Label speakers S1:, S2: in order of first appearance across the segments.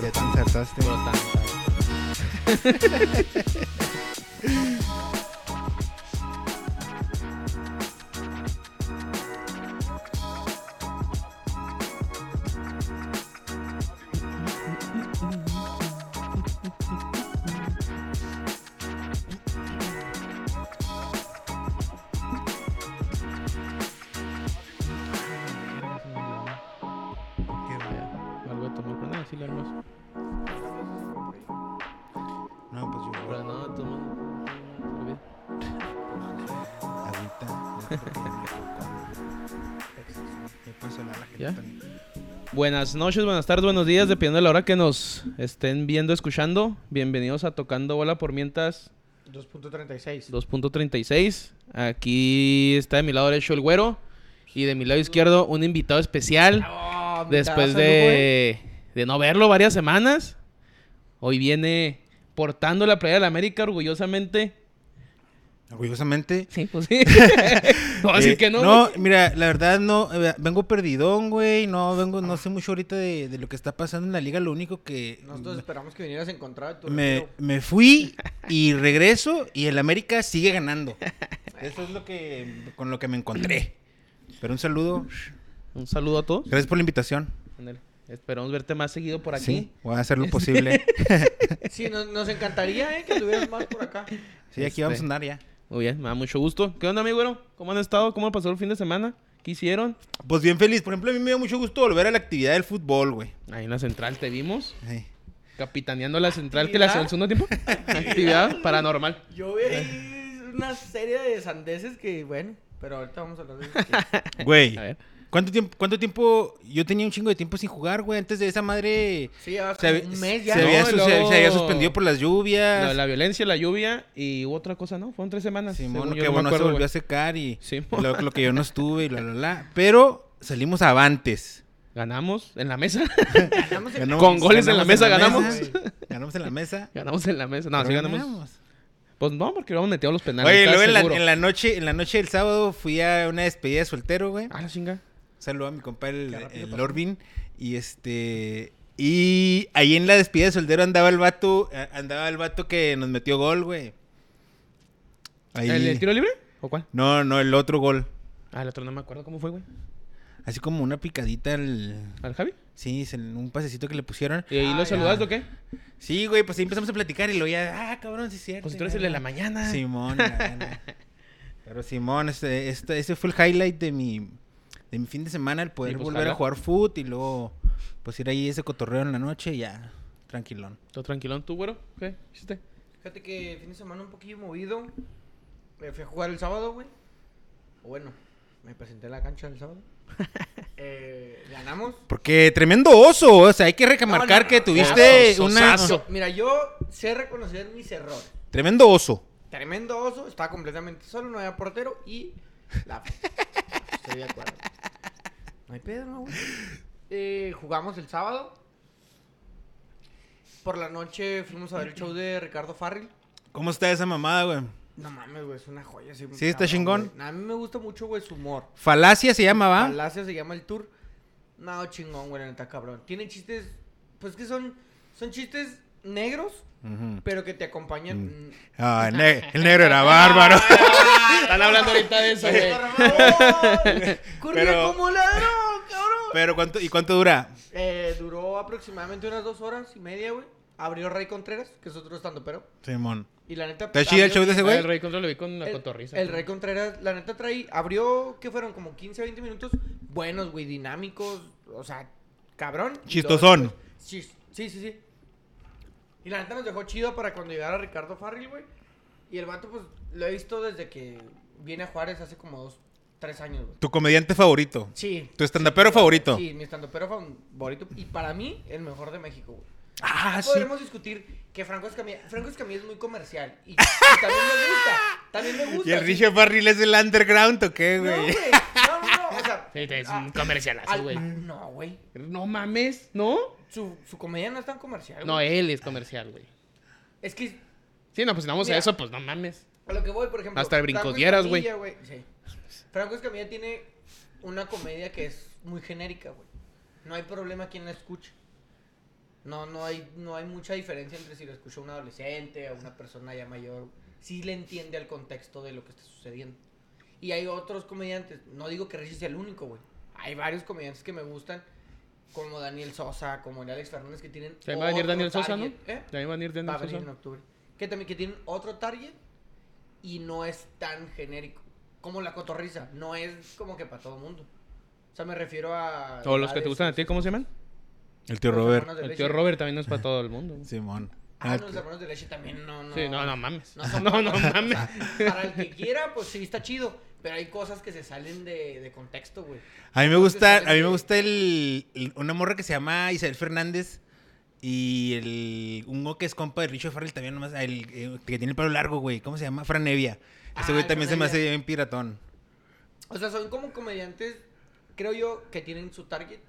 S1: Ya te insertaste. Qué mal.
S2: Algo de tomar, pero no, sí le armas.
S1: No, pues yo
S2: Pero no, toma. Lo vi.
S1: agüita. ya te lo pedí, Ya puedes sonar la gente
S2: ¿Ya?
S1: también.
S2: Buenas noches, buenas tardes, buenos días, dependiendo de la hora que nos estén viendo, escuchando. Bienvenidos a Tocando Bola por Mientras
S3: 2.36.
S2: 2.36. Aquí está de mi lado derecho el güero y de mi lado izquierdo un invitado especial. Después de, de no verlo varias semanas, hoy viene portando la playera de la América orgullosamente.
S1: Orgullosamente.
S2: Sí, pues sí. no, así
S1: eh,
S2: Ah, que no.
S1: No,
S2: güey.
S1: mira, la verdad no, eh, vengo perdidón, güey. No, vengo, no sé mucho ahorita de, de lo que está pasando en la liga. Lo único que
S3: Nosotros esperamos que vinieras a encontrar a tu
S1: Mm. me,
S3: retiro.
S1: me fui y regreso y el América sigue ganando. Eso es lo que con lo que me encontré. Pero un saludo.
S2: Un saludo a todos.
S1: Gracias por la invitación.
S2: Ándale. Esperamos verte más seguido por aquí.
S1: Sí, voy a hacer lo posible.
S3: Sí, nos, nos encantaría eh, que estuvieras más por acá.
S1: Sí, aquí vamos a
S2: Este.
S1: andar ya.
S2: Muy bien, me da mucho gusto. ¿Qué onda, mi güero? ¿Cómo han estado? ¿Cómo pasó el fin de semana? ¿Qué hicieron?
S1: Pues bien feliz. Por ejemplo, a mí me dio mucho gusto volver a la actividad del fútbol, güey.
S2: Ahí en la central te vimos.
S1: Sí.
S2: Capitaneando la central que la hace el segundo tiempo. Actividad paranormal.
S3: Yo vi ahí una serie de sandeces que, bueno, pero ahorita vamos a hablar de eso.
S1: Güey.
S2: A ver.
S1: ¿Cuánto tiempo, ¿Cuánto tiempo? Yo tenía un chingo de tiempo sin jugar, güey. Antes de esa madre.
S3: Sí, ya va
S1: Se,
S3: como
S1: había-
S3: un mes ya.
S1: se
S2: No,
S1: había,
S2: y
S1: sus- se-
S2: luego-
S1: se había suspendido por las lluvias.
S2: La, la violencia, la lluvia y hubo otra cosa, ¿no? Fueron tres semanas.
S1: Simón,
S2: según
S1: que
S2: yo, no me
S1: bueno, se
S2: acuerdo,
S1: volvió
S2: güey.
S1: a secar y
S2: Simón.
S1: lo, lo que yo no estuve y la, la, la. Pero salimos avantes.
S2: Ganamos en la mesa.
S3: Ganamos el-
S1: Ganamos-
S2: Con goles en la mesa, ganamos.
S1: mesa. ganamos en la mesa.
S2: ganamos en la mesa. No,
S1: pero
S2: sí ganamos. Pues no, porque vamos metido a los penales.
S1: Oye,
S2: estás
S1: luego en la,
S2: seguro.
S1: en la noche, en la noche del sábado fui a una despedida de soltero, güey.
S2: Ah, la chinga.
S1: Saludo a mi compa el,
S3: Qué rápido
S1: el
S3: pasó.
S1: Lorbin. Y este. Y ahí en la despedida de soltero andaba el vato. a- Andaba el vato que nos metió gol, güey. Ahí.
S2: ¿El, el tiro libre? ¿O cuál?
S1: No, no, el otro gol.
S2: Ah, el otro no me acuerdo cómo fue, güey.
S1: Así como una picadita al.
S2: ¿Al Javi?
S1: Sí, se- un pasecito que le pusieron.
S2: ¿Y ahí
S3: Ah,
S2: lo
S3: ya.
S2: saludaste o qué?
S1: Sí, güey, pues ahí empezamos a platicar y lo ya. Ah, cabrón, sí es cierto.
S2: Pues tú eres el de
S3: Este,
S2: la mañana.
S1: Simón, la gana. Pero Simón, este, este, ese fue el highlight de mi, de mi fin de semana, el poder
S2: pues,
S1: volver
S2: jaló.
S1: a jugar foot y luego pues ir ahí ese cotorreo en la noche y ya, tranquilón.
S2: ¿Todo tranquilón tú, güero? ¿Qué hiciste?
S3: Fíjate que fin de semana un poquillo movido. Me fui a jugar el sábado, güey. O Bueno, me presenté en la cancha el sábado. Eh, ganamos.
S1: Porque tremendo oso, o sea, hay que remarcar
S3: No, no,
S1: que
S3: no,
S1: tuviste
S2: oso,
S1: una...
S2: osazo.
S3: Mira, yo sé reconocer mis errores.
S1: Tremendo oso.
S3: Tremendo oso, estaba completamente solo, no había portero y la. Estoy de acuerdo. No hay pedo, no, güey. Eh, jugamos el sábado. Por la noche fuimos a ver el show de Ricardo Farril.
S1: ¿Cómo está esa mamada, güey?
S3: No mames, güey, es una joya. Sí,
S1: Sí, está chingón. ¿Ah?
S3: güey. A mí me gusta mucho, güey, su humor.
S1: Falacia se llama, ¿va?
S3: Palacio se llama el tour. No, chingón, güey, la neta, cabrón. Tiene chistes, pues que son, son chistes negros,
S1: Ujú.
S3: pero que te acompañan. mm,
S1: Ah, el, ne- el negro era bárbaro.
S2: Están hablando ahorita de eso, güey.
S3: Corría
S1: Pero-
S3: como ladrón, cabrón.
S1: Pero ¿cuánto, ¿y cuánto dura?
S3: Eh, duró aproximadamente unas dos horas y media, güey. Abrió Rey Contreras, que es otro estando, pero.
S1: Simón.
S3: Y la neta.
S1: ¿Está chido el
S3: abrió-
S1: show de ese
S2: Ah,
S1: güey?
S2: El Rey Contra lo vi con la
S3: el-
S2: cotorriza.
S3: El Rey Contreras, la neta traí. Abrió, ¿qué fueron? Como 15, 20 minutos. Buenos, güey, dinámicos. O sea, cabrón. Y luego
S1: Chistosón.
S3: después- chis- Sí, sí, sí. Y la neta nos dejó chido para cuando llegara Ricardo Farril, güey. Y el vato, pues, lo he visto desde que viene a Juárez hace como dos, tres años, güey.
S1: Tu comediante favorito.
S3: Sí.
S1: Tu estandapero favorito.
S3: Sí, mi estandopero favorito. Y para mí, el mejor de México, güey.
S1: Ah, sí.
S3: Podremos discutir que Franco Escamilla, Franco Escamilla es muy comercial. Y, y también me gusta. También me gusta.
S1: ¿Y el
S3: sí.
S1: Richard Barril es el underground o qué,
S3: No,
S1: güey?
S3: güey. No, no, no. O sea.
S2: Sí, es
S3: ah,
S2: un comercialazo,
S3: al-
S2: güey.
S3: No, güey.
S2: No mames, ¿no?
S3: Su, su comedia no es tan comercial.
S2: No, eh.
S3: güey.
S2: él es comercial, güey.
S3: Es que
S2: Sí, no, pues si no vamos a
S3: Mira.
S2: eso, pues no mames.
S3: a lo que voy, por ejemplo.
S2: Hasta el
S3: Franco
S2: brincos dieras,
S3: Escamilla, Sí. Franco Escamilla tiene una comedia que es muy genérica, güey. No hay problema quien la escuche. No, no hay, no hay mucha diferencia entre si lo escucha un adolescente o una persona ya mayor. Sí le entiende al contexto de lo que está sucediendo. Y hay otros comediantes, no digo que Richie sea el único, güey. Hay varios comediantes que me gustan, como Daniel Sosa, como el Alex Fernández, que tienen.
S2: Que ahí va a venir
S3: otro
S2: Daniel Sosa, ¿no?
S3: target, ¿eh?
S2: Que ahí va a venir
S3: Va
S2: Daniel
S3: a venir en
S2: Sosa.
S3: octubre. Que también que tienen otro target y no es tan genérico. Como la cotorriza, no es como que para todo el mundo. O sea, me refiero a.
S2: O los que te gustan a ti, ¿cómo se llaman?
S1: El tío Robert.
S2: El tío Robert también no es para todo el mundo. güey.
S1: Simón.
S3: Ah,
S1: Ah,
S3: los hermanos de leche también no, no.
S2: Sí, no, no mames.
S3: No son-
S2: No, no mames.
S3: Para el que quiera, pues sí, está chido. Pero hay cosas que se salen de, de contexto, güey.
S1: A mí me gusta, a mí me gusta el, el- una morra que se llama Isabel Fernández y el un güey que es compa de Richo Farrell también nomás, el, eh, que tiene el pelo largo, güey, ¿cómo se llama? Fran Evia. Ese
S3: Ah,
S1: güey también se me
S3: Fran Evia.
S1: hace bien piratón.
S3: O sea, son como comediantes, creo yo, que tienen su target.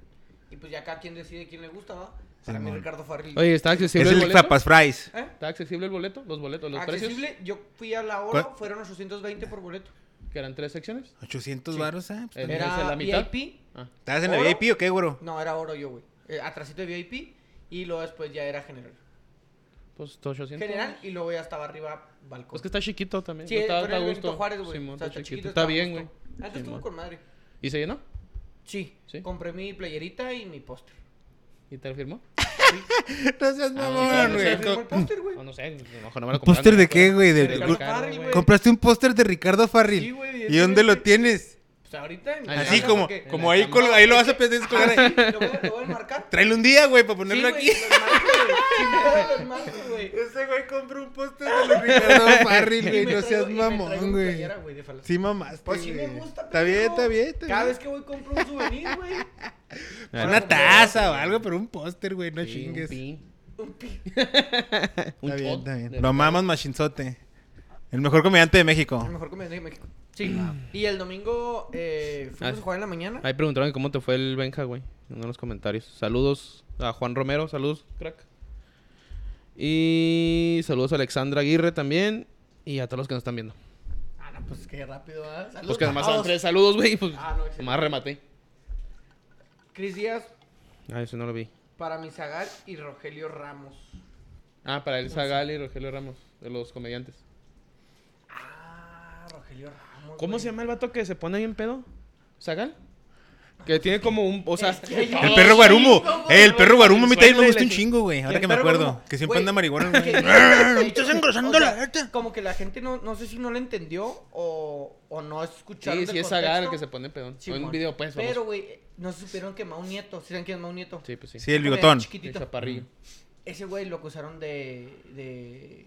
S3: Y pues ya cada quien decide quién le gusta, ¿va? Para mí,
S1: Simón.
S3: Ricardo Farril.
S2: Oye, ¿está
S1: es
S2: accesible el
S1: el
S2: boleto?
S1: Tapas Fries.
S3: ¿Eh?
S2: ¿Está accesible el boleto? ¿Los boletos? ¿Los
S3: Accesible,
S2: precios?
S3: yo fui a la hora,
S1: ¿Cuál?
S3: fueron 820 por boleto.
S2: ¿Que eran tres secciones?
S1: 800 varos, ¿eh? Pues,
S2: Eh,
S1: también.
S2: ¿es
S3: Era
S2: la mitad?
S3: VIP.
S2: Ah.
S1: ¿Estabas en la
S3: ¿Oro?
S1: VIP o qué, güero?
S3: No, era oro yo, güey. Eh, atrasito de VIP y luego después ya era general.
S2: Pues 800.
S3: General y luego ya estaba arriba balcón.
S2: Es pues que está chiquito también.
S3: Sí,
S2: no está,
S3: pero
S2: está a
S3: el Benito
S2: gusto.
S3: Juárez, güey.
S2: Simón,
S3: O sea,
S2: está chiquito.
S3: chiquito,
S2: Está
S3: a
S2: bien, güey.
S3: gusto. Antes Ah, estuvo
S2: Simón.
S3: con madre.
S2: ¿Y se llenó?
S3: Sí,
S2: Sí.
S3: compré mi playerita y mi póster.
S2: ¿Y te lo firmó?
S1: No seas
S2: Ah,
S1: mamón,
S2: no,
S1: güey.
S2: no,
S3: Compré el póster, güey.
S2: No, no sé, a lo mejor no me lo compraron.
S1: ¿Póster de qué, güey? De-
S2: Del
S3: Ricardo
S2: Ricardo,
S3: Farrell,
S2: güey.
S3: güey.
S1: Compraste un póster de Ricardo Farrell.
S3: Sí, güey,
S1: ¿Y dónde lo
S3: evidentemente.
S1: tienes?
S3: Pues ahorita. en mi
S2: Así
S1: Así
S3: casa,
S1: como,
S3: porque-
S1: como ahí, colga- ahí lo vas a pensar colgar ahí.
S3: Sí, Lo voy a- lo voy a marcar.
S1: Tráelo un día, güey, para ponerlo aquí.
S3: Lo marco, güey.
S1: Ese güey compró un póster de los Ricardo Farrell,
S3: Y
S1: güey.
S3: me
S1: No seas
S3: traigo- y me traigo
S1: mamón,
S3: una
S1: güey.
S3: playera, güey, de Falcón.
S1: Sí, mamaste.
S3: Pues sí me
S1: güey.
S3: gusta,
S1: Está bien,
S3: pendejo.
S1: está bien. está
S3: Cada
S1: bien.
S3: vez que voy compro un souvenir, güey.
S1: Una taza o algo, pero un póster, güey. No
S2: Sí, un
S1: chingues. Está
S2: pin.
S3: Un pi.
S2: Un
S1: bien,
S2: shot
S1: está bien.
S2: de-
S1: Lo amamos, Machinzote. El mejor comediante de México.
S3: El mejor comediante de México. Sí. Y el domingo eh, fuimos
S2: Ah.
S3: a jugar en la mañana.
S2: Ahí preguntaron que cómo te fue el Benja, güey. En uno de los comentarios. Saludos a Juan Romero. Saludos, crack. Y saludos a Alexandra Aguirre también. Y a todos los que nos están viendo.
S3: Ah, no, pues qué rápido, ¿ah? Saludos.
S2: Pues que nomás
S3: a
S2: son
S3: todos.
S2: tres saludos, güey. Pues
S3: Ah, no, excelente.
S2: más remate.
S3: Cris Díaz,
S2: Ah, eso no lo vi.
S3: para Misagal y Rogelio Ramos.
S2: Ah, para Elsa Gali y Rogelio Ramos, de los comediantes.
S3: Ah, Rogelio Ramos.
S2: ¿Cómo
S3: güey.
S2: se llama el vato que se pone bien pedo? ¿Sagal? Que
S3: Ah,
S2: tiene como un. O sea,
S1: El perro guarumo. Eh, el perro guarumo a mí también me
S2: Suéltale,
S1: gusta un
S2: sí.
S1: chingo, güey. Ahora
S3: El
S1: que me
S3: perro
S1: acuerdo.
S3: guarumo.
S1: Que siempre
S3: Güey,
S1: anda marihuana,
S3: que-
S1: güey.
S3: que-
S1: Estás engrosando
S3: o sea,
S1: la lata.
S3: Como que la gente no, no sé si no la entendió o, o no escucharon.
S2: Sí, sí,
S3: del
S2: es Sagal el
S3: contexto.
S2: que se pone pedón. O
S3: Simón.
S2: un video, pues. famoso.
S3: Pero, güey, no supieron que Mao Nieto. ¿Sí saben quién es Mao Nieto?
S2: Sí, pues sí.
S1: Sí, el
S3: Un comediante
S1: bigotón.
S2: El
S3: Chiquitito.
S2: chaparrillo.
S3: Ese güey lo acusaron de. de.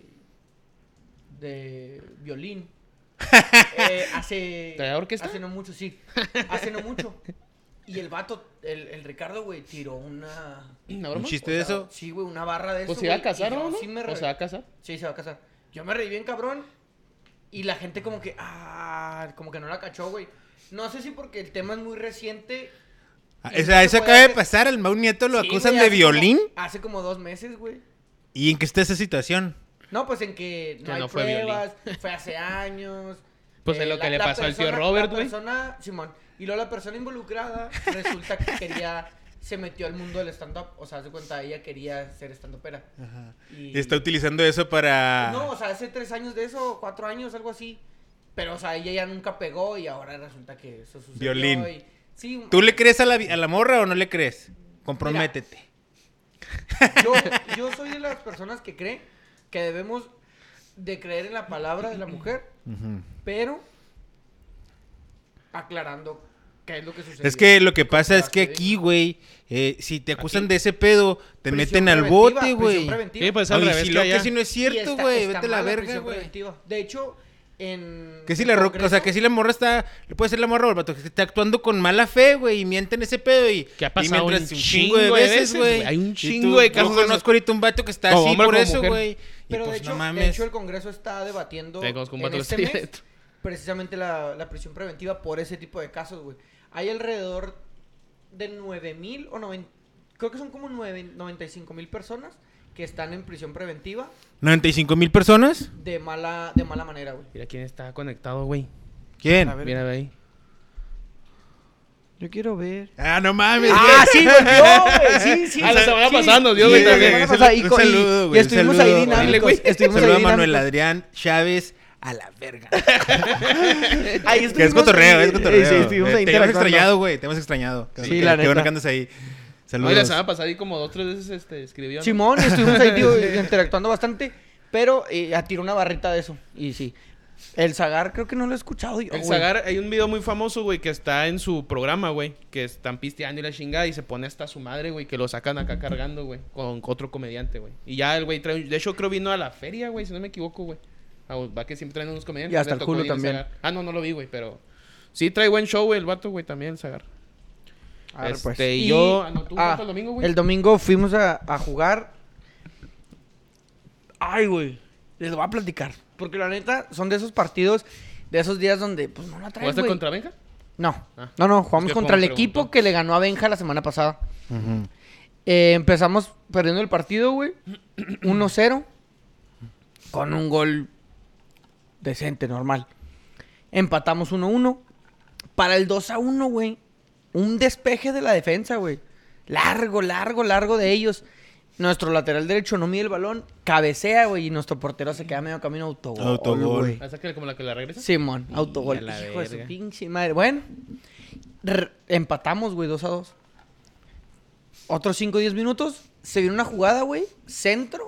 S3: de violín. Eh, hace.
S2: ¿Traía orquesta?
S3: Hace no mucho, sí. Hace no mucho. Y el vato, el, el Ricardo, güey, tiró una.
S2: ¿Una
S1: ¿Un
S2: broma?
S1: chiste de eso?
S3: Sí, güey, una barra de Mm. eso.
S2: Pues se va a
S3: güey,
S2: casar,
S3: y yo
S2: ¿no?
S3: Sí, me
S2: O
S3: re-
S2: se va a casar.
S3: sí, se va a casar. Yo me reí bien, cabrón. Y la gente, como que. Ah, como que no la cachó, güey. No sé si porque el tema es muy reciente.
S1: Ah,
S3: Y
S1: esa-
S3: no se
S1: Eso
S3: puede
S1: acaba de
S3: hacer.
S1: pasar. Al Mau Nieto lo
S3: Sí,
S1: acusan
S3: güey,
S1: de
S3: hace como-
S1: violín.
S3: hace como dos meses, güey.
S1: ¿Y en qué está esa situación?
S3: No, pues en que no
S2: Que
S3: hay
S2: no fue violín.
S3: pruebas, fue hace años.
S2: Pues en lo que le pasó al tío
S3: persona-
S2: Robert,
S3: la
S2: güey.
S3: persona- Simón. Y luego la persona involucrada resulta que quería. Se metió al mundo del stand-up. O sea, haz de cuenta, ella quería ser stand-upera. Y-
S1: Está utilizando eso para.
S3: No, o sea, hace tres años de eso, cuatro años, algo así. Pero, o sea, ella ya nunca pegó y ahora resulta que eso sucedió.
S1: Violín.
S3: y- Sí,
S1: ¿Tú le crees a la, vi- a la morra o no le crees? Comprométete.
S3: Yo, yo soy de las personas que cree que debemos de creer en la palabra de la mujer, pero aclarando qué es lo que sucede.
S1: Es que lo que pasa es que
S3: Comprobaste,
S1: aquí, güey, eh, si te acusan
S2: Aquí.
S1: de ese pedo, te meten al bote, güey.
S2: Sí, pues al
S1: Oye,
S2: revés
S1: si
S2: que
S1: lo
S2: allá.
S1: que si no es cierto, güey, vete a la verga, güey.
S3: De hecho, en.
S1: Que si
S3: en
S1: la ro- o sea,
S3: Congreso-
S1: que si la morra está, le puede ser la morra, o el vato, que está actuando con mala fe, güey, y mienten ese pedo y
S2: Que ha
S1: y
S2: pasado
S1: mientras
S2: un chingo de veces, güey. Hay un
S1: Y tú-
S2: chingo de casos de
S1: Yo
S2: esos.
S1: conozco ahorita un vato que está
S2: Como
S1: así
S2: hombre o
S1: por
S2: como
S1: eso,
S2: mujer.
S1: güey. Y
S3: Pero
S1: pues,
S3: de, hecho,
S1: no
S3: de
S1: mames.
S3: hecho, el Congreso está debatiendo
S2: Te conozco un
S3: en
S2: vato que
S3: este
S2: está
S3: mes
S2: directo.
S3: precisamente la, la prisión preventiva por ese tipo de casos, güey. Hay alrededor de 9 mil o 90... Creo que son como 9, 95 mil personas que están en prisión preventiva
S1: 95 mil personas.
S3: de mala, de mala manera, güey.
S2: Mira quién está conectado, güey.
S1: ¿Quién?
S3: A ver.
S2: Mira, ve ahí.
S3: Yo quiero ver.
S1: Ah, no mames.
S3: Ah, sí, güey, yo, güey. Sí, sí.
S2: Ah, la semana
S3: sí.
S2: pasada nos dio,
S3: Sí,
S2: güey,
S3: la
S2: también.
S3: semana pasada. Y
S1: Un
S3: co- y-
S1: saludo,
S3: y
S1: güey. un
S3: estuvimos
S1: saludo.
S3: ahí dinámicos.
S2: güey.
S3: Estuvimos
S1: Saludo a
S3: ahí
S1: Manuel
S3: dinámicos.
S1: Adrián Chávez a la verga.
S3: Ahí
S1: eh, Que es
S3: estuvimos
S1: cotorreo,
S3: ahí,
S1: es cotorreo.
S3: eh, Sí, estuvimos
S1: Eh,
S3: ahí
S1: te hemos
S3: interactuando.
S1: extrañado, güey. Te hemos extrañado. Qué
S3: Sí,
S1: bueno que-
S3: la
S1: Qué bueno
S3: neta.
S1: que andas ahí. Saludos.
S2: Oye, la semana pasada y como dos, tres veces este, escribió. ¿no?
S3: Simón, estuvimos ahí tío, interactuando bastante, pero eh, atiró una barrita de eso. Y sí. El Zagar creo que no lo he escuchado yo.
S2: El
S3: Ah, güey.
S2: Zagar, hay un video muy famoso, güey, que está en su programa, güey. Que están pisteando y la chingada y se pone hasta su madre, güey, que lo sacan acá cargando, güey, con otro comediante, güey. Y ya el güey trae. un- De hecho, creo vino a la feria, güey, si no me equivoco, güey. Ah, güey, Va que siempre traen unos comediantes.
S3: Y hasta
S2: le
S3: el
S2: tocó
S3: culo
S2: ir al
S3: también.
S2: Zagar. Ah, no, no lo vi, güey, pero. Sí, trae buen show, güey, el vato, güey, también el Zagar.
S3: Arre, pues.
S2: Este, y yo- ah, no, tú
S3: ah,
S2: fuiste el domingo, güey.
S3: El domingo fuimos a, a jugar. Ay, güey. Les voy a platicar. Porque la neta, son de esos partidos, de esos días donde, pues no la traen,
S2: ¿Jugaste
S3: güey.
S2: contra Benja?
S3: No,
S2: Ah.
S3: no, no.
S2: Es
S3: Jugamos
S2: que
S3: contra el
S2: Juan preguntó.
S3: equipo que le ganó a Benja la semana pasada.
S1: Ujú.
S3: Eh, empezamos perdiendo el partido, güey. 1-0. Con un gol decente, normal. Empatamos 1-1. Para el 2-1, güey. Un despeje de la defensa, güey. Largo, largo, largo de ellos. Nuestro lateral derecho no mide el balón. Cabecea, güey. Y nuestro portero se queda medio camino autogol.
S1: Autogol.
S3: güey.
S2: ¿Hasta que como la que la regresa?
S3: Simón,
S2: Y a
S3: autogol.
S2: la
S3: Hijo de su
S2: verga.
S3: pinche madre. Bueno, r- empatamos, güey, 2 a 2. Otros 5 o 10 minutos, se viene una jugada, güey, centro,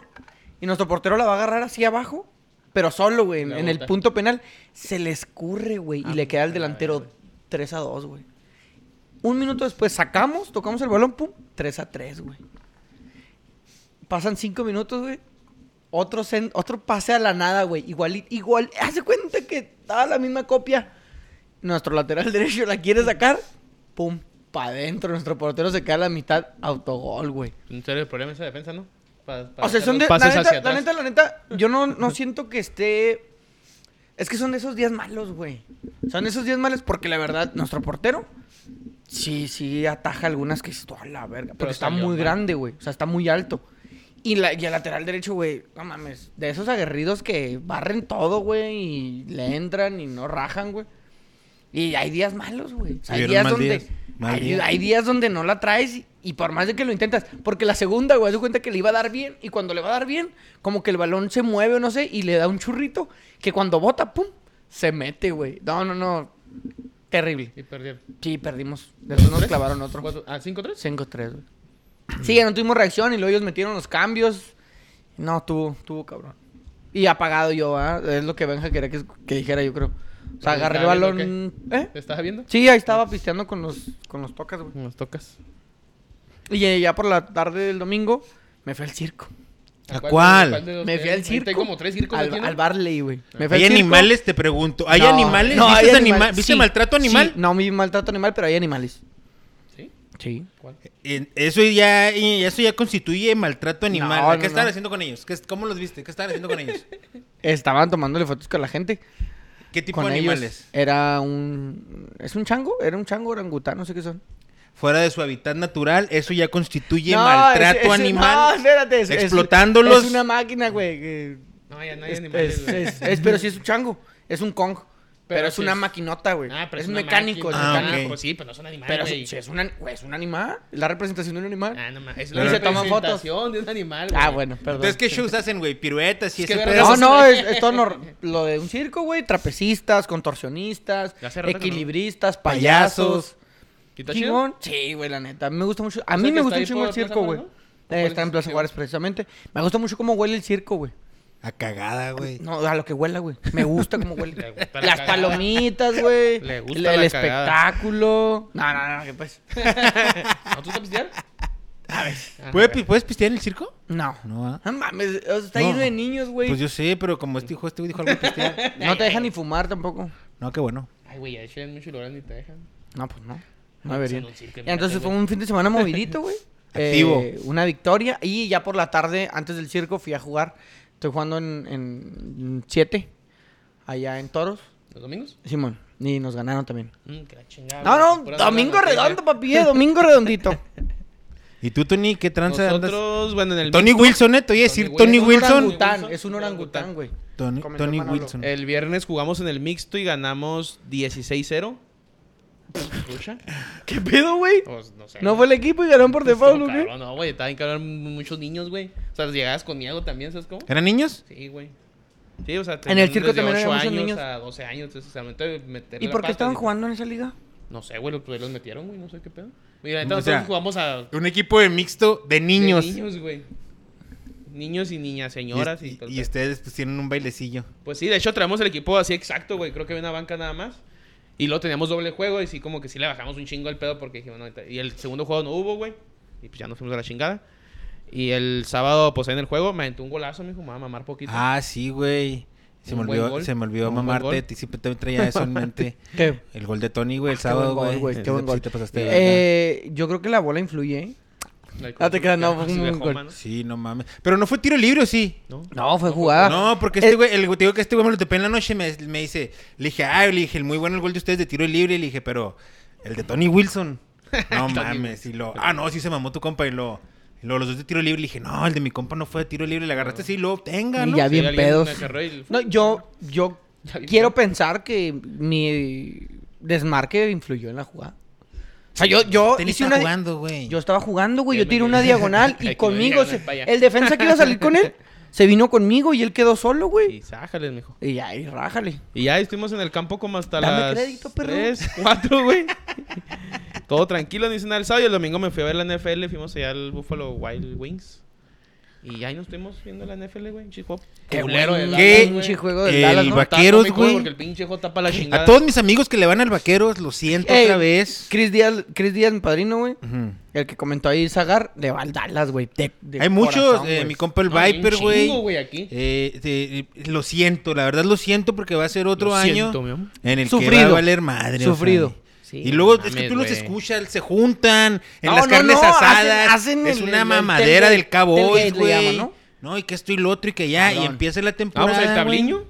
S3: y nuestro portero la va a agarrar así abajo, pero solo, güey, en,
S2: La
S3: en el
S2: bota.
S3: punto penal. Se le escurre, güey, y
S2: Ah,
S3: le queda al
S2: a la
S3: delantero
S2: verga.
S3: 3 a 2, güey. Un minuto después sacamos, tocamos el balón, pum, 3 a 3, güey. Pasan 5 minutos, güey. Otro, cen- otro pase a la nada, güey. Igual, igual. Hace cuenta que estaba la misma copia. Nuestro lateral derecho la quiere sacar. Pum, pa' adentro. Nuestro portero se queda a la mitad. Autogol, güey.
S2: En serio, el problema es esa defensa, ¿no? Pa- para
S3: O sea,
S2: hacer
S3: son
S2: los
S3: de. La
S2: pases hacia
S3: neta, la
S2: atrás.
S3: neta, la neta, yo no, no siento que esté. Es que son de esos días malos, güey. Son de esos días malos porque la verdad, nuestro portero. Sí, sí, ataja algunas que es toda la verga.
S2: Pero
S3: Porque está
S2: salió
S3: muy
S2: mal.
S3: grande, güey. O sea, está muy alto. Y, la, y el lateral derecho, güey, no mames. De esos aguerridos que barren todo, güey. Y le entran y no rajan, güey. Y hay días malos, güey. O sea, hay
S1: Tuvieron
S3: días
S1: mal
S3: donde.
S1: días, mal
S3: hay,
S1: día.
S3: hay días donde no la traes y, y por más de que lo intentas. Porque la segunda, güey, se cuenta que le iba a dar bien. Y cuando le va a dar bien, como que el balón se mueve o no sé. Y le da un churrito que cuando bota, pum, se mete, güey. No, no, no. Terrible.
S2: Y perdieron.
S3: Sí, perdimos. Después nos
S2: ¿Tres?
S3: clavaron otro.
S2: ¿Cuatro? ¿Ah, 5-3?
S3: 5-3, güey. Sí, ya no tuvimos reacción y luego ellos metieron los cambios. No, tuvo, tuvo, cabrón. Y apagado yo, ¿ah? Es lo que Benja quería que, que dijera, yo creo. O
S2: ¿Pero
S3: sea, agarré el
S2: estaba viendo
S3: balón. ¿Eh?
S2: ¿Te estás viendo?
S3: Sí, ahí estaba pisteando con los, con los tocas, güey.
S2: Nos tocas.
S3: Y eh, ya por la tarde del domingo me fue al circo.
S1: ¿A cuál?
S2: de los
S3: Me
S2: que
S3: fui
S2: hay?
S3: al circo.
S2: Hay como tres circos
S3: al,
S2: aquí, ¿no?
S3: al Barley, güey. Me fui
S1: ¿Hay
S3: al circo.
S1: animales? Te pregunto. ¿Hay
S3: No,
S1: animales?
S3: no,
S1: ¿Viste,
S3: hay
S1: anima-
S3: animales.
S1: ¿viste
S3: Sí,
S1: maltrato animal?
S3: sí, no vi maltrato animal, pero hay animales.
S2: ¿Sí?
S3: Sí.
S2: ¿Cuál?
S1: En- Eh, Eso ya, y eso ya constituye maltrato animal.
S3: No,
S1: ¿Qué
S3: no,
S1: estaban
S3: no.
S1: haciendo con ellos? ¿Qué, ¿Cómo los viste? ¿Qué estaban haciendo con ellos?
S3: Estaban tomándole fotos con la gente.
S1: ¿Qué tipo
S3: con
S1: de
S3: ellos.
S1: animales?
S3: Era un. ¿Es un chango? Era un chango orangután, no sé qué son.
S1: Fuera de su hábitat natural, eso ya constituye
S3: No,
S1: maltrato
S3: ese- ese- No,
S1: animal.
S3: espérate. es- es-
S1: explotándolos.
S3: Es, una máquina, güey. que-
S2: No, ya no hay
S3: Es,
S2: animales,
S3: es-
S2: güey.
S3: es- es- pero sí es un chango. Es un Kong. Pero,
S2: Pero
S3: es
S2: sí
S3: una
S2: es-
S3: maquinota, güey.
S2: Ah, pero
S3: es,
S2: es una
S3: mecánico,
S2: máquina.
S1: Ah,
S3: es
S1: ok.
S3: mecánico.
S2: pues sí, pero no son animales,
S3: Pero
S2: güey.
S3: si, si es, una, güey, es un animal. Es la representación de un animal.
S2: Ah, no mames. Es
S3: Y
S2: la
S3: se toman fotos.
S2: representación de un animal, güey.
S3: Ah, bueno, perdón.
S1: Entonces, ¿qué shows hacen, güey? Piruetas y
S2: Es que
S1: ese
S2: verga,
S1: pedo.
S3: No,
S2: Pero-
S3: no, es, es todo nor- lo de un circo, güey. Trapecistas, contorsionistas,
S2: Ya hace rato que no.
S3: equilibristas,
S1: Payasos.
S3: payasos.
S2: ¿Y está chido?
S3: Chingón. Sí, güey, la neta. Me gusta mucho. A
S2: O
S3: mí
S2: sea, que
S3: me
S2: está
S3: gusta un
S2: ahí
S3: chingo el
S2: por Plaza
S3: circo, güey.
S2: Juárez, ¿no?
S3: Eh,
S2: ¿O
S3: está en
S2: cuál es
S3: Plaza
S2: el
S3: Juárez, precisamente. Me gusta mucho cómo huele el circo, güey.
S1: A cagada, güey.
S3: No, a lo que huela, güey. Me gusta cómo
S2: Le
S3: huele.
S2: gusta la
S3: Las
S2: cagada.
S3: palomitas, güey.
S2: Le gusta
S3: El,
S2: la
S3: el
S2: cagada.
S3: espectáculo. No, no, no, ¿qué pues?
S2: ¿No tú estás pistear? Ah, A ver.
S1: ¿Puedes, pi- puedes pistear en el circo?
S3: No. No,
S1: No, ¿ah?
S3: mames. o sea, está
S1: No.
S3: lleno de niños, güey.
S1: Pues yo sé, pero como este hijo, este güey dijo algo de pistear.
S3: No te dejan
S2: Eh.
S3: ni fumar tampoco.
S1: No, qué bueno.
S2: Ay, güey, de hecho en muchos lugares ni te dejan.
S3: No, pues no. No
S2: pues
S3: deberían.
S2: en un circo,
S3: Y
S2: imagínate,
S3: entonces fue
S2: güey.
S3: un fin de semana movidito, güey. Eh,
S1: Activo.
S3: una victoria. Y ya por la tarde, antes del circo, fui a jugar. Estoy jugando en- en 7, allá en Toros.
S2: ¿Los domingos?
S3: Simón. Y nos ganaron también.
S2: Mm, que la chingada.
S3: No,
S2: güey,
S3: no,
S2: puras
S3: domingo
S2: buenas noticias.
S3: redondo, papi, eh, domingo redondito.
S1: ¿Y tú, Tony, qué tranza andas?
S2: Nosotros, bueno, en el
S1: Tony
S2: mixto,
S1: Wilson, ¿eh? Te voy a decir Tony
S2: Tony
S3: un
S1: Wilson.
S3: orangután, es un orangután, güey.
S1: Tony,
S3: Comentó
S1: Tony
S3: Manolo.
S1: Wilson.
S2: El viernes jugamos en el mixto y ganamos 16-0. ¿Escucha?
S3: ¿Qué pedo, güey?
S2: Pues, no sé.
S3: No fue el equipo y ganaron por
S2: Pues,
S3: default,
S2: no,
S3: ¿o qué?
S2: cabrón, No, güey, estaban que hablar muchos niños, güey. O sea, llegabas con miedo también, ¿sabes cómo?
S1: ¿Eran niños?
S2: Sí, güey. Sí, o sea,
S3: el circo
S2: desde
S3: también había
S2: 8
S3: muchos
S2: años
S3: niños.
S2: a 12 años, entonces, o sea, al momento de meterle
S3: ¿Y
S2: la
S3: por qué
S2: pata,
S3: estaban
S2: dije,
S3: jugando en esa liga?
S2: No sé, güey, los, pues, los metieron, güey, no sé qué pedo. Mira, neta,
S1: O sea,
S2: nosotros jugamos a de
S1: Un equipo de mixto de niños.
S2: niños, güey. Niños y niñas,
S1: Y-
S2: señoras y,
S1: y,
S2: todo el
S1: y
S2: pedo.
S1: ustedes pues tienen un bailecillo.
S2: Pues sí, de hecho traemos el equipo así exacto, güey. Creo que había una banca nada más. Y luego teníamos doble juego y sí, como que sí le bajamos un chingo el pedo porque dijimos, no, ahorita- y el segundo juego no hubo, güey. Y pues ya nos fuimos a la chingada. Y el sábado, pues ahí en el juego, me aventó un golazo, me dijo, me va a mamar poquito.
S1: Ah, sí, güey. Se me,
S2: Un buen
S1: olvidó,
S2: gol.
S1: se me olvidó
S2: Un buen
S1: mamarte.
S2: gol.
S1: Te, siempre te traía eso en mente.
S3: ¿Qué?
S1: El gol de Tony, güey, el
S3: Ah, qué
S1: sábado,
S3: buen
S1: güey.
S3: gol, güey, qué
S1: Sí,
S3: buen
S1: sí
S3: gol.
S1: te pasaste de verga.
S3: Eh, yo creo que la bola influye. ¿eh?
S2: El-
S3: ah, te creas, no,
S2: Sí,
S3: fue un
S2: dejó,
S3: gol.
S2: mano.
S1: Sí, no mames. Pero no fue tiro libre, ¿o sí?
S2: ¿No?
S3: No, Ah. Eh. fue jugada.
S1: No, porque este güey, el- te digo que este güey me lo topé en la noche, me, me dice, le dije, ay, le dije, el muy bueno el gol de ustedes de tiro libre, le dije, pero el de Tony Wilson. No mames, y lo, ah, no, sí se mamó tu compa, y lo, y lo los dos de tiro libre, le dije, no, el de mi compa no fue de tiro libre, le agarraste así, lo, tenga,
S3: Y
S1: ¿no?
S3: ya
S2: Sí,
S3: bien
S2: alguien
S3: pedos.
S2: me agarró y-
S3: No, yo, yo
S2: Ya vi-
S3: quiero pensar que mi desmarque influyó en la jugada. O sea, yo, yo
S1: Tenis
S3: hice
S1: está
S3: una.
S1: jugando, güey.
S3: Yo estaba jugando, güey. Yo
S2: Ya me
S3: tiré una
S2: llegué.
S3: diagonal
S2: Ay,
S3: y
S2: que me
S3: conmigo.
S2: llegaron
S3: se-
S2: para allá.
S3: el defensa que iba a salir con él se vino conmigo y él quedó solo, güey.
S2: Y sájales, mijo.
S3: Y ahí, rájale.
S2: Y ya estuvimos en el campo como hasta
S3: Dame
S2: las
S3: crédito, perro.
S2: 3, 4, güey. Todo tranquilo, no hice nada el sábado. Y el domingo me fui a ver la NFL. Fuimos allá al Buffalo Wild Wings. Y ahí nos estuvimos viendo la NFL, güey. Chico, culero de Dallas,
S1: ¿Qué?
S2: güey.
S3: pinche juego del
S1: El
S3: Dallas, ¿no?
S1: vac-
S2: Está
S1: Vaqueros,
S2: cómico,
S1: güey.
S2: Porque el pinche J tapa la chingada.
S1: A todos mis amigos que le van al vaqueros, lo siento
S3: Ey,
S1: otra vez.
S3: Chris Díaz, Chris Díaz, mi padrino, güey.
S1: Ujú.
S3: El que comentó ahí Zagar, le va al Dallas, güey. de- de
S1: Hay muchos,
S3: corazón,
S1: eh,
S3: güey.
S1: mi compa el
S2: No, hay un
S1: Viper, güey.
S2: chingo, güey, aquí.
S1: Eh, eh, eh, lo siento, la verdad lo siento porque va a ser otro
S2: Lo
S1: año
S2: siento, mi amor.
S1: en el que
S3: Sufrido.
S1: va a valer madre. o
S3: Sufrido.
S1: sea.
S2: Sí,
S1: y luego
S2: no
S1: es que
S2: mames,
S1: tú los
S2: güey.
S1: escuchas, se juntan en
S3: No,
S1: las
S3: no,
S1: carnes
S3: no,
S1: asadas.
S3: hacen- hacen
S1: es
S3: el-
S1: una
S3: el
S1: mamadera
S3: tailgate-
S1: del cabo,
S3: tailgate le
S1: güey.
S3: llaman, ¿no?
S1: ¿no? y que esto y lo otro y que ya. Y
S3: Cabrón.
S1: empieza la temporada.
S2: Ah, Vamos al
S1: güey.
S2: tabliño.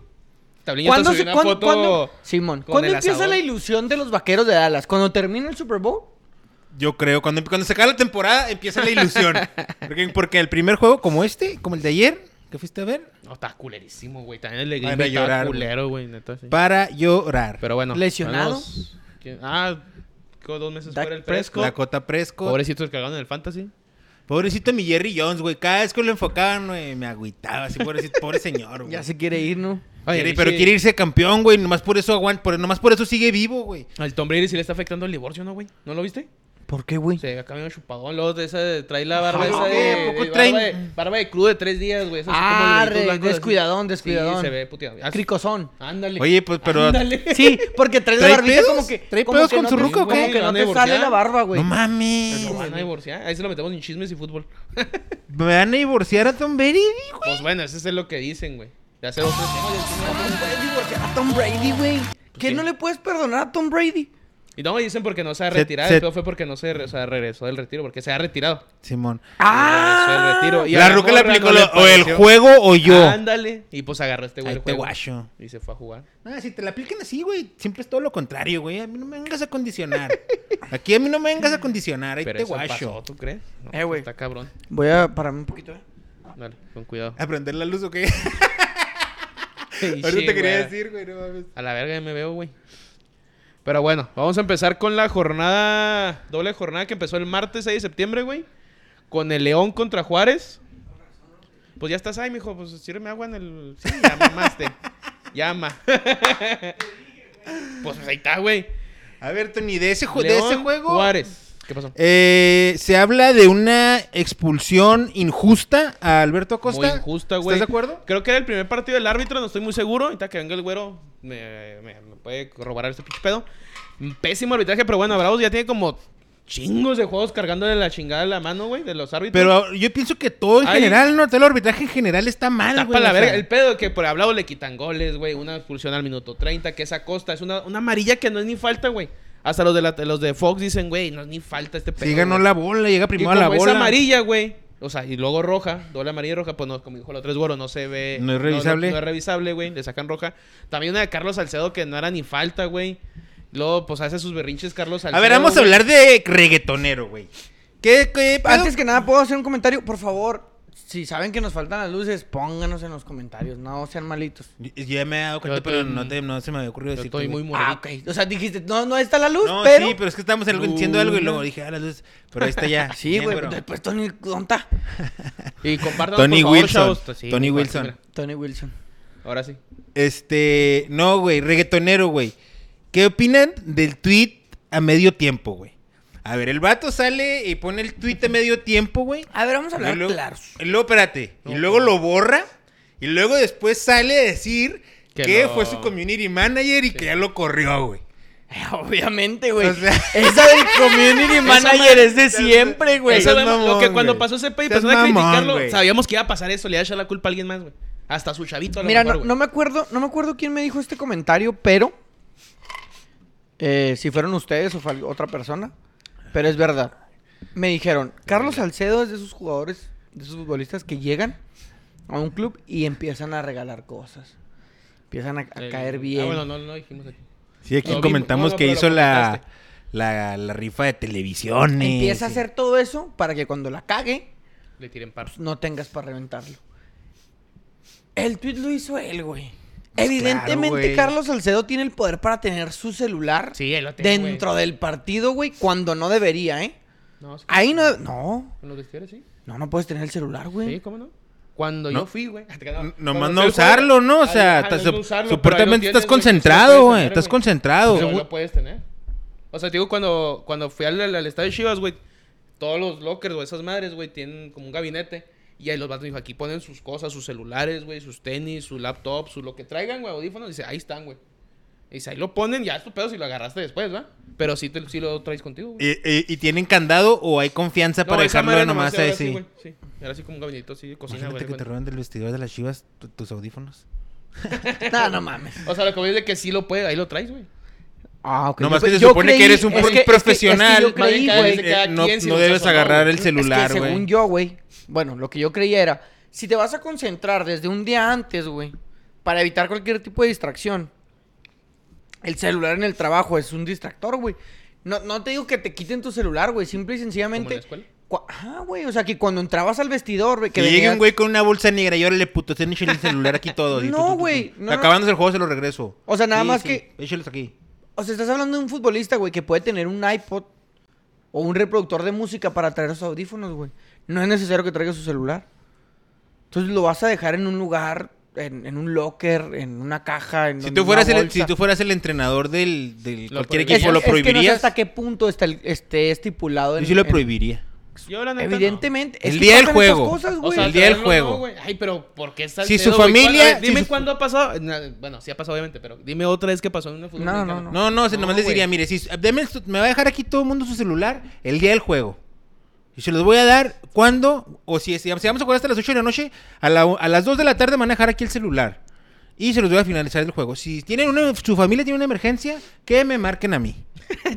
S2: Tabliño
S3: ¿Cuándo,
S2: ¿Cuándo
S3: se,
S2: una
S3: ¿cuándo,
S2: foto
S3: cuándo- Simón,
S2: con
S3: ¿cuándo
S2: el
S3: empieza
S2: asador.
S3: la ilusión de los vaqueros de Dallas? ¿Cuando termina el Super Bowl?
S1: Yo creo, cuando, cuando se acaba la temporada empieza la ilusión. porque, porque el primer juego como este, como el de ayer, que fuiste a ver,
S2: No, está culerísimo, güey. También el de
S1: Van a
S2: Green Bay estaba
S1: llorar, güey.
S2: culero, güey. neta, sí.
S1: para llorar.
S2: Pero bueno.
S3: ¿Lesionado?
S2: vamos. ¿Quién- Ah, quedó dos meses
S3: Dak
S2: fuera el
S3: Prescott.
S2: fresco.
S1: la cota Presco.
S2: Pobrecito el cagado en el fantasy.
S1: Pobrecito mi Jerry Jones, güey. Cada vez que lo enfocaban, güey, me agüitaba. Así, pobrecito, pobre señor, güey.
S3: Ya se quiere ir, ¿no?
S2: Oye,
S1: Quiere-
S2: el
S1: pero
S2: pinche-
S1: quiere irse campeón, güey. Nomás por eso aguanta. Por, nomás por eso sigue vivo, güey.
S2: Al Tom Brady sí le está afectando el divorcio, ¿no, güey? ¿No lo viste?
S3: ¿Por qué, güey?
S2: Se acaba un chupadón. Luego de esa de- trae la barba
S1: Ah,
S2: esa
S1: ¿por
S2: de,
S1: qué? ¿A
S2: de-
S1: poco
S2: barba
S1: traen?
S2: de- barba de crudo de tres días, güey. Esa así como
S3: Ah,
S2: lobitos
S3: re-
S2: blancos, así.
S3: descuidadón, descuidadón.
S2: Sí, se ve puteado. Ah,
S3: Cricosón.
S2: Ándale.
S1: Oye, pues, pero-
S2: Ándale.
S3: Sí, porque trae la
S1: ¿Trae
S3: barbita
S1: pedos?
S3: como que.
S1: ¿Trae
S3: como
S1: pedos
S3: que
S1: con
S3: no
S1: su
S3: te-
S1: ruco,
S3: Como
S1: güey?
S3: que
S2: ¿Lo
S3: no
S2: van a
S3: te sale
S2: divorciar?
S3: la barba, güey.
S1: No mames.
S2: Lo van a divorciar. Ahí se lo metemos en chismes y fútbol.
S1: ¿Me van a divorciar a Tom Brady, güey?
S2: Pues bueno, eso es lo que dicen, güey. De hace dos, tres años.
S3: Puedes divorciar a Tom Brady, güey. ¿Qué
S2: sí.
S3: no le puedes perdonar a Tom Brady?
S2: Y no me dicen porque no se ha
S1: Se-
S2: retirado.
S1: se-
S2: el pedo fue porque no se re- o sea, regresó del retiro. Porque se ha retirado.
S1: Simón.
S3: Ah,
S2: regresó el retiro. Y a
S1: la
S2: la
S1: ruca le
S2: morra
S1: aplicó
S2: no
S1: lo-
S2: le
S1: o el
S2: pareció.
S1: juego o yo.
S2: Ándale. Y pues agarró este güey.
S1: Ahí
S2: el
S1: te
S2: juego.
S1: guacho.
S2: Y se fue a jugar.
S1: Ah, si te la apliquen así, güey, siempre es todo lo contrario, güey. A mí no me vengas a condicionar. Aquí a mí no me vengas a condicionar. Ahí
S2: Pero
S1: te
S2: eso pasó,
S1: guacho.
S2: ¿tú crees? No,
S3: Eh, güey.
S2: Está cabrón.
S3: Voy a pararme un poquito, ¿eh?
S2: Dale, con cuidado.
S1: ¿Aprender la luz o qué?
S2: Ahorita
S1: Ahorita te quería decir, güey, no mames.
S2: A la verga ya me veo, güey. Pero bueno, vamos a empezar con la jornada, doble jornada que empezó el martes 6 de septiembre, güey. Con el León contra Juárez. Pues ya estás ahí, mijo. Pues sírveme agua en el... Sí, ya mamaste. Llama. pues ahí está, güey.
S1: A ver, Tony, de ese, ju- de
S2: León,
S1: ese juego.
S2: Juárez. ¿Qué pasó?
S1: Eh, se habla de una expulsión injusta a Alberto Acosta.
S2: Muy injusta, güey.
S1: ¿Estás de acuerdo?
S2: Creo que era el primer partido del árbitro, no estoy muy seguro. Ahorita que venga el güero, me, me- me puede corroborar este pinche pedo. Pésimo arbitraje, pero bueno, Bravos ya tiene como chingos de juegos cargándole la chingada en la mano, güey, de los árbitros.
S1: Pero yo pienso que todo en
S2: Ay.
S1: general, ¿no? Todo el arbitraje en general está mal,
S2: Tapa
S1: güey.
S2: la
S1: o sea.
S2: verga. El pedo que por hablado le quitan goles, güey. Una expulsión al minuto 30, que esa costa es una, una amarilla que no es ni falta, güey. Hasta los de, la- los de Fox dicen, güey, no es ni falta este pedo.
S1: Sí, ganó
S2: güey.
S1: la bola, llega
S2: Y
S1: primero
S2: como
S1: a la
S2: es
S1: bola.
S2: amarilla, güey. O sea, y luego roja, doble amarilla y roja, pues no, como dijo el otro es güero, no se ve.
S1: No es revisable.
S2: No, es revisable, güey. Le sacan roja. También una de Carlos Salcedo que no era ni falta, güey. Luego, pues hace sus berrinches Carlos Salcedo.
S1: A ver, vamos a
S2: güey.
S1: hablar de reggaetonero, güey. ¿Qué, qué pedo?
S3: Antes que nada, ¿puedo hacer un comentario? Por favor, Si saben que nos faltan las luces, pónganos en los comentarios. No sean malitos.
S1: Y- y Ya me he dado cuenta,
S2: Yo
S1: pero
S2: estoy-
S1: no, te- no se me había ocurrido
S2: Yo
S1: decir.
S2: estoy muy
S3: Ah,
S2: morito.
S3: ok. O sea, dijiste, no, no ahí está la luz,
S1: No,
S3: pero.
S1: sí, pero es que estábamos en algo- diciendo algo y luego dije, ah, la luz. Pero ahí está ya.
S3: Sí,
S1: Bien,
S3: güey.
S1: bro.
S3: Después Tony, tonta. Ah,
S2: Y compártanos,
S1: Tony
S2: por favor,
S1: Wilson.
S2: chavos. Sí,
S1: Tony
S2: compartan,
S1: Wilson.
S2: mira.
S3: Tony Wilson.
S2: Ahora sí.
S1: Este, no, güey, reggaetonero, güey. ¿Qué opinan del tweet a medio tiempo, güey? A ver, el vato sale y pone el tweet a medio tiempo, güey.
S3: A ver, Ah, vamos a hablar
S1: Y luego,
S3: claros.
S1: y luego, espérate. Y luego lo borra. Y luego después sale a decir que,
S2: Que no.
S1: fue su community manager y que ya lo corrió, güey.
S3: Obviamente, güey.
S1: O sea-
S3: Esa del community manager es de siempre, güey.
S2: Eso
S1: seas
S2: vemos lo
S1: mamón,
S2: que cuando
S1: güey.
S2: pasó ese pedo y
S1: Seas
S2: empezaron a
S1: mamón,
S2: criticarlo,
S1: güey.
S2: sabíamos que iba a pasar eso, le iba a echar la culpa a alguien más, güey. Hasta a su chavito. a lo
S3: Mira,
S2: mejor,
S3: no,
S2: güey.
S3: no me acuerdo, no me acuerdo quién me dijo este comentario, pero eh, si fueron ustedes o fue algo- otra persona, pero es verdad. Me dijeron, Carlos Salcedo es de esos jugadores, de esos futbolistas que llegan a un club y empiezan a regalar cosas. Empiezan a, a
S2: El-
S3: caer bien.
S2: Ah, bueno, no, no dijimos aquí.
S1: Sí, aquí
S2: Lo vimos.
S1: comentamos
S2: No, no,
S1: que
S2: pero
S1: hizo
S2: lo
S1: la,
S2: comentaste.
S1: la, la rifa de televisiones.
S3: Empieza a
S1: y-
S3: hacer todo eso para que cuando la cague,
S2: Le tiren par.
S3: pues, no tengas para reventarlo. El tweet lo hizo él, güey.
S1: Pues claro,
S3: Evidentemente,
S1: güey.
S3: Carlos Salcedo tiene el poder para tener su celular
S2: Sí, él lo tiene, güey.
S3: dentro del partido, güey, cuando no debería, ¿eh?
S2: No, sí.
S3: Ahí no. No,
S2: ¿Con los vestidores, sí?
S3: no, no puedes tener el celular,
S2: Sí,
S3: güey.
S2: ¿cómo no? Cuando
S1: No.
S2: yo fui, güey.
S1: N-
S2: Cuando
S1: Nomás
S2: fui
S1: no
S2: al juego.
S1: usarlo, ¿no? O
S2: Ajá,
S1: sea,
S2: no
S1: estás-
S2: es no usarlo,
S1: supuestamente
S2: pero ahí lo
S1: estás
S2: tienes, güey, sí lo
S1: concentrado,
S2: puedes
S1: güey.
S2: tener,
S1: Estás
S2: güey.
S1: concentrado.
S2: Pero lo puedes tener. O sea, te digo, cuando, cuando fui al, al estadio de Chivas, güey, todos los lockers, güey, esas madres, güey, tienen como un gabinete. Y ahí los vatos, dijo, aquí ponen sus cosas, sus celulares, güey, sus tenis, su laptop, su lo que traigan, güey, audífonos. Dice, ahí están, güey. Dice, ahí lo ponen, ya es tu pedo si lo agarraste después, ¿va? Pero sí, te, sí lo traes contigo, güey.
S1: ¿Y, y- y tienen candado o hay confianza para
S2: esa
S1: dejarlo
S2: madre
S1: nomás
S2: ahora
S1: así?
S2: güey, sí. Ahora sí como un gabinete así
S3: Pues
S2: de cocina, güey.
S1: Imagínate que te
S2: cuenta.
S1: roban del vestidor de las chivas tu- tus audífonos.
S3: No, no mames.
S2: O sea, lo que voy es de que sí lo puede, ahí lo traes, güey.
S3: Ah, ok.
S1: No,
S3: Yo
S1: más que
S3: pe-
S1: se
S3: yo
S1: supone que
S3: creí-
S1: eres un
S3: es
S1: pro-
S3: que- es que-
S1: profesional.
S3: Es que, yo creí,
S2: Más bien
S3: güey.
S2: de cada
S1: Eh, no
S2: quien si
S1: no
S2: lo
S1: debes
S2: usas o no,
S1: agarrar
S2: güey.
S1: el celular,
S3: Es que
S1: güey.
S3: según yo, güey. Bueno, lo que yo creía era, si te vas a concentrar desde un día antes, güey, para evitar cualquier tipo de distracción, el celular en el trabajo es un distractor, güey. No, no te digo que te quiten tu celular, güey. Simple y sencillamente.
S2: escuela?
S3: cua- Ajá, güey. O sea, que cuando entrabas al vestidor, güey.
S1: Que
S3: Que
S1: llegue
S3: venías-
S1: un güey con una bolsa negra y ahora le puto, ten el celular aquí todo. y
S3: No,
S1: tú, tú, tú, tú.
S3: güey, no, no.
S1: Acabándose el juego se lo regreso.
S3: O sea, nada
S1: Sí,
S3: más
S1: sí,
S3: que-
S1: Échelos aquí.
S3: O sea, estás hablando de un futbolista, güey, que puede tener un iPod o un reproductor de música para traer sus audífonos, güey. No es necesario que traiga su celular. Entonces lo vas a dejar en un lugar, en, en un locker, en una caja, en
S1: Si
S3: donde
S1: tú,
S3: una
S1: fueras el,
S3: bolsa.
S1: si tú fueras el entrenador del, del
S2: Lo
S1: cualquier
S3: Es-
S1: equipo, ¿lo
S3: es que no sé
S1: prohibirías?
S3: hasta qué punto está el- esté estipulado.
S1: Yo
S3: en-
S1: sí lo
S3: en-
S1: prohibiría.
S2: Yo, la neta, no.
S3: Evidentemente. es
S1: El
S3: que
S1: día del
S3: pasan esas
S1: juego.
S3: cosas,
S2: O
S3: güey.
S2: sea,
S1: El día del
S2: traerlo
S1: juego.
S2: no, güey. Ay, pero ¿por qué está el
S1: Si
S2: pedo,
S1: su
S2: güey? ¿Cuál-
S1: familia-
S2: a ver, Dime
S1: si su-
S2: cuándo ha pasado. Na- Bueno, sí ha pasado, obviamente, pero dime otra vez que pasó en el fútbol.
S3: No, no,
S2: mexicano.
S1: No, no, se
S2: No,
S1: nomás les
S2: güey.
S1: diría, mire, si deme su- me va a dejar aquí todo el mundo su celular el día del juego. Y se los voy a dar cuando, o si, si vamos a jugar hasta las 8 de la noche, a, la- a las 2 de la tarde me van a dejar aquí el celular. Y se los voy a finalizar el juego. Si tienen una, su familia tiene una emergencia, que me marquen a mí.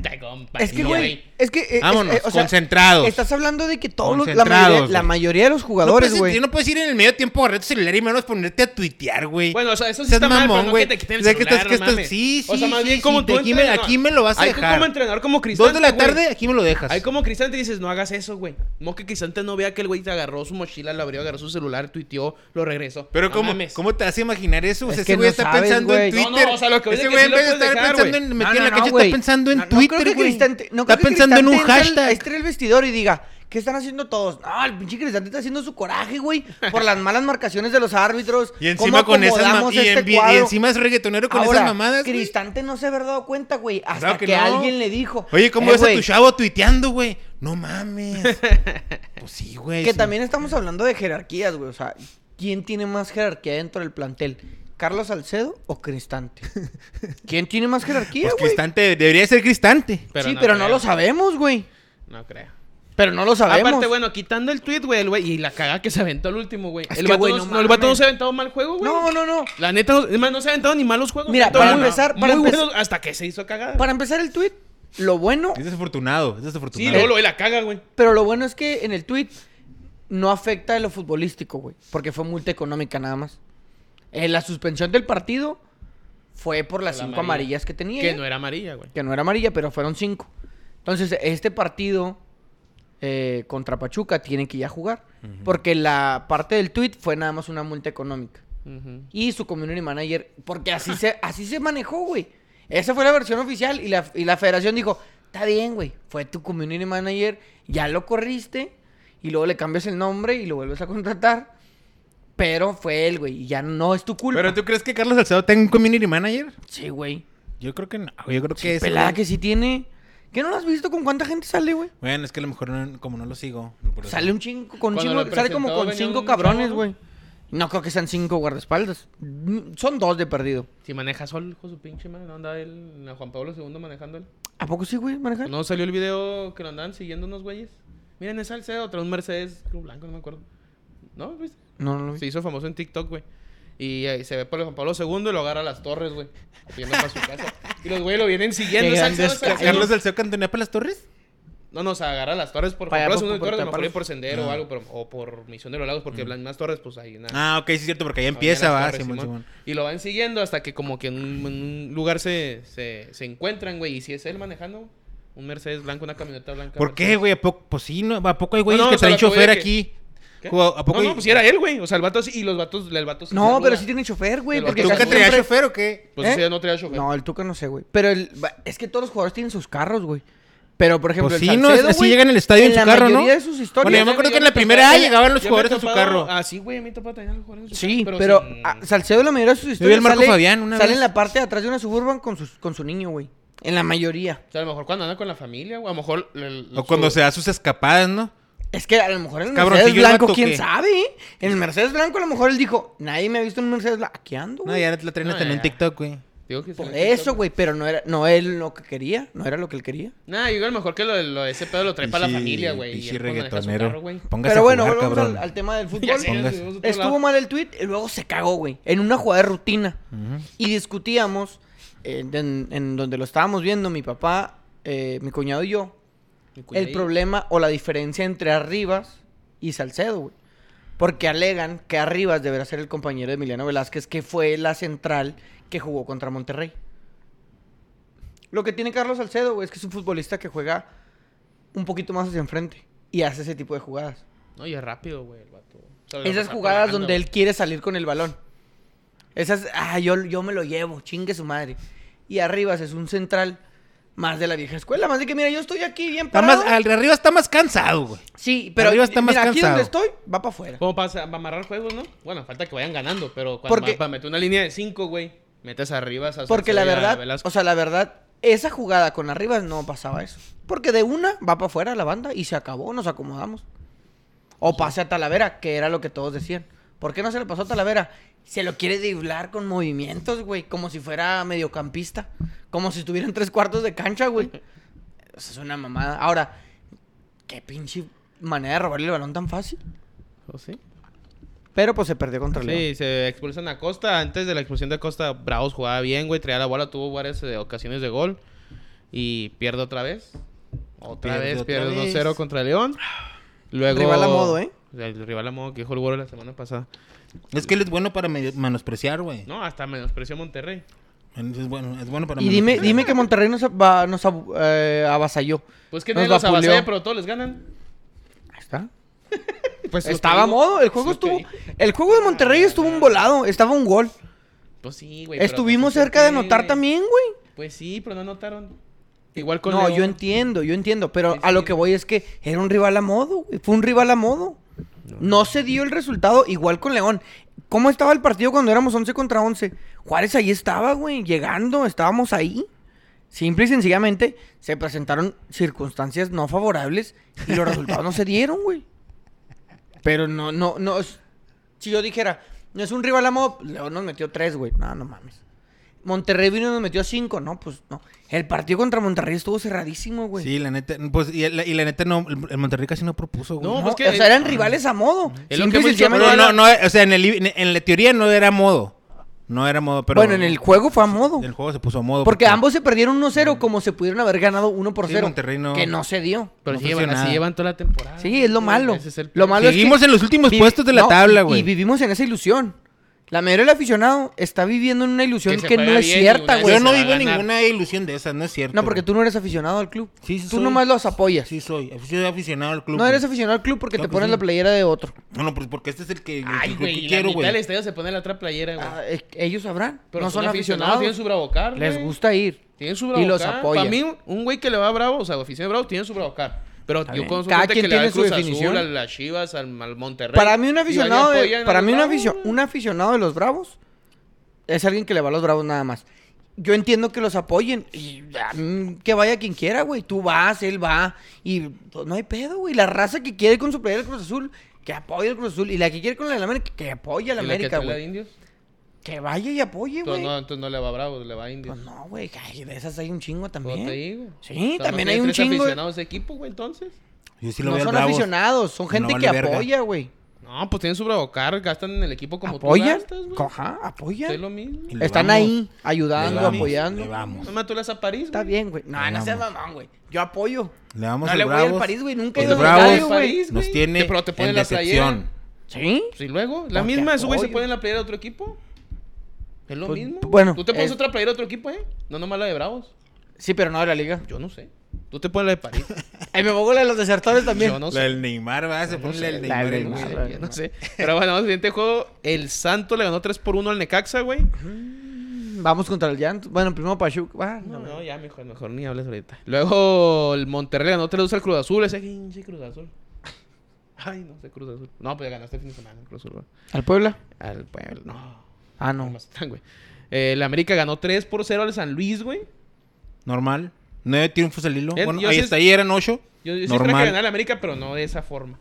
S2: Te compa,
S3: Es que,
S2: no,
S3: güey, es que... eh, es-
S1: Vámonos,
S3: eh, o sea,
S1: concentrados.
S3: Estás hablando de que todos los- la,
S1: Concentrados,
S3: mayoría, la
S1: güey.
S3: mayoría de los
S1: no
S3: jugadores,
S1: puedes,
S3: güey...
S1: no puedes ir en el medio tiempo a agarrar tu celular y menos ponerte a tuitear, güey.
S2: Bueno, o sea, eso sí
S1: Seas
S2: está mal,
S1: mamón,
S2: pero no
S1: güey.
S2: que te quiten el
S1: O sea, que
S2: celular,
S1: estás- que
S2: no
S1: estás-
S2: mames.
S1: sí,
S2: O sea,
S1: sí,
S2: más bien
S1: sí,
S2: como
S1: sí,
S2: tú
S1: de aquí me-
S2: entrenas-
S1: aquí me lo vas a
S2: Ahí tú
S1: dejar.
S2: como entrenador, como Cristante,
S1: Dos de la
S2: güey.
S1: tarde, aquí me lo dejas.
S2: Ahí como Cristante dices, no hagas eso, güey. No que Cristante no vea que el güey te agarró su mochila, la abrió, agarró su celular, tuiteó, lo regresó.
S1: Pero
S2: No
S1: ¿cómo,
S2: mames.
S1: ¿cómo te hace imaginar eso? O sea,
S3: Es
S1: ese
S3: que
S1: güey
S3: no
S1: está
S3: sabes,
S1: pensando en
S3: güey.
S1: Twitter.
S2: No, no, o sea, lo que voy
S1: ese
S2: de que sí
S1: güey en
S2: lo
S1: vez de
S2: puedes
S1: estar
S2: dejar,
S1: pensando en
S2: güey.
S1: metido en
S3: No,
S1: la
S3: no,
S1: cancha,
S3: no,
S1: está
S3: güey.
S1: pensando en
S3: No, no creo
S1: Twitter,
S3: que
S1: güey.
S3: Cristante- no
S1: está
S3: creo que
S1: pensando en un
S3: Cristante este entre el-
S1: hashtag.
S3: Entre el vestidor y diga, ¿qué están haciendo todos? Ah, el pinche Cristante está haciendo su coraje, güey, por las malas marcaciones de los árbitros.
S1: Y encima
S3: ¿Cómo
S1: con esas
S3: acomodamos
S1: mamadas. Y,
S3: este
S1: en- y
S3: cuadro?
S1: encima es reggaetonero con
S3: Ahora,
S1: esas mamadas. güey.
S3: Cristante no se haber dado cuenta, güey, hasta
S1: Claro
S3: que,
S1: que no.
S3: alguien le dijo.
S1: Oye, ¿cómo
S3: "Eh,
S1: ves a
S3: güey,
S1: tu chavo tuiteando, güey? No mames. pues sí, güey.
S3: Que
S1: sí.
S3: también estamos hablando de jerarquías, güey. O sea, ¿quién tiene más jerarquía dentro del plantel? ¿Carlos Salcedo o Cristante? ¿Quién tiene más jerarquía,
S1: Pues
S3: güey?
S1: cristante, debería ser cristante.
S3: sí, pero no
S2: creo.
S3: lo sabemos, güey.
S2: No creo.
S3: Pero no lo sabemos.
S2: Aparte, bueno, quitando el tweet, güey, el güey, y la cagada que se aventó el último, güey.
S3: Es
S2: El
S3: que,
S2: vato
S3: güey,
S2: no,
S3: no
S2: no, el vato no
S3: mames.
S2: se ha aventado mal juego, güey.
S3: No, no, no.
S2: La neta, no- es más, no se ha aventado ni malos juegos.
S3: Mira,
S2: se aventó
S3: para
S2: muy-
S3: empezar-
S2: muy
S3: para empezar-
S2: buenos hasta que se hizo cagada.
S3: Para empezar el tweet, lo bueno,
S1: Es desafortunado, es
S2: Sí,
S1: desafortunado.
S2: luego lo ve la caga, güey.
S3: pero lo bueno es que en el tweet no afecta a lo futbolístico, güey, porque fue multa económica nada más. Eh, la suspensión del partido fue por las
S2: La
S3: cinco
S2: amarilla.
S3: amarillas que tenía, ¿eh?
S2: Que no era amarilla, güey.
S3: que no era amarilla, pero fueron cinco. Entonces, este partido eh, contra Pachuca tienen que ya jugar. Porque la parte del tweet fue nada más una multa económica.
S2: Ujú.
S3: Y su community manager, porque así se, así se manejó, güey. Esa fue la versión oficial y la, y la federación dijo, está bien, güey, fue tu community manager, ya lo corriste y luego le cambias el nombre y lo vuelves a contratar. Pero fue él, güey, y ya no es tu culpa.
S1: ¿Pero tú crees que Carlos Salcedo tenga un community manager?
S3: Sí, güey.
S1: Yo creo que no. Yo creo que es.
S3: Pelada que sí tiene. ¿Qué no lo has visto con cuánta gente sale, güey?
S1: Bueno, es que a lo mejor no- como no lo sigo. por eso.
S3: Sale un chingo, con
S2: Cuando
S3: chingo-
S2: lo
S3: sale como
S2: presentó,
S3: con
S2: venía
S3: cinco
S2: un
S3: cabrones,
S2: chavo, ¿no?
S3: güey. No creo que sean cinco guardaespaldas. Mm, Son dos de perdido.
S2: Si maneja sol, hijo de su pinche madre, ¿no anda él, a Juan Pablo II manejando él?
S3: ¿A poco sí, güey, manejar?
S2: ¿No salió el video que lo andaban siguiendo unos güeyes? Miren, es Salcedo, trae un Mercedes creo blanco, no me acuerdo. ¿No? ¿Viste?
S3: No, no lo vi.
S2: Se hizo famoso en TikTok, güey. Y ahí se ve por el Juan Pablo II y lo agarra a las torres, güey. Yendo para su casa. Y los güeyes lo vienen siguiendo.
S3: Qué
S2: es Salcedo,
S3: grandes
S2: es Salcedo.
S1: ¿Carlos Salcedo cantonea para las torres?
S2: No, no, se agarra a las torres por
S3: Para
S2: Juan Pablo
S3: abajo,
S2: II y
S3: por
S2: Torres, a lo mejor
S3: taparlos.
S2: y por Sendero o algo, pero, o por Misión de los Lagos, porque las más torres, pues ahí nada.
S1: Ah, ok, sí es cierto, porque ahí empieza,
S2: Las
S1: va,
S2: torres,
S1: Simón,
S2: Simón.
S1: Simón.
S2: Y lo van siguiendo hasta que como que en un, en un lugar se, se, se encuentran, güey. Y si es él manejando un Mercedes blanco, una camioneta blanca.
S1: ¿Por qué,
S2: Mercedes.
S1: güey? ¿A poco, pues sí, no? ¿A poco hay güeyes
S2: no,
S1: que
S2: o
S3: pues
S2: sea,
S1: traen
S2: lo que voy
S1: chofer
S2: de que-
S1: aquí?
S2: ¿Qué?
S1: Juego, ¿A poco
S2: no,
S1: hay-
S2: no, pues sí era él, güey. O sea, el vato sí, y los vatos, el vato sí
S3: No,
S2: saluda.
S3: pero sí tiene chofer, güey.
S2: Pero
S3: Porque
S1: ¿Tú
S2: Tuca
S3: casi
S1: nunca
S2: Carlos
S1: traías
S3: siempre-
S1: chofer o qué?
S2: Pues
S3: ¿Eh?
S2: ese ya no traía chofer.
S3: No, el Tuca no sé, güey. Pero el... va- es que todos los jugadores tienen sus carros, güey. Pero, por ejemplo,
S1: Pues
S3: el
S1: sí, ¿no?
S3: Salcedo,
S1: Así
S3: güey,
S1: llegan al estadio en su carro,
S3: La
S1: ¿no?
S3: mayoría de sus historias...
S1: Bueno, yo me acuerdo que en la primera A llegaban los jugadores en
S2: en
S1: su carro.
S2: Ah, sí, güey, a mí me tocó traer a los jugadores en su
S3: Sí,
S2: carro.
S3: pero, ah, a-
S2: sin-
S3: Salcedo la mayoría de sus
S1: Yo vi
S3: historias
S1: al Marco
S3: sale,
S1: Fabián una
S3: sale
S1: vez.
S3: en la parte de atrás de una Suburban con, sus, con su niño, güey. En la mayoría.
S2: O sea, a lo mejor cuando anda con la familia, o a lo mejor... el-
S1: O cuando
S2: su-
S1: se da sus escapadas, ¿no?
S3: Es que a lo mejor en el
S1: Cabroncillo
S3: Mercedes
S1: el
S3: Blanco,
S1: vato,
S3: quién
S1: ¿qué?
S3: sabe, ¿eh? En el Mercedes Blanco a lo mejor él dijo, nadie me ha visto en un Mercedes Blanco. Aquí ando,
S1: No,
S3: güey.
S1: ya la traen
S2: No,
S1: hasta en
S2: ya.
S1: un TikTok, güey.
S2: Digo que
S3: Por eso, güey. Pero no era... No, él lo que quería. No era lo que él quería.
S2: Nah, yo digo a lo mejor que lo, lo- ese pedo lo trae para la
S1: Pinche-
S2: familia, güey. y
S1: pinche
S2: él cuando maneja su carro,
S1: reggaetonero.
S2: güey.
S1: Póngase
S3: Pero
S1: a
S3: bueno,
S1: jugar,
S3: volvamos al,
S1: cabrón.
S3: al tema del fútbol.
S2: Ya sé,
S1: Pongas-
S2: nos vamos a otro
S3: Estuvo
S2: lado.
S3: mal el tweet y luego se cagó, güey. En una jugada de rutina. Y discutíamos, eh, en, en donde lo estábamos viendo, mi papá, eh, mi cuñado y yo,
S2: Mi cuñadillo.
S3: el problema o la diferencia entre Arribas y Salcedo, güey. Porque alegan que Arribas deberá ser el compañero de Emiliano Velázquez, que fue la central que jugó contra Monterrey. Lo que tiene Carlos Salcedo, güey, es que es un futbolista que juega un poquito más hacia enfrente y hace ese tipo de jugadas.
S2: No, y es rápido, güey, el vato. O sea, lo
S3: Esas
S2: pasa
S3: jugadas
S2: volando,
S3: donde él quiere salir con el balón. Esas, ah, yo, yo me lo llevo, chingue su madre. Y Arribas es un central más de la vieja escuela, más de que, mira, yo estoy aquí bien
S1: Está más,
S3: parado.
S1: al de arriba está más cansado, güey.
S3: Sí, pero
S1: Arriba está más
S3: mira, aquí
S1: cansado.
S3: donde estoy, va para afuera.
S2: Como para, para amarrar juegos, ¿no? Bueno, falta que vayan ganando, pero cuando
S3: Porque-
S2: ma- para meter una línea de 5, güey, metes arriba a Salcedo
S3: Porque la
S2: y a
S3: verdad,
S2: Velasco.
S3: o sea, la verdad, esa jugada con Arribas no pasaba eso. Porque de una va para afuera la banda y se acabó, nos acomodamos. O pase a Talavera, que era lo que todos decían. ¿Por qué no se le pasó a Talavera? Se lo quiere driblar con movimientos, güey. Como si fuera mediocampista. Como si estuvieran tres cuartos de cancha, güey. O sea, es una mamada. Ahora, qué pinche manera de robarle el balón tan fácil.
S2: ¿O ¿Oh, sí?
S3: Pero pues se perdió contra León.
S2: Sí, se expulsan a Costa. Antes de la expulsión de Costa, Bravos jugaba bien, güey. Traía la bola, tuvo varias eh, ocasiones de gol. Y pierde otra vez. Otra
S1: Pierde
S2: vez,
S1: otra
S2: pierde
S1: vez.
S2: 1-0 contra León. Luego,
S3: Rival a modo, ¿eh?
S2: El rival a modo que dijo el güero la semana pasada.
S1: Es que él es bueno para medio- menospreciar, güey.
S2: No, hasta menospreció a Monterrey.
S1: Es bueno, es bueno para
S3: Y dime,
S1: menospreciar.
S3: dime que Monterrey nos, ab- nos ab- eh, avasalló.
S2: Pues que
S3: Nos
S2: nadie los
S3: vapuleó.
S2: avasalla, pero todos les ganan.
S3: Ahí está.
S2: Pues lo
S3: Estaba a
S2: que digo.
S3: modo, el juego
S2: Es lo que
S3: estuvo.
S2: digo.
S3: El juego de Monterrey estuvo un volado, estaba un gol.
S2: Pues sí, güey. pero
S3: Estuvimos
S2: pues,
S3: cerca de
S2: ¿por qué,
S3: anotar
S2: güey?
S3: también, güey.
S2: Pues sí, pero no anotaron. Igual con
S3: No,
S2: León.
S3: yo entiendo, yo entiendo, pero
S2: Sí,
S3: a lo
S2: sí.
S3: que voy es que era un rival a modo, güey. Fue un rival a modo. No se dio el resultado igual con León. ¿Cómo estaba el partido cuando éramos 11 contra 11? Juárez ahí estaba, güey, llegando, estábamos ahí. Simple y sencillamente se presentaron circunstancias no favorables y los resultados no se dieron, güey. Pero no, no, no. es- Si yo dijera, no es un rival a modo, León nos metió tres, güey. No, no mames. Monterrey vino y nos metió cinco, no, pues no. El partido contra Monterrey estuvo cerradísimo, güey.
S1: Sí, la neta. Pues, y, la, y la neta, no, el el Monterrey casi no propuso, güey.
S2: No,
S3: No,
S2: pues que-
S3: o sea, eran rivales a modo.
S2: Es lo que
S3: Simple y
S2: hemos dicho,
S3: sencillamente
S1: Pero no,
S3: era-
S1: no, o sea, en, el, en- en la teoría no era modo. No era modo, pero.
S3: bueno, en el juego fue a modo.
S1: en el juego se puso a modo.
S3: Porque ambos se perdieron 1-0 como se pudieron haber ganado 1 por
S1: Sí,
S3: 0.
S1: Monterrey no-
S3: Que no se dio.
S2: Pero
S1: No
S2: sí llevan,
S1: funcionó
S2: así
S1: nada.
S2: llevan toda la temporada.
S3: Sí, es lo malo.
S2: Ese es el
S3: Lo
S2: pedo.
S3: malo es que
S1: Seguimos en los últimos
S3: vivi-
S1: puestos de la
S3: no,
S1: tabla,
S3: y-
S1: güey.
S3: Y vivimos en esa ilusión. La mayoría del aficionado está viviendo en una ilusión
S2: Que se
S3: que, no
S2: juega
S3: es
S2: bien y
S3: cierta,
S2: una
S3: güey.
S1: Yo no
S2: se va a
S1: vivo
S2: ganar.
S1: ninguna ilusión de esas, no es cierto.
S3: No, porque
S1: güey.
S3: tú no eres aficionado al club.
S1: Sí, sí
S3: tú
S1: soy.
S3: nomás los apoyas.
S1: Sí soy, yo soy aficionado al club.
S3: no eres
S1: güey.
S3: aficionado al club porque
S1: Claro
S3: te
S1: que
S3: pones
S1: sí.
S3: la playera de otro.
S1: No, no, pues porque este es el que, el
S2: Ay,
S1: club
S2: güey,
S1: que
S2: y la
S1: quiero,
S2: mitad
S1: güey.
S2: del estadio se pone la otra playera, güey.
S3: Ah, es- ellos sabrán.
S2: eh, Pero
S3: no son aficionados.
S2: Tienen su bravocar,
S3: Les
S2: güey.
S3: gusta ir.
S2: Tienen su
S3: Y los
S2: bravocar.
S3: apoya.
S2: Para mí, un güey que le va a Bravo, o sea, oficial de Bravo, tiene su bravocar. Pero yo
S3: bien.
S2: conozco
S3: Cada
S2: gente
S3: quien
S2: que le va
S3: tiene
S2: al
S3: su
S2: Cruz
S3: definición.
S2: Azul, a las Chivas, al, al Monterrey.
S3: Para mí un
S2: Y
S3: aficionado,
S2: ahí
S3: de-
S2: apoyan a
S3: para
S2: los
S3: mí un,
S2: Bravos,
S3: aficio-
S2: güey.
S3: un aficionado de los Bravos es alguien que le va a los Bravos nada más. Yo entiendo que los apoyen y a mí que vaya quien quiera, güey. Tú vas, él va y pues, no hay pedo, güey. La raza que quiere con su playera del Cruz Azul, que apoye al Cruz Azul y la que quiere con la del América, que apoye a la
S2: ¿Y la que
S3: América,
S2: trae la de
S3: güey.
S2: indios?
S3: Que vaya y apoye,
S2: Entonces
S3: güey.
S2: no, entonces no le va a Bravo, le va a
S3: Pues
S2: indios.
S3: no, güey, ay, de esas hay un chingo
S2: Pues
S3: también.
S2: te digo.
S3: Sí,
S2: O sea,
S3: también
S2: ¿no tienes
S3: hay un
S2: tres
S3: chingo. de-
S2: aficionados de equipo, güey, entonces?
S1: Yo sí lo
S3: No
S1: veo al
S3: son
S1: Bravos.
S3: aficionados, son
S1: No
S3: gente
S1: vale
S3: que
S1: verga.
S3: apoya, güey.
S2: No, pues tienen su bravocar, gastan en el equipo como tú
S3: ¿Apoyan?
S2: gastas, güey.
S3: Ajá, apoyan.
S2: Es lo mismo.
S1: Y le
S3: Están
S1: vamos,
S3: ahí,
S1: le
S3: ayudando,
S1: vamos,
S3: apoyando.
S1: Le vamos.
S2: No tú le vas a París,
S3: Está
S2: güey.
S3: bien, güey. No,
S1: Le
S3: no seas
S1: vamos.
S3: mamón, güey. Yo apoyo.
S1: Le vamos
S3: No
S1: al
S3: le voy al
S1: Bravos.
S3: París, güey, nunca he
S1: Los
S3: ido al estadio,
S1: Bravos
S3: güey.
S2: París,
S1: Nos
S2: güey.
S1: tiene
S2: Te- pero te ponen
S1: en
S2: la playera.
S1: decepción.
S3: ¿Sí?
S2: Pues, ¿Y luego? ¿La
S3: No,
S2: misma
S3: te
S2: de su güey se
S3: apoyo.
S2: pone la playera de otro equipo? Es lo
S3: Pues,
S2: mismo.
S3: bueno,
S2: Tú te pones
S3: es-
S2: otra playera de otro equipo, ¿eh? No nomás la de Bravos.
S3: Sí, pero no de la liga.
S2: Yo no sé. Tú te pones la de París.
S3: Ay, me pongo la de los desertores también.
S2: Yo no
S1: La
S2: sé.
S1: del Neymar, va, se pone la del
S3: la
S1: Neymar.
S3: del
S1: el güey.
S3: Neymar.
S2: Sí, yo no sé. Pero bueno, vamos al siguiente juego. El Santo le ganó 3 por 1 al Necaxa, güey.
S3: Vamos contra el Giants. Bueno, primero Pachuca. Ah,
S2: No,
S3: no,
S2: no, ya mejor, mejor ni hables ahorita. Luego el Monterrey ganó 3 al Cruz Azul. Ese pinche Cruz Azul. Ay, no sé, Cruz Azul. No, pues ya ganaste el fin de semana, Cruz Azul. güey.
S3: ¿Al Puebla?
S2: Al pueblo, no.
S3: Ah,
S2: Al
S3: no.
S2: Mazatlán, güey. Eh, el América ganó 3 por 0 al San Luis, güey.
S1: Normal. Nueve triunfos al hilo.
S2: Eh,
S1: Bueno,
S2: yo
S1: ahí
S2: sí-
S1: está, ahí eran ocho.
S2: Yo, yo sí esperaba que ganara
S1: Normal.
S2: el América, pero no de esa forma.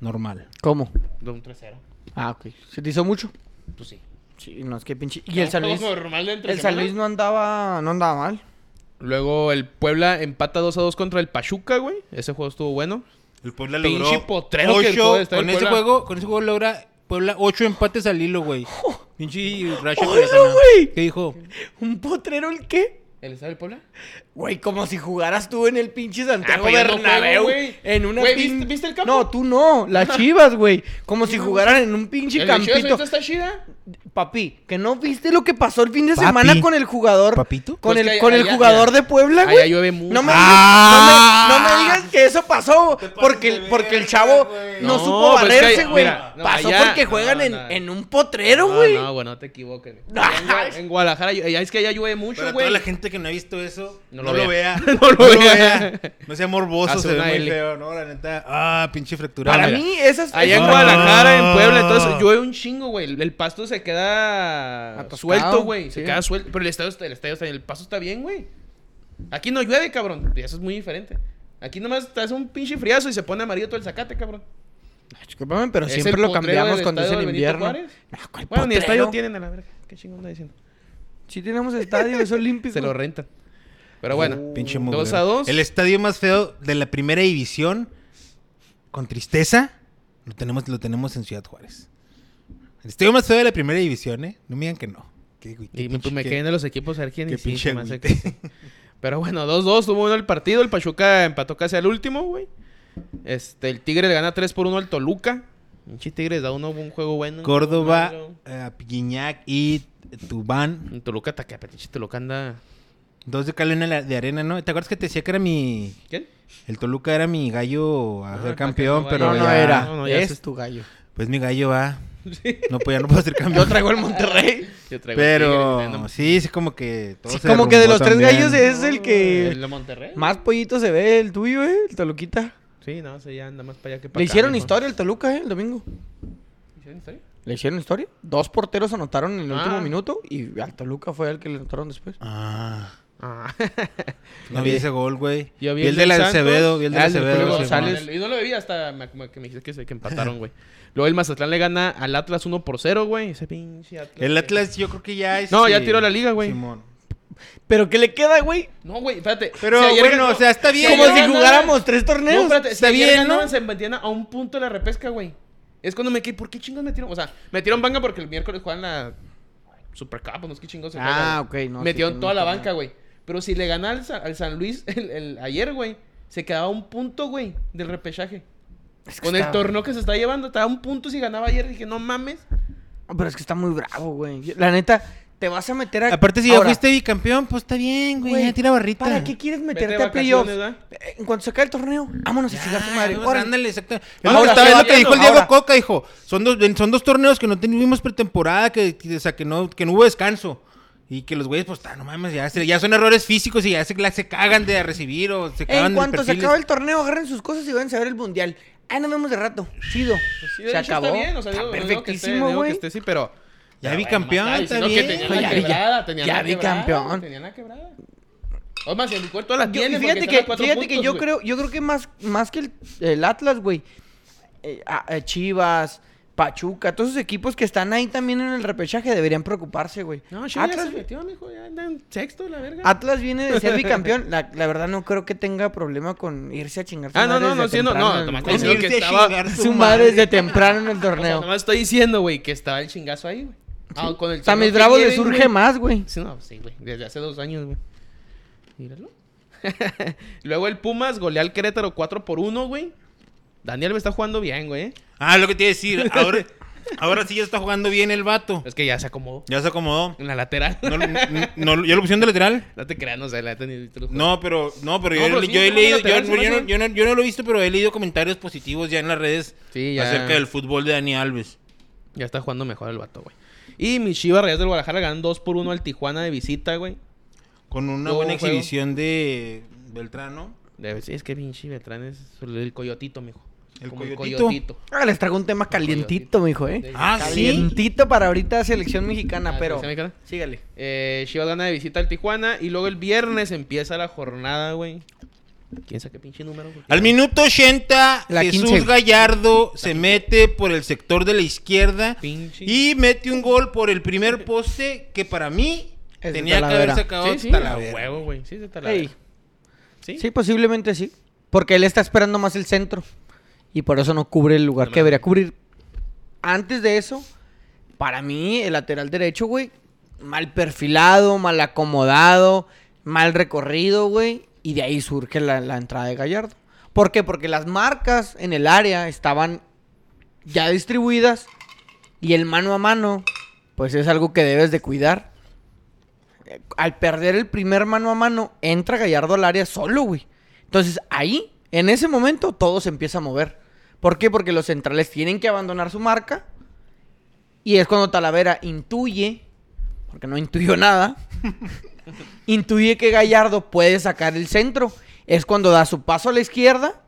S1: Normal.
S3: ¿Cómo?
S2: De un 3-0.
S3: Ah, ok. ¿Se te hizo mucho?
S2: Pues sí.
S3: Sí, no, es que pinche. Y el San
S2: Juego
S3: Luis.
S2: normal de entre
S3: El San
S2: semana.
S3: Luis no andaba, no andaba mal.
S2: Luego el Puebla empata 2-2 contra el Pachuca, güey. Ese juego estuvo bueno.
S1: El Puebla
S2: Pinche
S1: logró
S2: potrero que
S1: ocho-
S2: puede estar el
S1: con ese
S2: Puebla.
S1: juego, con ese juego logra Puebla ocho empates al hilo, güey. Pinche racha
S3: ¡Hola,
S1: colesana.
S3: güey!
S1: ¿Qué dijo?
S3: ¿Un potrero el qué?
S2: ¿El estado del Puebla?
S3: Güey, como si jugaras tú en el pinche Santiago
S2: pues yo no
S3: Bernabéu,
S2: juego, güey.
S3: En una
S2: Güey,
S3: pin-
S2: ¿viste- viste el campo?
S3: No, tú no. Las chivas, güey. Como si jugaran en un pinche
S2: ¿El de Chivas
S3: campito.
S2: ahorita está chida?
S3: Papi, que no viste lo que pasó el fin de
S1: Papi.
S3: semana con el jugador.
S1: ¿Papito?
S3: Con
S2: Pues
S3: el,
S2: que
S3: con el
S2: allá-
S3: jugador
S2: allá-
S3: de Puebla,
S2: allá
S3: güey.
S2: llueve mucho.
S3: No me,
S1: Ah.
S3: digas, no me- no me digas que eso pasó
S1: pases
S3: porque, el-
S1: de
S3: porque el
S1: verga,
S3: chavo
S1: güey.
S3: no,
S2: No,
S3: supo
S2: pues que-
S3: valerse, güey.
S2: mira, no,
S3: pasó
S2: allá-
S3: porque juegan
S2: no,
S3: en,
S2: no.
S3: en un potrero,
S2: No,
S3: güey.
S2: no, bueno, no te equivoques. güey. En, Gua- en Guadalajara, llu- ya es que allá llueve mucho,
S1: Para
S2: güey.
S1: toda la gente que no ha visto eso,
S2: No
S1: no,
S2: lo
S1: lo, vea.
S2: No lo vea.
S1: No sea morboso,
S2: Hace
S1: se ve
S2: una
S1: muy
S2: L.
S1: feo, ¿no? La neta. Ah, pinche fractura.
S3: Para
S2: mira.
S3: mí, esas.
S2: Allá en
S1: Ah.
S2: Guadalajara, en Puebla, entonces llueve un chingo, güey. El- El pasto se queda
S3: Ah. Atascado,
S2: suelto, güey. Se
S3: sí.
S2: queda suelto. Pero el estadio, está- el estadio está, el pasto está bien, güey. Aquí no llueve, cabrón. Y eso es muy diferente. Aquí nomás te hace un pinche friazo y se pone amarillo todo el zacate, cabrón.
S3: Discúlpame, pero
S2: Es
S3: siempre
S2: el
S3: lo
S2: potrero
S3: cambiamos
S2: del
S3: cuando es en
S2: estadio de Benito
S3: invierno.
S2: Juárez.
S3: No, ¿cuál
S2: Bueno, ni
S3: potrero?
S2: estadio tienen a la verga. Qué chingón está diciendo.
S3: Sí tenemos estadio, es olímpico.
S2: Se lo rentan. Pero bueno.
S1: Uh, Pinche
S2: Dos
S1: mugrero.
S2: a dos.
S1: El estadio más feo de la primera división, con tristeza, lo tenemos, lo tenemos en Ciudad Juárez. El estadio más feo de la primera división, ¿eh? No me digan que no. Qué, güey, qué
S2: Y me,
S1: pinche-
S2: pues me
S1: qué-
S2: quedé en los equipos a ver quién
S1: qué
S2: y sí,
S1: pinche
S2: se me hace
S1: agüite.
S2: que sí. Pero bueno, 2-2, tuvo uno el partido. El Pachuca empató casi al último, güey. Este, el Tigre le gana 3 por 1 al Toluca. Pinche Tigres da uno un juego bueno.
S1: Córdoba,
S2: Malo.
S1: eh, Guiñac y Tubán.
S2: En Toluca ataca, pero pinche Toluca anda.
S1: Dos de cal y una la- de arena, ¿no? ¿Te acuerdas que te decía que era mi...
S2: ¿Quién?
S1: El Toluca era mi gallo a
S2: Ah,
S1: ser
S2: acá
S1: campeón,
S2: que no
S1: pero
S3: No, no
S1: ya-
S3: era.
S2: No, no, ya
S3: es
S2: se-
S3: tu gallo.
S1: Pues mi gallo va. No, pues ya no puedo ser campeón.
S3: Yo traigo el Monterrey.
S2: Yo traigo el Tigres,
S1: Pero
S2: me anda-
S1: sí, sí, como que. todo
S3: Sí,
S1: se
S3: como que de
S1: derrumbó
S3: los tres
S1: también.
S3: gallos es el
S2: ¿El
S3: que
S2: de Monterrey?
S3: más pollito se ve, el tuyo, ¿eh? El Toluquita.
S2: Sí, no, se ya anda más para allá que para
S3: Le
S2: acá,
S3: hicieron
S2: mijo.
S3: historia al Toluca, ¿eh? El domingo.
S2: ¿Le hicieron historia?
S3: ¿Le hicieron historia? Dos porteros anotaron en el
S2: Ah.
S3: último minuto y al Toluca fue el que le anotaron después.
S1: Ah,
S2: Ah.
S1: no vi ese gol, güey. Vi
S2: Yo vi
S1: el
S2: el
S1: de
S2: del
S1: la
S2: Santos.
S1: Acevedo, vi el de
S3: Ah,
S1: la
S3: el del
S1: Acevedo.
S3: Julio
S1: sí,
S3: González.
S1: man.
S2: González. Y no lo bebía hasta me- como que me dijiste que, se, que empataron, güey. Luego el Mazatlán le gana al Atlas 1 por 0, güey. Ese pinche Atlas.
S1: El Atlas, yo creo que ya es.
S2: No, ya tiró la liga, güey.
S1: Simón.
S3: ¿Pero qué le queda, güey?
S2: No, güey, espérate.
S1: Pero
S2: Si ayer
S1: bueno,
S2: ganó-
S1: o sea, está bien.
S3: Como
S2: ayer
S3: si
S2: ganaban-
S3: jugáramos tres torneos.
S2: No, espérate,
S1: Está
S2: está bien,
S1: bien, ¿no?
S2: se metían a un punto de la repesca, güey. Es cuando me quedé, ¿por qué chingos metieron? O sea, metieron banca porque el miércoles juegan la Supercup, no sé qué chingos se
S3: Ah,
S2: juega, güey.
S3: ok, no, sí,
S2: Metieron
S3: tiene
S2: toda
S3: un
S2: la
S3: torneo.
S2: banca, güey. Pero si le ganaba al, Sa- al San Luis el, el- ayer, güey, se quedaba un punto, güey, del repechaje.
S3: Es que
S2: Con el
S3: está-
S2: torneo que se está llevando, estaba un punto si ganaba ayer. Dije, no mames.
S3: Pero es que está muy bravo, güey. La neta, te vas a meter a.
S1: Aparte, si ya
S3: Ahora,
S1: fuiste bicampeón, pues está bien, güey.
S3: Güey,
S1: ya tira barrita.
S3: ¿Para qué quieres
S2: Vete de
S3: meterte a playoffs?
S2: vacaciones, ¿verdad?
S3: Eh, En cuanto se acabe el torneo, vámonos a chingar tu
S1: Ah,
S3: Pues, madre.
S2: pues,
S1: vamos,
S3: Órale.
S1: ándale, exacto. Es
S3: Ahora,
S1: lo que estaba- es lo que
S3: Sebastián,
S1: dijo el
S3: ahora.
S1: Diego Coca, dijo. Son dos, son dos torneos que no tuvimos pretemporada, que, que- o sea, que no, que no hubo descanso. Y que los güeyes, pues, ah, no mames, ya, se- ya son errores físicos y ya se, la- se cagan de recibir o se cagan
S3: En
S1: de
S3: cuanto se
S1: perfiles.
S3: acabe el torneo, agarren sus cosas y vayan a ver el mundial. Ah, nos vemos de rato. Chido.
S2: Pues Sí, de
S3: se
S2: hecho, está
S3: acabó.
S2: bien, o sea,
S3: Está
S2: digo- no digo que esté-
S3: perfectísimo,
S2: digo que
S3: güey.
S2: esté, sí, pero.
S1: Ya
S2: pero
S1: vi
S2: bueno,
S1: campeón,
S2: más
S1: está
S2: diciendo que
S1: bien.
S2: tenían
S3: Oye,
S2: la
S3: ya vi-
S2: quebrada, tenían
S3: ya
S2: la
S3: vi
S2: quebrada,
S3: campeón.
S2: Tenían la quebrada. O más, el Licuerto las
S3: Yo-
S2: tiene. porque
S3: fíjate
S2: están a
S3: que,
S2: cuatro
S3: fíjate que
S2: puntos,
S3: yo
S2: güey.
S3: creo, yo creo que más, más que el, el Atlas, güey. eh, a- eh, Chivas, Pachuca, todos esos equipos que están ahí también en el repechaje deberían preocuparse, güey.
S2: No, Chivas ya
S3: Atlas,
S2: se metió, mijo. Ya anda en sexto, la verga.
S3: Atlas viene de ser bicampeón. La, la verdad no creo que tenga problema con irse a chingar su
S2: Ah, no,
S3: madre
S2: no,
S3: desde
S2: no, sí, no,
S3: temprano
S2: no,
S3: en-
S2: nomás te
S1: Con
S2: diciendo que
S1: irse a
S2: estaba-
S1: chingar
S3: su madre desde temprano en el
S2: O sea,
S3: torneo.
S2: nomás estoy diciendo, güey, que estaba el chingazo ahí, güey. Ah, con el
S3: O sea, a
S2: torneo
S3: mis
S2: que
S3: bravos le
S2: lleven,
S3: surge
S2: güey.
S3: más, güey.
S2: Sí, no, sí, güey. Desde hace dos años, güey. Míralo. Luego el Pumas golea al Querétaro 4 por 1, güey. Daniel me está jugando bien, güey.
S1: Ah, lo que te iba a decir. Ahora, ahora sí ya está jugando bien el vato.
S2: Es que ya se acomodó
S1: Ya se acomodó.
S2: en la lateral.
S1: No, no- ¿Ya la opción de lateral?
S2: No te creas, no sé, la he tenido.
S1: No, pero, no, pero
S2: No,
S1: yo,
S2: pero
S1: yo
S2: sí,
S1: he
S2: como
S1: leído, yo,
S2: lateral, se me
S1: yo no,
S2: hace.
S1: yo no- yo no lo he visto, pero he leído comentarios positivos ya en las redes
S2: Sí, ya.
S1: acerca del fútbol de Dani Alves.
S2: Ya está jugando mejor el vato, güey. Y mis Chivas Reyes del Guadalajara ganan 2 por 1 al Tijuana de visita, güey.
S1: Con una
S2: Hubo
S1: buena
S2: un juego.
S1: exhibición de Beltrano.
S2: De- sí, Es que pinche Beltrán es el coyotito, mijo.
S1: ¿El
S2: Como
S1: coyotito?
S3: Ah, les traigo un tema calientito, mijo, eh.
S1: Ah, sí.
S3: Calientito para ahorita selección mexicana,
S2: Ah,
S3: pero.
S2: ¿selección mexicana?
S3: Sígale.
S2: Eh, Chivas gana de visita al Tijuana y luego el viernes empieza la jornada, güey. ¿Quién sabe qué pinche número? Porque-
S1: Al minuto 80,
S3: La
S1: Jesús
S3: 15.
S1: Gallardo se mete por el sector de la izquierda
S2: Pinche.
S1: y mete un gol por el primer poste que para mí
S3: Es de
S1: tenía que haber
S3: Talavera.
S1: sacado
S2: Sí, sí, a
S1: Talavera.
S2: huevo, güey. Sí, se talavera.
S3: Ey,
S2: Sí.
S3: sí, posiblemente sí. Porque él está esperando más el centro. Y por eso no cubre el lugar que debería cubrir. Antes de eso, para mí, el lateral derecho, güey, mal perfilado, mal acomodado, mal recorrido, güey. Y de ahí surge la, la entrada de Gallardo. ¿Por qué? Porque las marcas en el área estaban ya distribuidas. Y el mano a mano, pues es algo que debes de cuidar. Eh, Al perder el primer mano a mano, entra Gallardo al área solo, güey. Entonces ahí, en ese momento, todo se empieza a mover. ¿Por qué? Porque los centrales tienen que abandonar su marca. Y es cuando Talavera intuye, porque no intuyó nada, intuye que Gallardo puede sacar el centro. Es cuando da su paso a la izquierda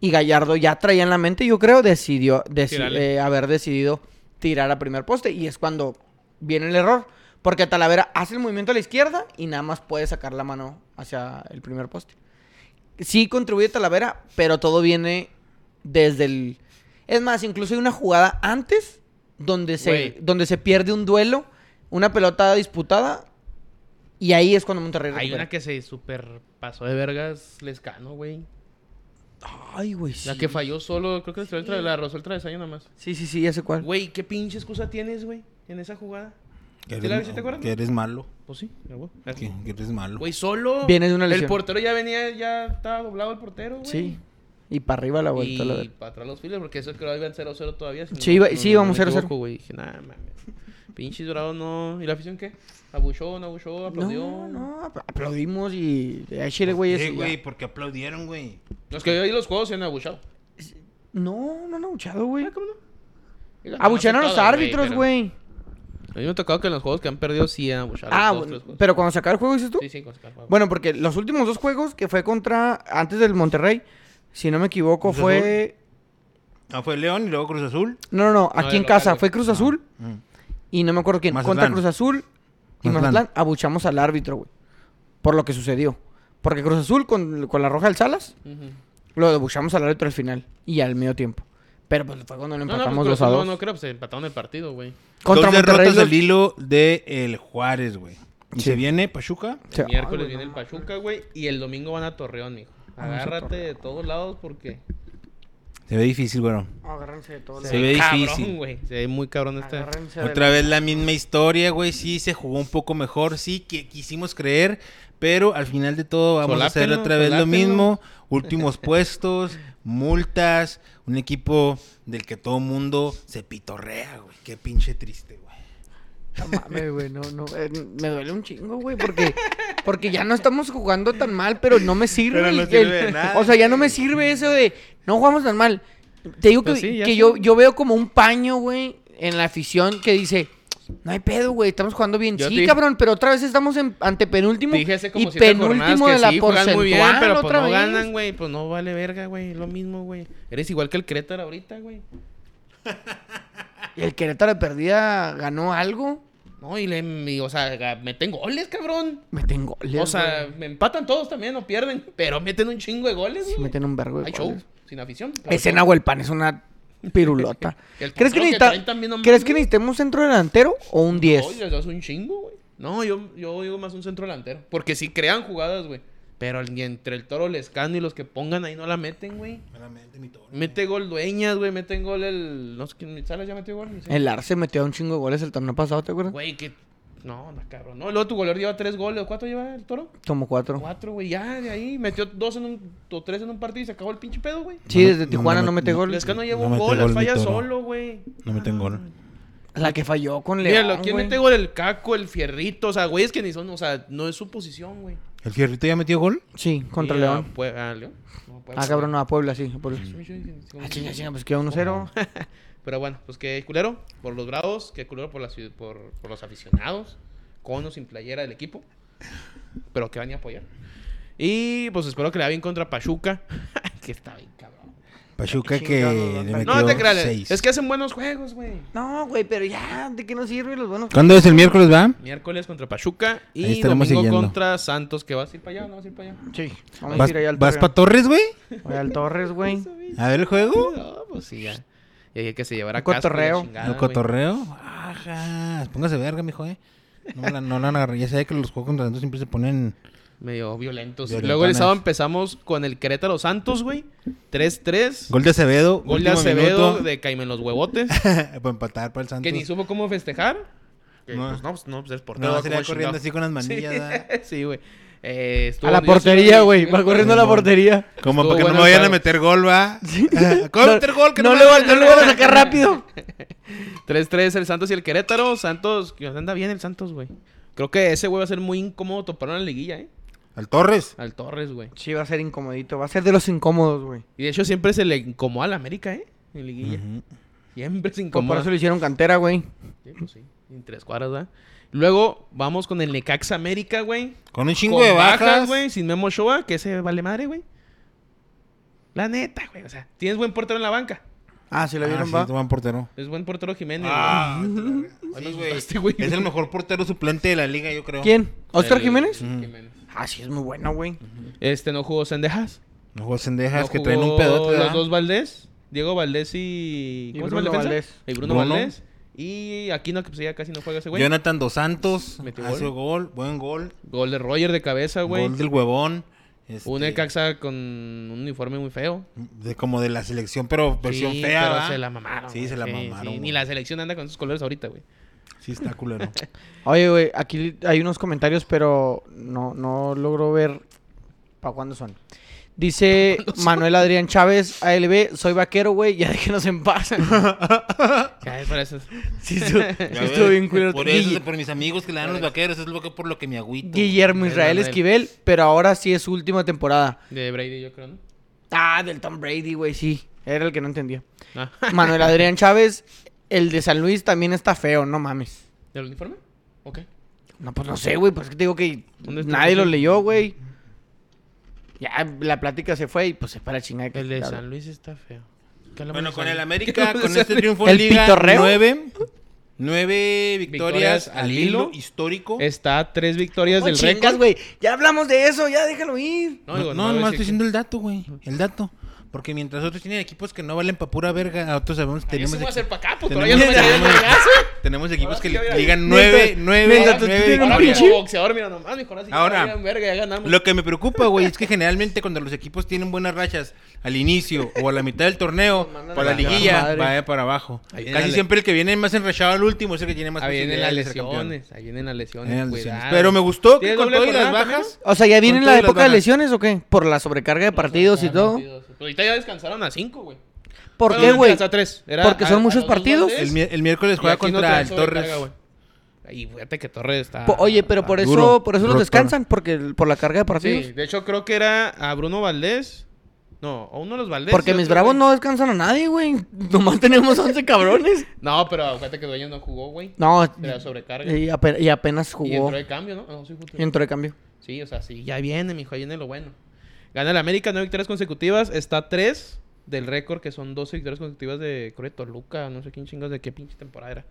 S3: y Gallardo ya traía en la mente, yo creo, decidió deci-
S2: Tirarle.
S3: eh, haber decidido tirar a primer poste. Y es cuando viene el error, porque Talavera hace el movimiento a la izquierda y nada más puede sacar la mano hacia el primer poste. Sí contribuye Talavera, pero todo viene desde el... Es más, incluso hay una jugada antes donde se,
S2: Güey.
S3: donde se pierde un duelo, una pelota disputada, y ahí es cuando Monterrey
S2: Hay
S3: recupera.
S2: una que se super pasó de vergas Lescano, güey.
S3: Ay, güey, sí.
S2: La que falló solo, creo que la, tra- la rozó el travesaño nada más.
S3: Sí, sí, sí, ya sé cuál.
S2: Güey, ¿qué pinche excusa tienes, güey? En esa jugada.
S1: Que
S2: ¿Sí la viste,
S1: eres,
S2: te acuerdas?
S1: que eres malo.
S2: Pues sí, me voy.
S1: Que, que eres malo.
S2: Güey, solo.
S3: Viene de una lesión.
S2: El portero ya venía, ya estaba doblado el portero, güey.
S3: Sí. Y para arriba la vuelta, la
S2: y
S3: verdad.
S2: para atrás los files, porque eso creo que iban 0-0 todavía. si
S3: Sí, iba- sí,
S2: me
S3: íbamos 0-0.
S2: equivoco, güey. Dije, nada, mames. Pinches dorados no. ¿Y la afición qué? Abuchó, no abuchó, aplaudió.
S3: No, no, apl- aplaudimos y... Ay, chile, güey,
S1: Eh,
S3: es-
S1: güey, porque aplaudieron, güey.
S2: Los que yo ahí los juegos se han abuchado.
S3: No, no han abuchado, güey.
S2: Ah, ¿Cómo no? Y las
S3: Abucharon a los
S2: todas,
S3: árbitros,
S2: pero-
S3: güey.
S2: A mí me ha tocado que en los juegos que han perdido sí han abuchado.
S3: Ah,
S2: dos,
S3: bueno,
S2: tres juegos.
S3: pero cuando se acaba el juego, dices tú.
S2: Sí, sí, con sacar juego.
S3: Bueno, porque los últimos dos juegos que fue contra... Antes del Monterrey, si no me equivoco,
S1: Cruz
S3: fue...
S1: Ah, fue León y luego Cruz Azul.
S3: No, no, no, aquí
S2: de
S3: en
S2: local,
S3: casa
S2: güey.
S3: fue Cruz Azul
S1: Mm.
S3: y no me acuerdo quién.
S1: Mazatlán.
S3: Contra Cruz Azul y
S1: Mazatlán.
S3: Mazatlán abuchamos al árbitro, güey. Por lo que sucedió. Porque Cruz Azul con, con la roja del Salas,
S2: Ujú.
S3: lo abuchamos al árbitro al final y al medio tiempo. Pero pues fue cuando lo
S2: No, no,
S3: empatamos
S2: pues,
S3: dos a
S2: no,
S3: dos.
S2: No, creo, pues, se empataron el partido, güey.
S3: Contra
S1: Dos
S3: Monterrey.
S1: derrotas
S3: dos-
S1: al hilo de el Juárez, güey. Y
S3: Sí.
S1: se viene Pachuca.
S3: Sí, Ah,
S2: El miércoles
S3: ay, güey,
S2: viene el
S3: no.
S2: Pachuca, güey. Y el domingo van a Torreón, mijo.
S3: Vamos a
S2: Agárrate
S3: Ah, Torreón.
S2: de todos lados porque.
S1: Se ve difícil, güey.
S3: Agárrense de todo.
S1: Se ve
S2: cabrón,
S1: difícil.
S2: güey. Se ve muy cabrón este.
S3: Agárrense de
S1: Otra vez la misma historia, güey. Sí, se jugó un poco mejor. Sí, que quisimos creer. Pero al final de todo vamos a hacer
S2: Solápenlo,
S1: otra vez lo
S2: solápenlo.
S1: mismo. Últimos puestos. multas, un equipo del que todo mundo se pitorrea, güey. Qué pinche triste, güey.
S3: No mames, güey, no, no, eh, me duele un chingo, güey, porque, porque ya no estamos jugando tan mal, pero no me sirve.
S1: Pero no
S3: el-
S1: sirve
S3: el-
S1: de nada.
S3: O sea, ya no me sirve eso de no jugamos tan mal. Te digo que,
S2: Pues sí, ya
S3: que
S2: sé.
S3: yo, yo veo como un paño, güey, en la afición que dice, no hay pedo, güey, estamos jugando bien.
S2: Yo
S3: sí,
S2: te-
S3: cabrón, pero otra vez estamos en, ante penúltimo
S2: Dije hace como
S3: y
S2: siete jornadas
S3: penúltimo
S2: que
S3: de la
S2: sí, juegan
S3: porcentual
S2: muy bien, pero pues
S3: otra
S2: no
S3: vez.
S2: ganan, güey. Pues no vale verga, güey. Lo mismo, güey. Eres igual que el Querétaro ahorita, güey.
S3: Y el Querétaro de perdida ganó algo.
S2: No, y le, y, o sea, ga- meten goles, cabrón.
S3: Meten goles,
S2: O sea,
S3: güey.
S2: me empatan todos también, no pierden. Pero meten un chingo de goles,
S3: Sí,
S2: güey.
S3: meten un vergo de
S2: Hay
S3: goles.
S2: show, sin afición. claro.
S3: Ese Nahuel Pan es una pirulota.
S2: El
S3: ¿Crees,
S2: torneo que
S3: que, necesita-
S2: traen también, no
S3: ¿Crees que
S2: mames.
S3: necesitamos un centro delantero o un 10?
S2: No, yo- yo es un chingo, güey. No, yo, yo digo más un centro delantero. Porque sí crean jugadas, güey. Pero el- entre el toro Lescano y los que pongan ahí no la meten, güey.
S1: Malamente, mi toro.
S2: Mete gol dueñas, güey. Meten gol el. No sé quién. Salas ya metió gol. No sé.
S3: el Arce metió un chingo de goles el torneo pasado, ¿te acuerdas?
S2: Güey, que. No, no, cabrón. No, luego tu goleador lleva tres goles. ¿Cuánto lleva el toro?
S3: Como cuatro.
S2: Cuatro, güey. Ya, de ahí. Metió dos en un, o tres en un partido y se acabó el pinche pedo, güey.
S3: Sí, desde
S1: No,
S3: Tijuana
S1: no
S3: no,
S1: me-
S3: mete
S1: no-
S3: goles.
S2: Lescano lleva
S1: No
S2: un
S1: mete
S2: gol,
S1: gol, mi
S2: falla
S1: Toro.
S2: solo, güey.
S1: No meten gol.
S3: La que falló con León.
S2: Míralo, ¿quién
S3: güey.
S2: mete gol? El Caco, el Fierrito. O sea, güey, es que ni son. O sea, no es su posición, güey.
S1: ¿El Fierrito ya metió gol?
S3: Sí, contra
S2: Y a
S3: León.
S2: Pue- a León. No, pues, a Puebla.
S3: Ah, cabrón, no, a Puebla, sí. a Puebla.
S2: Sí, sí, sí, sí.
S3: Ah, chinga, chinga, pues quedó 1-0.
S2: Pero bueno, pues qué culero por los bravos, qué culero por, la ciudad- por, por los aficionados, con o sin playera del equipo, pero que van a apoyar. Y pues espero que le vaya bien contra Pachuca, que está bien cabrón.
S1: Pachuca
S3: Qué
S1: que
S3: chingado,
S1: le
S3: no,
S1: metió
S2: No te creas,
S1: seis.
S2: es que hacen buenos juegos, güey.
S3: No, güey, pero ya, ¿de qué nos sirve los buenos?
S1: ¿Cuándo es el miércoles, va?
S2: Miércoles contra Pachuca
S1: Ahí
S2: y domingo
S1: estaremos siguiendo.
S2: contra Santos, que vas a ir para allá, o no vas a ir para allá.
S3: Sí, vamos
S1: ¿Vas,
S3: a ir ahí al
S1: vas
S3: Torreón.
S1: pa' Torres, güey?
S3: Voy al Torres, güey.
S1: ¿A ver el juego?
S2: No, pues sí, ya. Y hay que se llevará
S3: Un cotorreo.
S1: ¿El cotorreo? Ajá. Póngase verga, mijo, eh. No la, no la van a agarrar. Ya sabía que los juegos contra Santos siempre se ponen...
S2: Medio violentos.
S1: Violentones.
S2: Luego el sábado empezamos con el Querétaro Santos, güey. 3-3.
S1: Gol de Acevedo.
S2: Gol de
S1: último
S2: Acevedo
S1: minuto.
S2: de Caimen los huevotes.
S1: para empatar para el Santos.
S2: que ni supo cómo festejar. Que,
S1: No.
S2: Pues no, pues no, pues el portero.
S1: No,
S2: va
S1: se le va
S2: como
S1: corriendo así
S2: chingado.
S1: con las manillas. ¿verdad?
S2: Sí, sí, güey. Eh, estuvo
S3: A la
S2: odioso,
S3: portería, güey. Va
S2: Estuvo
S3: corriendo a la
S1: Simón.
S3: portería.
S1: Como
S2: Estuvo
S1: porque
S2: bueno
S1: no me
S2: el
S1: vayan a
S2: juego.
S1: meter gol, va. ¿Cómo
S3: No-
S1: meter gol? Que
S3: no,
S1: no,
S3: le
S1: me-
S3: va- no le van a sacar rápido.
S2: 3-3 el Santos y el Querétaro. Santos, que anda bien el Santos, güey. Creo que ese güey va a ser muy incómodo topar en la liguilla, ¿eh?
S1: Al Torres.
S2: Al Torres, güey.
S3: Sí, va a ser incomodito. Va a ser de los incómodos, güey.
S2: Y de hecho siempre se le incomoda al América, ¿eh? En liguilla.
S1: Ujú.
S2: Siempre se
S3: Por
S2: incomoda.
S3: eso le hicieron cantera, güey.
S2: Sí, pues sí. En tres cuadras, ¿verdad? Luego vamos con el Necaxa América, güey.
S1: Con un chingo
S2: Con
S1: de bajas.
S2: güey. Sin Memo Shoa, que ese vale madre, güey. La neta, güey. O sea, tienes buen portero en la banca.
S3: Ah, sí, la
S1: Ah,
S3: vieron,
S1: sí,
S3: va.
S1: buen portero.
S2: Es buen portero Jiménez.
S1: Ah,
S2: güey.
S1: Sí, este
S2: me
S1: güey.
S2: asustaste, güey.
S1: Es el mejor portero suplente de la liga, yo creo.
S3: ¿Quién? ¿Oscar
S2: El-
S3: Jiménez?
S2: el Jiménez.
S1: Mm.
S3: Ah, sí, es muy bueno, güey.
S2: Este no jugó Sendejas.
S1: No jugó Sendejas,
S2: no
S1: Ah, que traen un
S2: jugó
S1: pedote.
S2: Los
S1: ¿verdad?
S2: dos Valdés. Diego Valdés y.
S3: Y
S2: ¿Cómo se llama el
S3: Bruno
S2: defensa?
S3: Valdés.
S2: Y Bruno,
S1: Bruno.
S2: Valdés. Y Aquino, que pues ya casi no juega ese güey.
S1: Jonathan Dos Santos.
S2: Metió
S1: Hace gol. Buen gol.
S2: Gol de Roger de cabeza, güey.
S1: Gol del huevón. Este,
S2: Un Necaxa con un uniforme muy feo.
S1: de- como de la selección, pero versión
S2: Sí,
S1: fea.
S2: pero
S1: ¿va?
S2: se la mamaron.
S1: Sí,
S2: güey.
S1: se la mamaron. güey.
S2: Ni la selección anda con sus colores ahorita, güey.
S1: Sí, está culero.
S3: Oye, güey, aquí hay unos comentarios, pero no, no logro ver para cuándo son. Dice Manuel Adrián Chávez, ALB, soy vaquero, güey, ya déjenos en paz.
S2: Ay, por eso.
S3: sí, estuvo- sí estuvo bien culero.
S1: Por
S3: Guille-
S1: eso, por mis amigos que le dan los vaqueros, es lo que por lo que me agüito.
S3: Guillermo
S2: Manuel
S3: Israel
S2: Manuel.
S3: Esquivel, pero ahora sí es su última temporada.
S2: De Brady, yo creo, ¿no?
S3: Ah, del Tom Brady, güey, sí. Era el que no entendía.
S2: Ah,
S3: Manuel Adrián Chávez, el de San Luis también está feo, no mames.
S2: ¿Del uniforme? Ok.
S3: No, pues no sé, güey, pues que te digo que
S2: ¿Dónde está
S3: nadie
S2: el-
S3: lo leyó, güey. Ya la plática se fue y pues es para chingar. que-
S2: El de
S3: claro.
S2: San Luis está feo. ¿Qué hablamos
S1: Bueno,
S2: de
S1: con
S2: San
S1: el
S2: Luis?
S1: América,
S2: ¿Qué
S1: con
S2: hablamos de
S1: este
S2: San Luis?
S1: triunfo
S3: El
S1: en Liga,
S3: pitorreo.
S1: nueve, nueve victorias,
S2: Victorias
S1: al
S2: al
S1: hilo
S2: hilo.
S1: histórico.
S2: Está a tres victorias
S3: No
S2: del
S3: Oh, chingas,
S2: récord.
S3: güey. Ya hablamos de eso, ya déjalo ir.
S1: No,
S2: digo,
S1: no,
S2: voy a
S1: nomás
S2: decir
S1: estoy
S2: que-
S1: diciendo el dato, güey. El dato. Porque mientras otros tienen equipos que no valen pa' pura verga, a otros sabemos que
S2: Ay,
S1: tenemos,
S2: Eso voy a
S1: equi-
S2: hacer para acá, puto.
S1: tenemos-
S2: Ahora ya no me quedé en el brazo.
S1: tenemos equipos que
S2: sí,
S1: le
S2: oiga.
S1: ligan
S3: Neta,
S1: nueve, nueve,
S3: neta, tú
S1: nueve
S3: tienes un
S2: Ahora
S1: victorias.
S3: pinche-
S2: como boxeador, mira nomás, mi corazón.
S1: Ahora,
S2: ya, verga, ya ganamos.
S1: Lo que me preocupa, güey, es que generalmente cuando los equipos tienen buenas rachas al inicio o a la mitad del torneo,
S3: Nos mandan
S1: para la
S3: a la
S1: liguilla,
S3: madre.
S1: va eh, para abajo.
S2: Ahí viene
S1: Casi
S2: la- Ah,
S1: siempre el que viene más enrachado al último es el que tiene más
S2: Ahí vienen las
S1: posibilidades de ser campeón.
S2: lesiones, ahí vienen las lesiones.
S1: Vienen las
S2: eh, cuidado.
S1: lesiones. Pero me gustó que
S2: ¿Tiene
S1: con
S2: doble
S1: todo y las
S2: jornada
S1: bajas.
S3: O sea, ¿ya viene
S1: Con
S3: la
S1: todas las
S3: época de
S1: bajas.
S3: lesiones o qué? Por la sobrecarga de partidos y todo.
S2: Pero ahorita ya descansaron a cinco, güey.
S3: ¿Por
S2: Bueno,
S3: qué,
S2: no,
S3: güey?
S2: hasta tres. Era
S3: Porque
S2: a-
S3: son
S2: a
S3: muchos
S2: los dos
S3: partidos.
S2: guantes
S1: El, mi- el miércoles
S2: y
S1: juega
S2: aquí no
S1: contra
S2: traen
S1: el
S2: sobrecarga,
S1: Torres.
S2: güey. Y fíjate que Torres está.
S3: Po- Oye, pero
S2: está-
S3: por eso,
S1: duro,
S3: por eso los
S1: roto.
S3: descansan, porque el- por la carga de partidos.
S2: Sí, de hecho creo que era a Bruno Valdés. No, a uno de los Valdés. y
S3: Porque mis
S2: otro,
S3: bravos
S2: güey.
S3: no descansan a nadie, güey. Nomás tenemos 11 cabrones.
S2: No, pero fíjate que Dueñas no jugó, güey.
S3: No,
S2: Era sobrecarga.
S3: y, ape- y
S2: Y
S3: apenas
S2: entró
S3: jugó.
S2: de cambio, ¿no? Ah, no, sí, justo.
S3: Y entró de cambio.
S2: Sí, o sea, sí. Ya viene, mijo, ahí viene lo bueno. Gana el América, nueve victorias consecutivas. Está a tres del récord, que son 12 victorias consecutivas de creo que Toluca. No sé quién chingas de qué pinche temporada era.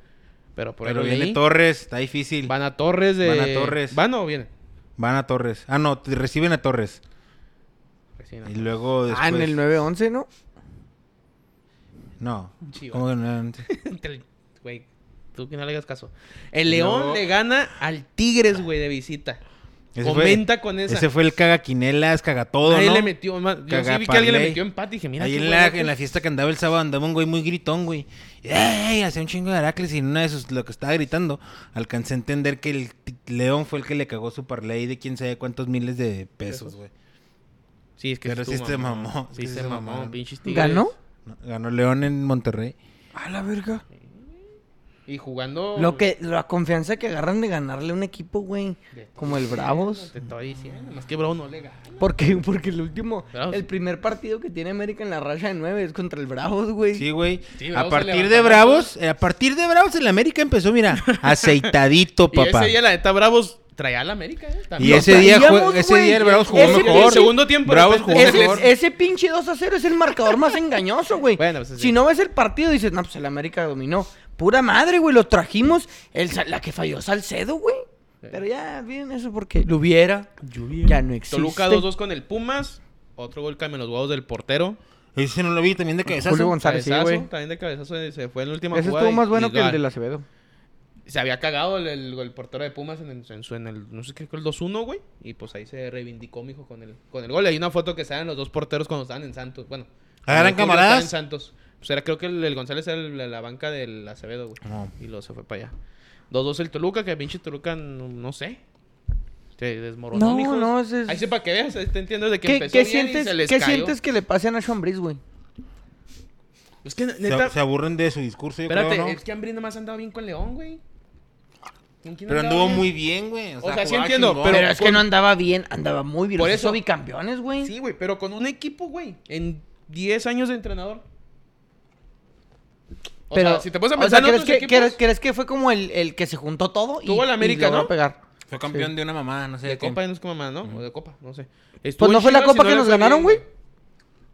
S2: Pero por ahí
S1: Pero
S2: lo
S1: viene
S2: leí.
S1: Torres, está difícil. Van,
S2: Van a Torres de...
S1: Van a Torres.
S2: ¿Van o vienen?
S1: a Torres. Ah, no, te- reciben a Torres.
S2: Recién,
S1: Y luego después.
S3: Ah, en el 9-11, ¿no?
S1: No.
S2: Sí,
S1: ¿Cómo que no?
S2: Te- Güey, tú que no le hagas caso. El
S1: No.
S2: León le gana al Tigres, güey, de visita.
S1: Ese fue-
S2: Comenta con esa.
S1: Ese fue el cagaquinelas, cagatodo,
S2: Ahí
S1: ¿no?
S2: le metió. ma- Yo sí vi que alguien le
S1: Cagaparley.
S2: metió empate y dije, mira.
S1: Ahí
S2: qué
S1: en
S2: bueno
S1: la,
S2: que-
S1: en la fiesta que andaba el sábado andaba un güey muy gritón, güey. ¡Ey! Hacía un chingo de Heracles y en una de sus, lo que estaba gritando, alcancé a entender que el t- León fue el que le cagó su parlay de quién sabe cuántos miles de pesos, güey.
S2: Sí, es que
S1: Pero
S2: tú,
S1: sí se
S2: mamón.
S1: mamó, es
S2: Sí
S1: que
S2: se
S1: sí se
S2: mamó,
S1: mamaron.
S2: pinches Tigres.
S3: ¿Ganó?
S1: No, Ganó León en Monterrey.
S3: A la verga.
S2: Y jugando.
S1: Oh.
S3: Lo que, la confianza que agarran de ganarle a un equipo, güey.
S2: De todo.
S3: Como el Bravos.
S2: Te estoy diciendo. Más que Bravo no le gana.
S3: Porque, porque el último,
S2: Bravos.
S3: el primer partido que tiene América en la racha de 9 es contra el Bravos, güey.
S1: Sí, güey.
S2: Sí, Bravos se
S1: a partir
S2: levantó
S1: de
S2: mucho.
S1: Bravos, eh, a partir de Bravos el América empezó, mira, aceitadito,
S2: Y
S1: Oh, papá.
S2: ese día, la neta, Bravos traía a la América, ¿eh?
S1: Y
S2: También.
S1: ese día,
S3: traíamos,
S1: jue- ese
S3: güey.
S1: día el Bravos jugó
S3: Ese-
S1: mejor.
S3: el
S2: segundo tiempo, de
S1: Bravos jugó
S2: repente,
S3: Ese,
S1: mejor.
S3: ese pinche 2 a 0 es el marcador más engañoso, güey.
S2: Bueno, pues, sí.
S3: Si no ves el partido, dices, no, pues el América dominó. Pura madre, güey, lo trajimos. El, Sa- la que falló Salcedo, güey. Pero ya, bien, eso porque lo hubiera. Ya no existe.
S2: Toluca 2-2 con el Pumas. Otro gol cambia en los huevos del portero.
S1: Ese no lo vi también de cabezazo.
S3: Julio González, sí,
S2: Cabezazo,
S3: güey.
S2: También de cabezazo eh, se fue en la última
S3: Ese
S2: jugada.
S3: estuvo
S2: y-
S3: más bueno
S2: y
S3: que el
S2: gana.
S3: del Acevedo.
S2: Se había cagado el, el- el portero de Pumas en, el- en su, en el, no sé qué, el 2-1, güey. Y pues ahí se reivindicó, mijo, con el, con el gol. Hay una foto que salen los dos porteros cuando estaban en Santos. Bueno.
S1: Ah,
S2: cuando
S1: ¿eran
S2: Julio
S1: camaradas?
S2: estaba En Santos. Pues era, creo que el, el González era el- la, la banca del Acevedo, güey.
S1: No.
S2: Y luego se fue para allá. 2-2 el Toluca, que pinche Toluca, no, no sé. Se desmoronó,
S3: No,
S2: mijo.
S3: no, ese es-
S2: Ahí sepa que veas, ahí te entiendo de que
S3: ¿Qué,
S2: empezó
S3: qué
S2: bien y
S3: sientes,
S2: se les
S3: ¿qué
S2: cayó.
S3: sientes que le pase a Nacho Ambriz, güey?
S2: Es que
S1: Se,
S2: neta,
S1: se aburren de su discurso, yo
S2: espérate, eh,
S1: creo, ¿no?
S2: es que Ambrí nomás andaba bien con León, güey. ¿Con quién
S1: Pero
S2: andaba
S1: anduvo
S2: bien?
S1: muy bien, güey. O
S2: O
S1: sea,
S2: sea, sí
S1: jugaba
S2: entiendo,
S1: chingón.
S3: Pero,
S2: Pero
S3: es que
S2: con-
S3: no andaba bien, andaba muy bien.
S2: Por
S3: Por
S2: eso-
S3: eso bicampeones, güey.
S2: Sí, güey, pero con un equipo, güey. En 10 años de entrenador. O
S3: Pero,
S2: sea, si te pones a
S3: o
S2: pensar
S3: sea,
S2: en
S3: ¿crees
S2: otros
S3: que,
S2: equipos,
S3: crees, crees que fue como el, el que se juntó todo y,
S2: Tuvo el
S3: y
S2: América,
S3: logró
S2: ¿no?
S3: pegar?
S1: Fue campeón de una mamá, no sé.
S2: de
S1: qué.
S2: copa, no es como mamá, ¿no? O de copa, no sé.
S3: Pues no fue la copa que nos ganaron, güey.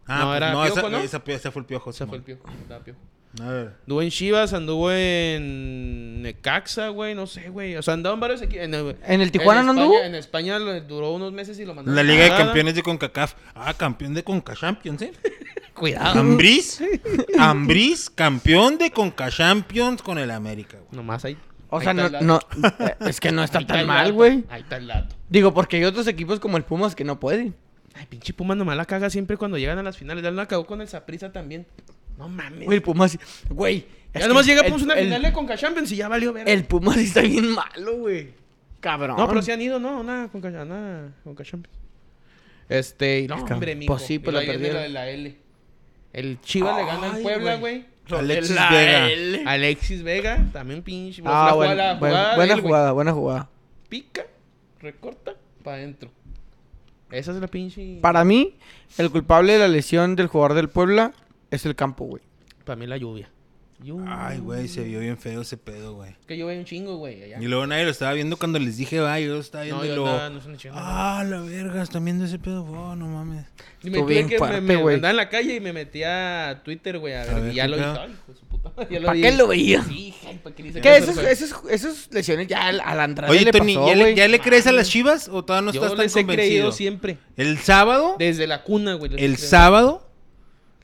S1: Ah,
S2: No,
S1: pues
S2: era
S1: no,
S2: Piojo,
S1: esa,
S2: ¿no?
S1: Esa, esa fue el piojo.
S2: O sea, fue el
S1: Simón.
S2: piojo, andaba piojo.
S1: A ver.
S2: Anduvo en Chivas, anduvo en Necaxa, güey, no sé, güey. O sea, andaba en varios equipos. En,
S3: ¿En el Tijuana no
S2: España-
S3: anduvo?
S2: En España lo- duró unos meses y lo mandaron.
S1: La Liga
S2: a
S1: de
S2: nada.
S1: Campeones de CONCACAF. Ah, campeón de CONCAChampions, ¿eh?
S2: Ah,
S3: Cuidado.
S1: Ambriz. Ambriz, campeón de CONCAChampions con el América, güey.
S2: Nomás ahí.
S3: O
S2: ahí
S3: sea,
S2: está
S3: no,
S2: el dato.
S3: no, eh, es que no
S2: Ahí
S3: está
S2: el
S3: tan mal,
S2: dato,
S3: güey.
S2: Ahí está el dato.
S3: Digo, porque hay otros equipos como el Pumas que no pueden.
S2: Ay, pinche Puma nomás la caga siempre cuando llegan a las finales. Ya lo acabó con el Saprisa también. No mames.
S3: Güey, el Pumas, güey. es
S2: ya
S3: que
S2: nomás llega
S3: el-
S2: Pumas una
S3: el-
S2: final eh. de Conca Champions y ya valió ver.
S3: El Pumas sí está bien malo, güey. Cabrón.
S2: No, pero sí han ido, ¿no? Una Conca, una Conca Champions. Este, y no,
S3: Cabrón.
S2: hombre, mijo.
S3: Pues sí,
S2: Y
S3: pues
S2: luego
S3: la
S2: viene
S3: perdieron.
S2: la de la L. El Chivas le gana al
S3: Ay,
S2: Puebla,
S3: güey.
S2: güey.
S1: Alexis
S3: La
S1: Vega.
S3: L.
S2: Alexis Vega, también pinche.
S3: Ah,
S2: la
S3: bueno,
S2: jugada- la
S3: bueno,
S2: jugada de
S3: buena
S2: él, güey.
S3: jugada, buena jugada.
S2: Pica, recorta, para adentro. Esa es la pinche. Para
S3: Para mí, el culpable de la lesión del jugador del Puebla es el campo, güey.
S2: mí la lluvia. Lluvia.
S1: Ay, güey, se vio bien feo ese pedo, güey.
S2: Que llueve un chingo, güey. allá.
S1: Y luego nadie lo estaba viendo cuando les dije, va, yo lo estaba viendo
S2: No,
S1: y
S2: yo
S1: luego...
S2: andaba, no sé ni chingada.
S1: Ah, la verga, están viendo ese pedo, oh, no mames.
S2: Y me
S3: Estuvo
S2: tuve
S3: bien
S2: que
S3: fuerte,
S2: me, me
S3: güey.
S2: andaba en la calle y me metía a Twitter, güey, a ver,
S1: ver,
S2: y ya
S1: ¿qué
S2: lo vi.
S1: pedo?
S2: Ay, hijo de su puta madre, ya lo
S3: ¿Para
S2: vi.
S3: qué lo veía?
S2: Sí, ay, ¿para qué le hice
S3: Que
S2: caso al
S3: esas,
S2: juez?
S3: esas, esas lesiones ya al, al Andrade
S1: Oye,
S3: le
S1: Tony,
S3: pasó,
S1: ¿ya, le,
S3: güey.
S1: ya le crees a las chivas o todavía no
S2: Yo
S1: estás tan
S2: les he creído
S1: convencido?
S2: siempre.
S1: El sábado,
S2: Desde la cuna, güey. les he
S1: el
S2: creído.
S1: sábado,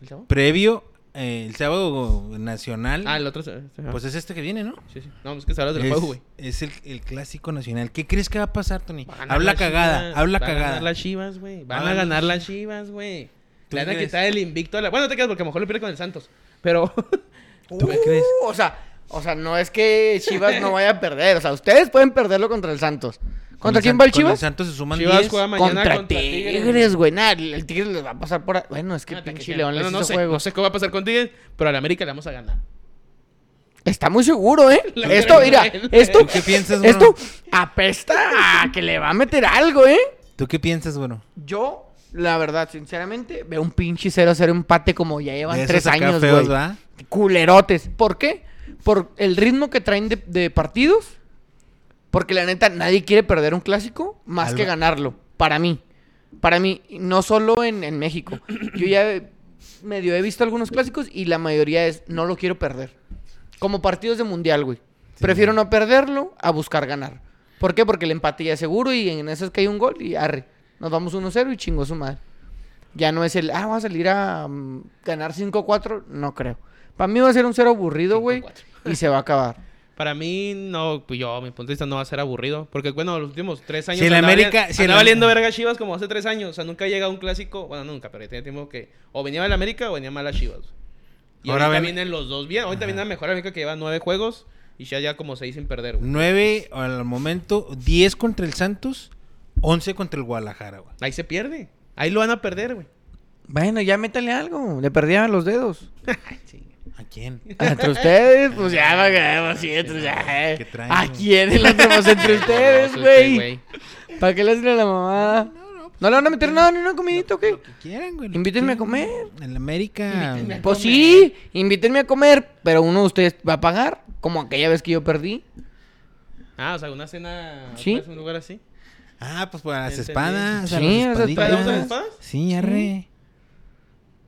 S2: ¿El sábado?
S1: previo, eh, el sábado nacional,
S2: Ah, el otro. sábado.
S1: pues es este que viene, ¿no?
S2: sí, sí. No, es que sabrás del
S1: Es,
S2: juego, güey.
S1: es el, el clásico nacional. ¿Qué crees que va a pasar, Tony?
S2: Va a ganar
S1: Habla
S2: las
S1: cagada,
S2: Chivas,
S1: habla
S2: va a
S1: cagada.
S2: ganar las chivas, güey. Van
S1: Va
S2: a
S1: a ganar
S2: ganar
S1: las
S2: las chivas, güey.
S1: ¿Tú
S2: Le van a
S1: crees?
S2: quitar el invicto a la... Bueno, no te quedas porque a lo mejor le pierdes con el Santos. Pero...
S1: ¿Tú qué crees?
S3: Uh, O sea, O sea, no es que Chivas no vaya a perder. O sea, ustedes pueden perderlo contra el Santos. ¿Contra
S1: el
S3: quién
S1: San-
S3: va el
S1: Con el
S3: Chivas?
S1: Santos se suman
S2: Chivas
S1: 10.
S2: juega mañana
S3: Contra,
S2: contra,
S3: Tigres, güey. Nah, el Tigres les va a pasar por... ahí. Bueno, es que
S2: Nada, Ah, que
S3: pinche
S2: sea.
S3: León les
S2: Bueno, no
S3: hizo
S2: sé,
S3: juego.
S2: no sé cómo va a pasar con Tigres, pero al América le vamos a ganar.
S3: Está muy seguro, ¿eh?
S2: Lo
S3: Esto,
S2: creo,
S3: mira,
S2: güey.
S3: esto...
S1: ¿Tú qué piensas, güey?
S3: Esto apesta a que le va a meter algo, ¿eh?
S1: ¿Tú qué piensas, güey?
S3: Yo, la verdad, sinceramente, veo un pinche 0-0 empate como ya
S1: De
S3: llevan
S1: esos
S3: tres
S1: acá
S3: años,
S1: feos,
S3: güey.
S1: ¿va?
S3: Culerotes. ¿Por qué? Por el ritmo que traen de, de partidos. Porque la neta, nadie quiere perder un clásico más
S1: Alba.
S3: que ganarlo. Para mí. Para mí, no solo en, en México. Yo ya medio he visto algunos clásicos y la mayoría es no lo quiero perder. Como partidos de mundial, güey. Prefiero no perderlo a buscar ganar. ¿Por qué? Porque el empate ya es seguro y en eso es que hay un gol y arre. Nos vamos 1-0 y chingó su madre. Ya no es el, ah, va a salir a mm, ganar 5-4. No creo. Para mí va a ser un cero aburrido, güey.
S2: 5-4.
S3: Y se va a acabar.
S2: Para mí, no, pues yo, mi punto de vista no va a ser aburrido. Porque, bueno, los últimos tres años.
S1: Si el
S2: andaba
S1: América-
S2: vali-
S1: si el
S2: andaba
S1: Am-
S2: valiendo verga Chivas como hace tres años. O sea, nunca ha llegado un clásico. Bueno, nunca, pero ya tenía tiempo que. O venía mal América o venía mal a Chivas. Y
S1: Ahora
S2: ahorita
S1: ven-
S2: vienen los dos bien. Ahorita viene la mejor América que lleva nueve juegos y ya, ya como seis sin perder, güey.
S1: 9 al momento, 10 contra el Santos, 11 contra el Guadalajara, güey.
S2: Ahí se pierde. Ahí lo van a perder, güey.
S3: Bueno, ya métale algo. Le perdían los dedos.
S1: ¿A quién?
S3: Entre ustedes, pues ya, va a ganar, sí, entre- ya. eh.
S1: ¿Qué traen,
S3: ¿A
S1: güey?
S3: quién es la más pues, entre ustedes,
S2: Horroroso este,
S3: güey? ¿Para qué le hacen a la mamada? ¿No le van a meter nada ni una comidita o qué?
S1: Que quieran, güey. lo que
S3: Invítenme a
S1: quieran.
S3: comer.
S1: En la América.
S2: Invítenme a
S3: Pues sí, invítenme a comer, pero uno de ustedes va a pagar, como aquella vez que yo perdí.
S2: Ah, o sea, una cena.
S3: Sí.
S2: ¿Es un lugar así?
S1: Ah, pues para las
S2: Entendí.
S1: espadas. a
S3: Sí,
S1: las
S3: esas espadas.
S1: espaditas.
S2: ¿Para las espadas?
S1: Sí, arre.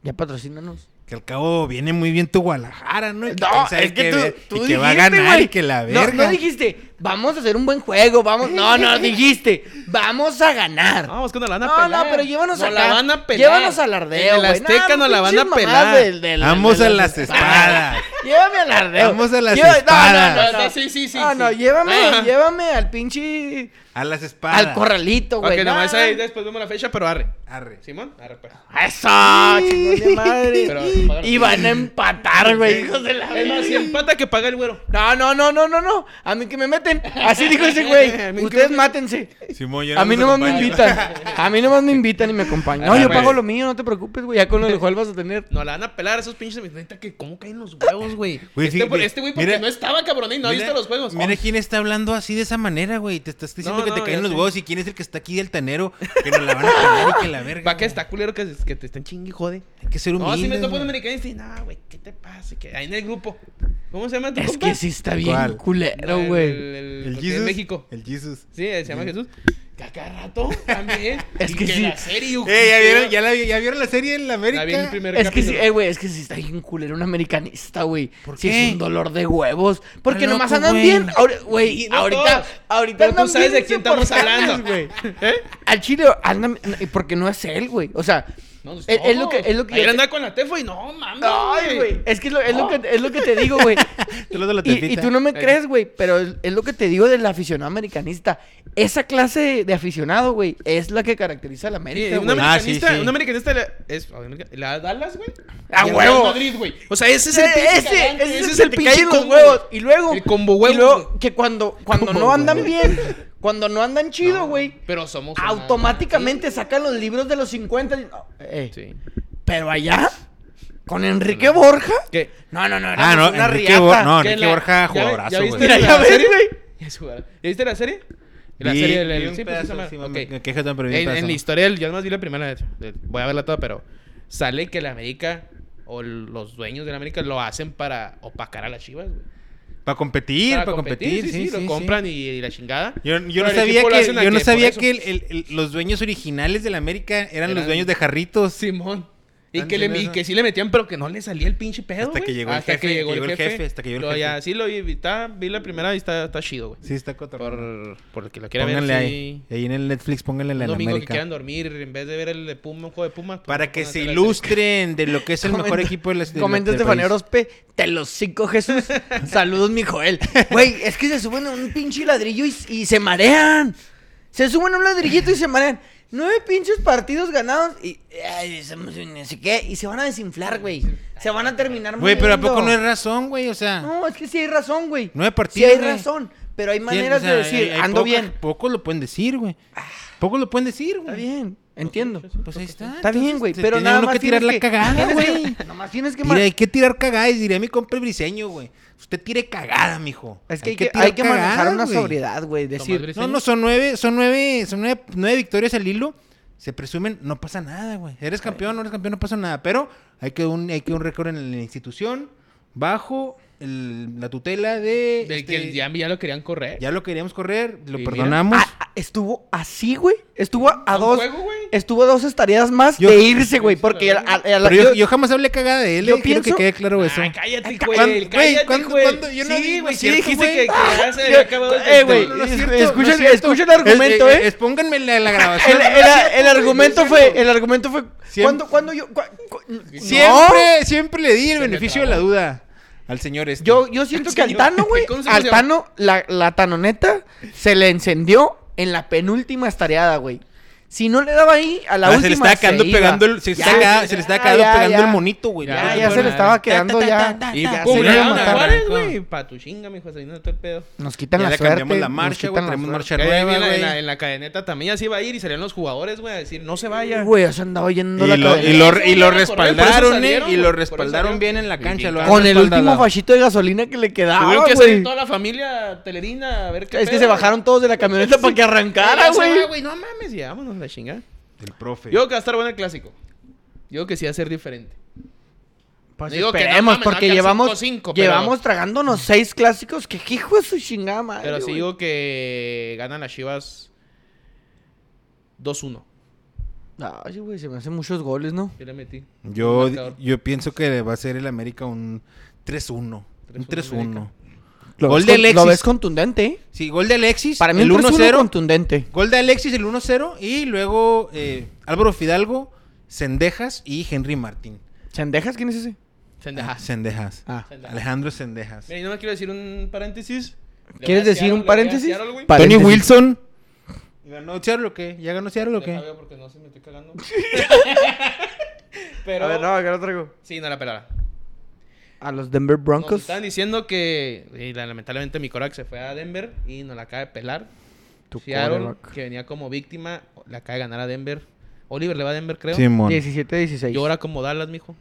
S3: Ya patrocínanos.
S1: Que al cabo viene muy bien tu Guadalajara, ¿no? Y quién sabe qué ver- y que va a
S3: dijiste,
S1: ganar
S3: güey.
S1: y que la
S3: No,
S1: verga.
S3: No, dijiste, vamos a hacer un buen juego, vamos. No, no, dijiste, vamos a ganar.
S2: Vamos, que nos la van a
S3: No,
S2: pelar.
S3: no, pero llévanos
S2: Nos
S3: acá.
S2: la van a pelar.
S3: Llévanos al ardeo,
S2: En el
S3: güey.
S2: Azteca nos la van a
S3: pinches
S2: pelar.
S3: mamadas del- del-
S1: Vamos
S3: de
S1: a las espadas.
S3: Llévame al ardeo.
S1: Vamos a las
S3: Lleva- no,
S1: espadas.
S3: No, no, no,
S2: Ah, sí, sí, sí,
S3: No,
S2: sí.
S3: no, llévame,
S2: Ah.
S3: llévame al pinche...
S1: A las espadas.
S3: Al corralito,
S2: Ok,
S3: güey. No,
S2: nomás
S3: no.
S2: ahí después vemos la fecha, pero arre.
S1: Arre.
S2: ¿Simón? Arre, pues.
S3: ¡Eso! chingón de madre!
S2: Pero se pagaron.
S3: y van a empatar, güey, hijos de la
S2: Es más, si empata que paga el güero.
S3: No, no, no, no, no, no. A mí que me meten. Así dijo ese güey.
S2: A mí que
S3: Ustedes
S2: me-
S3: mátense.
S1: Simón, yo
S3: A mí
S1: los
S3: nomás me
S1: acompaño.
S3: invitan. A mí nomás me invitan y me acompañan. No,
S2: Ah,
S3: yo
S2: güey.
S3: pago lo mío, no te preocupes, güey. Ya con lo del juego vas a tener.
S2: No la van a pelar a esos pinches. Neta, que cómo caen los huevos, güey.
S1: Güey,
S2: este,
S1: sí,
S2: por-
S1: mira,
S2: este güey porque
S1: mira.
S2: no estaba, cabrón, y no
S1: Mira-
S2: viste los juegos. Oh,
S1: Mira quién está hablando así de esa manera, güey. Te estás diciendo
S2: No,
S1: que
S2: no,
S1: te caen
S2: ya
S1: los
S2: sé.
S1: huevos y quién es el que está aquí de altanero. Que nos la van a pegar y que la verga.
S2: Va que
S1: güey.
S2: está culero que, se- que te están chingue, y jode.
S1: Hay que ser humilde.
S2: No, si me topo un
S1: güey.
S2: americano y dice, no, güey, ¿qué te pasa? Que ahí en el grupo. ¿Cómo se llama tu
S3: Es
S2: compa?
S3: que sí está bien
S1: ¿Cuál?
S3: culero,
S2: El-
S3: güey.
S2: El, el,
S1: El
S2: el de
S1: Jesus.
S2: México.
S1: El Jesus.
S2: Sí, se llama Jesús. Que a cada rato también.
S3: Es
S2: Y
S3: que sí.
S2: la serie, ujú,
S1: Eh, ¿ya vieron, ya, la, vi- ya vieron la serie en la América?
S2: La vi en el primer
S3: Es que sí,
S2: capítulo.
S3: eh, güey, es que sí está bien culero un americanista, güey.
S1: ¿Por
S3: Sí
S1: qué?
S3: es un dolor de huevos. Porque
S1: Está
S3: nomás
S1: loco,
S3: andan
S1: güey.
S3: bien. ahori- Güey,
S2: Y no
S3: ahorita,
S2: todos.
S3: ahorita
S2: Pero tú
S3: andan
S2: sabes
S3: bien
S2: de quién estamos
S3: insoportables,
S2: hablando.
S3: güey.
S2: ¿Eh?
S3: Al chile andan... y Porque no es él, güey. O sea,
S2: No, pues,
S3: es, es lo
S2: todos.
S3: que... Es lo que
S2: Ayer
S3: yo-
S2: andaba con la Tefo y no, mames. Eh,
S3: Ay, güey. Es que es lo, es lo que, es lo que te digo, güey.
S1: Te lo doy la
S3: y, y
S1: tapita.
S3: tú no me
S2: Ahí.
S3: crees, güey, pero es, es lo que te digo del aficionado americanista. Esa clase de aficionado, güey, es la que caracteriza a la
S2: eh, Sí,
S3: América,
S2: un
S3: güey.
S1: una- Ah, sí,
S2: americanista,
S1: sí.
S2: un americanista le, es, le da a Dallas, güey.
S3: ¡A
S2: Y al
S3: huevo!
S2: Real Madrid, güey. O sea, ese es el
S3: Eh,
S2: pinche
S3: ese,
S2: cagante,
S3: ese es el que cae en los
S2: combo.
S3: huevos. Y luego,
S2: El combo huevo,
S3: y luego
S2: güey.
S3: que cuando, cuando
S2: Combo
S3: no andan
S2: huevo.
S3: bien, cuando no andan chido, güey,
S2: Pero somos una-
S3: automáticamente sacan los libros de los 50. y- no, eh,
S2: Sí.
S3: Pero allá, con Enrique Borja.
S2: ¿Qué?
S3: No, no, no,
S1: Ah, no,
S3: éramos una
S1: Enrique,
S3: riata.
S1: Bo- no,
S2: Que
S1: Enrique
S2: la-
S1: Borja,
S2: ya ve- ya
S1: jugadorazo,
S2: viste
S1: güey.
S3: Mira,
S2: la
S3: ya ves,
S2: serie?
S3: güey.
S2: Ya es jugador. ¿Ya viste la serie? La
S1: Vi-
S2: serie del-
S1: vi
S2: del-
S1: un
S2: sí, pues,
S1: pedazo,
S2: esa madre.
S1: sí, me-
S2: Ok.
S1: me quejo también, pero vi un
S2: En,
S1: pedazo,
S2: en la
S1: ¿no?
S2: historia, del- yo nomás vi la primera vez. de- Voy a verla toda, pero sale que la América o los dueños de la América lo hacen para opacar a las chivas, güey.
S1: Para competir, para, competir. Sí, sí,
S2: lo
S1: sí.
S2: compran Y, y la chingada.
S1: Yo,
S2: Pero
S1: yo no
S2: el
S1: sabía
S2: equipo lo
S1: que,
S2: hacen a
S1: yo no
S2: por
S1: sabía
S2: eso.
S1: que el- el- el- los dueños originales de la América eran, los
S2: Eran-
S1: dueños de jarritos.
S2: Simón. Y
S1: Tan
S2: que, le,
S1: sin
S2: y
S1: eso.
S2: que sí le metían, pero que no le salía el pinche pedo.
S1: Hasta que
S2: güey.
S1: llegó el jefe, que llegó el jefe, hasta que llegó el
S2: Lo- ya,
S1: jefe.
S2: sí, lo vi, está- vi la primera y está, está chido, güey.
S1: Sí, está cotorreo.
S2: Por, por el que lo quiera ver.
S1: Pónganle
S2: sí.
S1: ahí. Ahí en el Netflix, pónganle
S2: Un
S1: la de
S2: domingo que
S1: América.
S2: quieran dormir, en vez de ver el de Puma, un juego de Puma. pues,
S1: Para que
S2: pónganse
S1: se
S2: la
S1: ilustren de lo que es el mejor
S3: Comenta-
S1: equipo de la de la-
S3: Comenta
S1: del
S3: Estefanía
S1: país.
S3: Orozpe, te los cinco Jesús. Saludos, mi Joel. Güey, es que se suben a un pinche ladrillo y, y se marean. Se suben a un ladrillito y se marean. Nueve pinches partidos ganados y. ay, somos un no sé qué. Y se van a desinflar, güey. Se van a terminar
S1: Güey, pero ¿a poco no
S3: muriendo.
S1: es razón, güey? O sea,
S3: No, es que sí hay razón, güey.
S1: Nueve
S3: Sí
S1: partidos,
S3: hay
S1: güey.
S3: razón. Pero hay
S1: ¿quién-
S3: maneras
S1: o sea,
S3: de decir,
S1: hay- hay
S3: ando
S1: pocas-
S3: bien.
S1: Pocos lo pueden decir, güey. Pocos lo pueden decir,
S3: Está
S1: güey.
S3: bien, entiendo.
S1: Pues ahí está.
S3: Está bien,
S1: entonces,
S3: güey.
S1: se
S3: Pero
S1: tiene
S3: nada
S1: uno
S3: más.
S1: que tirar
S3: tienes
S1: la cagada,
S3: tienes que-
S1: güey.
S3: Nomás tienes que.
S1: Mira,
S3: mar-
S1: hay que tirar cagadas, diría mi compa el briseño, güey. Usted tire cagada, mijo.
S3: Es que hay que,
S1: tirar
S3: hay que manejar
S1: cagadas,
S3: una
S1: güey.
S3: sobriedad, güey. Decir,
S2: Briseño.
S1: No, no, son nueve, son nueve, son nueve, nueve victorias al hilo. Se presumen, no pasa nada, güey. Eres campeón, no eres campeón, no pasa nada. Pero hay que un, hay que un récord en la institución bajo el- la tutela de.
S2: Del
S1: este,
S2: que el Yambi ya lo querían correr.
S1: ya lo queríamos correr, lo
S2: Y mira.
S1: perdonamos.
S3: Ah, ah, estuvo así, güey. Estuvo a dos.
S2: juego, güey.
S3: estuvo a dos estadías más
S1: Yo-
S3: de irse, güey.
S2: Sí,
S3: Porque
S2: pero-
S3: a- a- a la-
S1: Pero yo,
S3: yo-
S1: yo jamás hablé cagada de él,
S3: yo
S1: eh, quiero
S3: pienso-
S1: que quede claro eso.
S2: Ay, cállate,
S1: ¿cuándo-
S2: güey.
S1: güey,
S2: Cállate,
S1: ¿cuándo-
S2: güey.
S1: cuándo? Yo no
S2: Sí,
S1: dije-
S2: güey.
S1: no
S2: Sí
S1: es cierto,
S2: dijiste que,
S1: güey.
S2: que ya se le
S3: yo-
S2: había acabado el
S3: eh, güey.
S2: torneo.
S3: es-
S1: cierto,
S3: escuchen-
S1: es cierto.
S3: escuchen el argumento, ¿eh?
S1: Pónganme la, la grabación.
S3: el, el- el argumento fue. El argumento fue. ¿Cuándo, cuándo yo.? cua- cu-
S1: Siempre, siempre le di el beneficio de
S2: trabó.
S1: la duda al señor este.
S3: Yo, yo siento que al
S2: Señor,
S3: Tano, güey.
S2: ¿cómo se
S3: Al
S2: llama?
S3: Tano, la, la Tanoneta se le encendió en la penúltima estareada, güey. Si no le daba ahí, a la
S1: Ah, se le
S3: última.
S1: estaba quedando
S3: iba.
S1: pegando el, se le
S3: Ya,
S1: estaba
S3: ya,
S1: quedando- se le estaba quedando
S3: ya,
S1: pegando
S3: ya.
S1: el monito, güey.
S2: Ya,
S3: Ya,
S1: se
S3: ya
S1: le
S3: se le
S1: estaba-
S3: estaba quedando ya.
S2: Y
S3: ya
S2: pum,
S3: se
S2: le
S3: le iba a
S2: daban a
S3: matar.
S2: Juárez,
S1: Arrancó.
S2: güey. Pa' tu chinga, mijo, se vino todo el pedo.
S3: Nos
S1: Ya
S3: quitan la
S1: le
S3: suerte.
S1: cambiamos la
S3: nos
S1: marcha, güey.
S3: quitan la
S1: Tenemos
S3: suerte.
S1: marcha
S2: Ya
S1: nueva,
S2: en, la, en, la,
S1: güey.
S2: en la cadeneta también así va a ir y serían los jugadores, güey, a decir, no se vaya.
S3: Güey, ya se andaba yendo la
S1: Y lo,
S3: cadena.
S1: y lo-
S2: Por eso
S1: y lo
S2: salieron, por eso
S1: respaldaron, eh.
S2: salieron,
S1: Y lo
S2: por eso
S1: respaldaron
S2: salieron.
S1: bien en la
S2: Y
S1: cancha.
S2: bien
S1: lo han
S3: Con el
S1: respaldado.
S3: último fachito de gasolina que le quedaba,
S2: Tuvieron que
S3: güey.
S2: salir toda la familia telerina a ver qué
S3: Es que
S2: pedo,
S3: se bajaron todos de la camioneta para que
S2: güey.
S3: arrancara,
S2: Ya se va,
S3: güey.
S2: güey. No mames, ya vámonos la chingada.
S1: El profe.
S2: Yo creo que va a estar bueno el clásico. Yo creo que sí va a ser diferente.
S3: Pues
S2: Digo que no
S3: esperemos,
S2: mames, no
S3: porque
S2: alcanzó
S3: llevamos,
S2: 5-5, pero-
S3: llevamos tragándonos seis clásicos. Que hijo de su chingada madre,
S2: Pero sí
S3: güey.
S2: digo que ganan las Chivas 2-1.
S3: Ay, güey, se me hacen muchos goles, ¿no?
S2: Yo le metí.
S1: Yo,
S2: Marcador.
S1: yo pienso que va a ser el América un 3-1. Un
S2: 3-1
S1: 3-1.
S2: América.
S1: Gol
S3: ves
S1: de
S3: con-
S1: Alexis.
S3: Lo ves contundente, ¿eh?
S1: Sí, gol de Alexis.
S3: Para mí
S1: el
S3: un 1-0
S1: 1-0.
S3: contundente.
S1: Gol de Alexis, el 1-0. Y luego eh, Álvaro Fidalgo, Sendejas y Henry Martín.
S3: ¿Chandejas quién es ese?
S1: Ah,
S2: Sendejas.
S1: Sendejas.
S3: Ah.
S2: Sendejas.
S1: Alejandro Sendejas.
S2: Mira, y no me quiero decir un paréntesis. Le
S3: ¿Quieres
S2: voy a
S3: decir
S2: Seattle, le
S3: un
S2: voy a
S3: paréntesis?
S2: Seattle, güey.
S3: Pa-
S1: Tony
S3: Paréntesis.
S1: Wilson. ¿Ganó Seattle o qué? ¿Ya ganó Seattle o
S2: Deja,
S1: qué?
S2: güey, porque no se me estoy cagando. Pero.
S3: acá lo traigo.
S2: Sí, no la pelara.
S3: A los Denver
S2: Nos
S3: Broncos.
S2: están diciendo que. y la- lamentablemente mi Korak se fue a Denver y nos la acaba de pelar.
S3: Tu
S2: Seattle,
S3: quarterback.
S2: que venía como víctima, la acaba de ganar a Denver. Oliver le va a Denver, creo.
S1: Simón.
S3: 17-16.
S2: Llora como Dallas, mijo.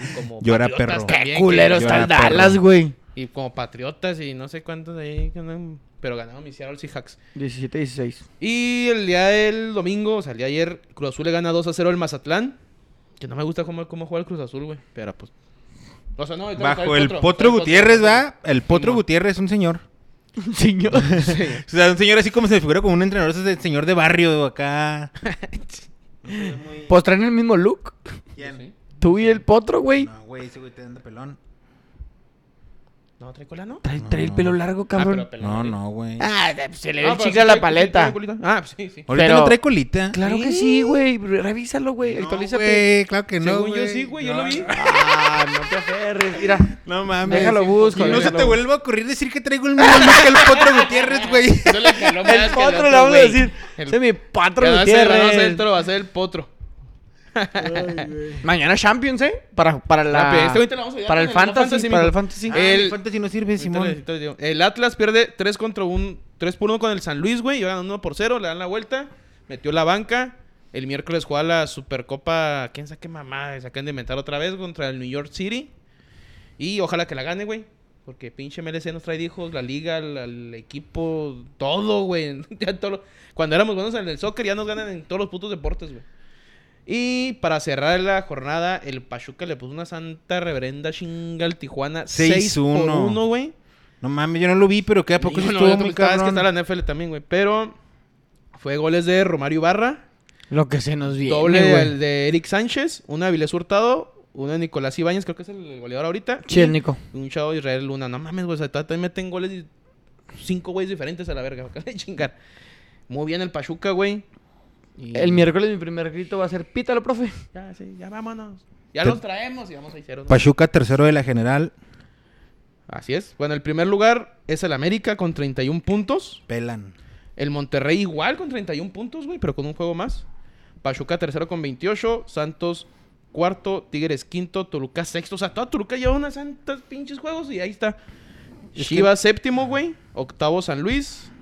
S2: Y Como
S1: Llora,
S2: patriotas
S1: perro.
S2: también,
S3: Qué
S2: que-
S3: culero
S1: Yo
S3: está el
S1: era perro.
S3: Dallas, güey.
S2: Y como patriotas y no sé cuántos ahí. que andan- Pero ganaron mis Seattle Seahawks.
S3: 17-16.
S2: Y el día del domingo, o sea, el día de ayer, Cruz Azul le gana 2 a 0 al Mazatlán. Que no me gusta cómo, cómo juega el Cruz Azul, güey. Pero pues. O sea, no, ahorita está
S1: Bajo el
S2: está
S1: Potro Gutiérrez, ¿va? El Potro
S2: Simón.
S1: Gutiérrez, un señor.
S3: Señor.
S1: O sea, un señor así como se me figura como un entrenador, ese señor de barrio acá.
S3: Pues traen el mismo look.
S2: Sí.
S3: Tú y el potro, güey.
S1: No, güey, ese güey te anda pelón.
S2: No, trae cola, ¿no?
S3: Trae,
S1: No,
S3: trae el
S1: no.
S3: pelo largo, cabrón.
S2: Ah, pero
S1: Ah, No, no, güey.
S3: Ah, se le ve
S2: Ah,
S3: el
S2: pero
S3: chicle a
S2: sí
S3: la
S2: trae-
S3: paleta.
S2: sí trae colita. Ah, sí, sí.
S1: Ahorita
S3: pero-
S1: no trae colita.
S3: Claro que sí, güey. Revísalo, güey. Actualízate.
S1: güey, claro que no.
S2: Según yo sí, güey, yo
S1: No,
S2: lo vi.
S3: Ah, no te aferres. Mira,
S1: No mames.
S3: déjalo busco.
S1: Y no se
S3: déjalo
S1: te
S3: busco.
S1: vuelva a ocurrir decir que traigo el mismo look que el Potro Gutiérrez, güey.
S2: Eso le caló más que
S3: El potro le vamos a
S2: güey.
S3: decir.
S2: El-
S3: Ese es mi
S2: que
S3: patro
S2: no va a ser- no va a ser el
S3: Gutiérrez.
S2: toro, va a ser el potro.
S3: Mañana Champions, ¿eh? Para, para
S2: Ah,
S3: la.
S2: pero este ahorita lo vamos a llevar
S3: para el
S2: con el- con
S3: fantasy.
S2: fantasy,
S3: para
S2: mijo.
S3: el fantasy.
S2: Ah, el
S1: fantasy no sirve,
S2: Ahorita les- ahorita les digo. El Atlas pierde 3 contra 1, 3 por 1 con el San Luis, güey. Yo ganan 1 por 0, le dan la vuelta, metió la banca. El miércoles juega la Supercopa, quién sabe qué mamá, se acaban de inventar otra vez contra el New York City. Y ojalá que la gane, güey. Porque pinche MLC nos trae hijos, la liga, el, el equipo, todo, güey. Ya todo lo- Cuando éramos buenos en el soccer ya nos ganan en todos los putos deportes, güey. Y para cerrar la jornada, el Pachuca le puso una santa reverenda chinga al Tijuana. 6 por
S1: 6-1.
S2: 1, güey.
S1: No mames, yo no lo vi, pero que a poco
S2: Yo
S1: sí
S2: no,
S1: estuvo
S2: yo
S1: muy
S2: también- cada vez que
S1: cabrón.
S2: está la NFL también, güey. Pero fue goles de Romario Ibarra,
S3: Lo que se nos viene.
S2: doble
S3: güey.
S2: el de Eric Sánchez, una de Vilés Hurtado, una de Nicolás Ibáñez, creo que es el goleador ahorita.
S3: Sí, el
S2: y
S3: Nico.
S2: Un chavo de Israel Luna. No mames, güey. O sea, también meten goles y cinco güeyes diferentes a la verga. acá de chingar. Muy bien el Pachuca, güey. Y-
S3: El miércoles mi primer grito va a ser pítalo, profe.
S2: Ya, sí, ya vámonos. Ya
S1: Te-
S2: los traemos y vamos a hicieron.
S1: Pachuca tercero de la general,
S2: Así es. Bueno, el primer lugar es el América con 31 puntos.
S1: pelan.
S2: El Monterrey igual con 31 puntos, güey, pero con un juego más. Pachuca tercero con 28, Santos cuarto, Tigres quinto, Toluca sexto. O sea, toda Toluca lleva unas santas pinches juegos y ahí está.
S3: Es
S2: Chivas séptimo, güey. Octavo San Luis.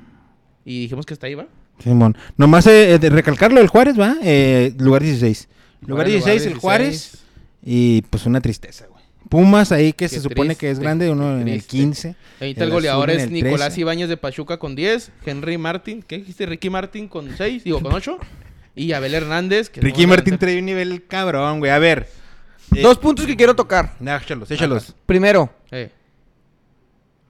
S2: Y dijimos que hasta ahí va.
S1: Simón. Nomás eh, de recalcarlo, el Juárez, ¿va? Eh, lugar 16. Lugar 16, el Juárez. Y pues una tristeza, güey. Pumas ahí que
S2: Qué
S1: se supone que es
S2: triste,
S1: grande, uno
S2: qué
S1: en el
S2: triste.
S1: 15.
S2: Ahorita el,
S1: azul
S2: goleador
S1: en
S2: es
S1: el
S2: Nicolás
S1: 13.
S2: Ibáñez de Pachuca con 10. Henry Martin, ¿qué dijiste? Ricky Martin con 6, digo con 8. Y Abel Hernández. Que
S1: Ricky Martín trae un nivel cabrón, güey. A ver. eh,
S3: Dos puntos que quiero tocar.
S1: nah, Échalos, échalos.
S3: Primero,
S2: Eh,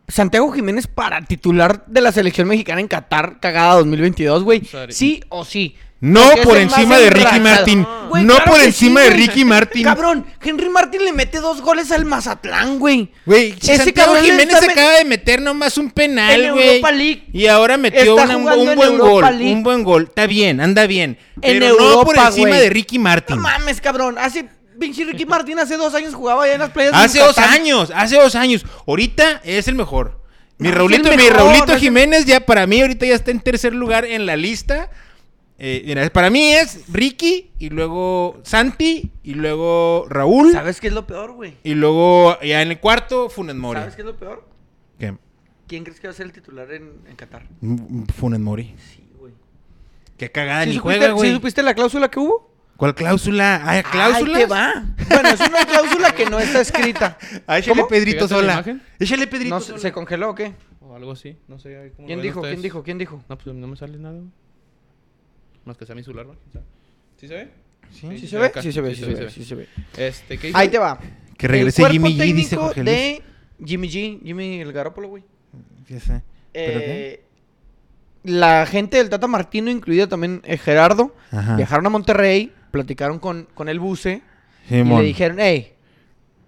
S3: Santiago Jiménez para titular de la selección mexicana en Qatar, cagada 2022, güey.
S2: Sorry.
S3: Sí o sí.
S1: No
S3: Porque es
S1: por
S3: el más
S1: encima de Ricky
S3: enrachado.
S1: Martin.
S3: Güey,
S1: No
S3: claro
S1: por
S3: que
S1: encima
S3: sí,
S1: de
S3: güey.
S1: Ricky Martin.
S3: Cabrón, Henry Martin le mete dos goles al Mazatlán, güey.
S1: Güey, si
S3: Ese
S1: Santiago
S3: cabrón le
S1: Jiménez
S3: está met-
S1: acaba de meter nomás un penal,
S3: En
S1: güey.
S3: Europa League.
S1: Y ahora metió
S3: Está
S1: una- un,
S3: jugando en
S1: buen
S3: Europa
S1: gol.
S3: League.
S1: Un buen gol. Está bien, anda bien.
S3: En
S1: Pero no
S3: Europa,
S1: por encima
S3: güey.
S1: de Ricky Martin.
S3: No mames, cabrón. Hace pinche Ricky Martin hace dos años jugaba allá en las playas. de
S1: Hace dos
S3: Yucatán.
S1: años, hace dos años. Ahorita es el mejor. Mi
S3: No,
S1: Raulito,
S3: es el
S1: mi
S3: mejor,
S1: Raulito
S3: no es el-
S1: Jiménez ya para mí ahorita ya está en tercer lugar en la lista. Eh, mira, para mí es Ricky y luego Santi y luego Raúl
S3: ¿Sabes qué es lo peor, güey?
S1: y luego ya en el cuarto Funes Mori.
S3: ¿Sabes qué es lo peor?
S1: ¿Qué?
S3: ¿Quién crees que va a ser el titular en, en Qatar?
S1: Mm, Funes Mori.
S3: Sí, güey.
S1: Qué cagada
S3: ¿Sí
S1: Ah, ni
S3: supiste,
S1: juega,
S3: sí
S1: güey.
S3: supiste la cláusula que hubo?
S1: ¿Cuál cláusula? ¿Hay cláusulas?
S3: Ahí te va. Bueno, es una cláusula que no está escrita.
S1: Ah, échale
S3: ¿Cómo?
S1: Pedrito
S2: ¿Fíjate la
S1: sola.
S2: imagen?
S1: Échale Pedrito
S3: No,
S1: sola.
S3: ¿Se se congeló o qué?
S2: o algo así. No sé. ahí cómo lo
S3: ¿Quién
S2: ven
S3: dijo?
S2: ustedes.
S3: ¿Quién dijo? ¿Quién dijo?
S2: No, pues no me sale nada. güey. Más que sea mi celular, güey. ¿Sí se ve?
S1: Sí.
S3: ¿Sí se ve?
S2: acá.
S3: Sí se ve, sí se
S2: se
S3: ve, sí se ve.
S2: Este, ¿qué
S3: Ahí
S2: dice?
S3: te va.
S1: Que regrese
S3: El cuerpo
S1: Jimmy G, dice
S3: técnico
S1: Jorge Luis.
S3: de Jimmy G, Jimmy el Garópolo, güey.
S1: Ya sé. ¿Pero qué?
S3: Eh, la gente del Tata Martino, incluido también eh, Gerardo,
S1: Ajá.
S3: viajaron a Monterrey, platicaron con, con el buce y
S1: Simón.
S3: le dijeron, hey,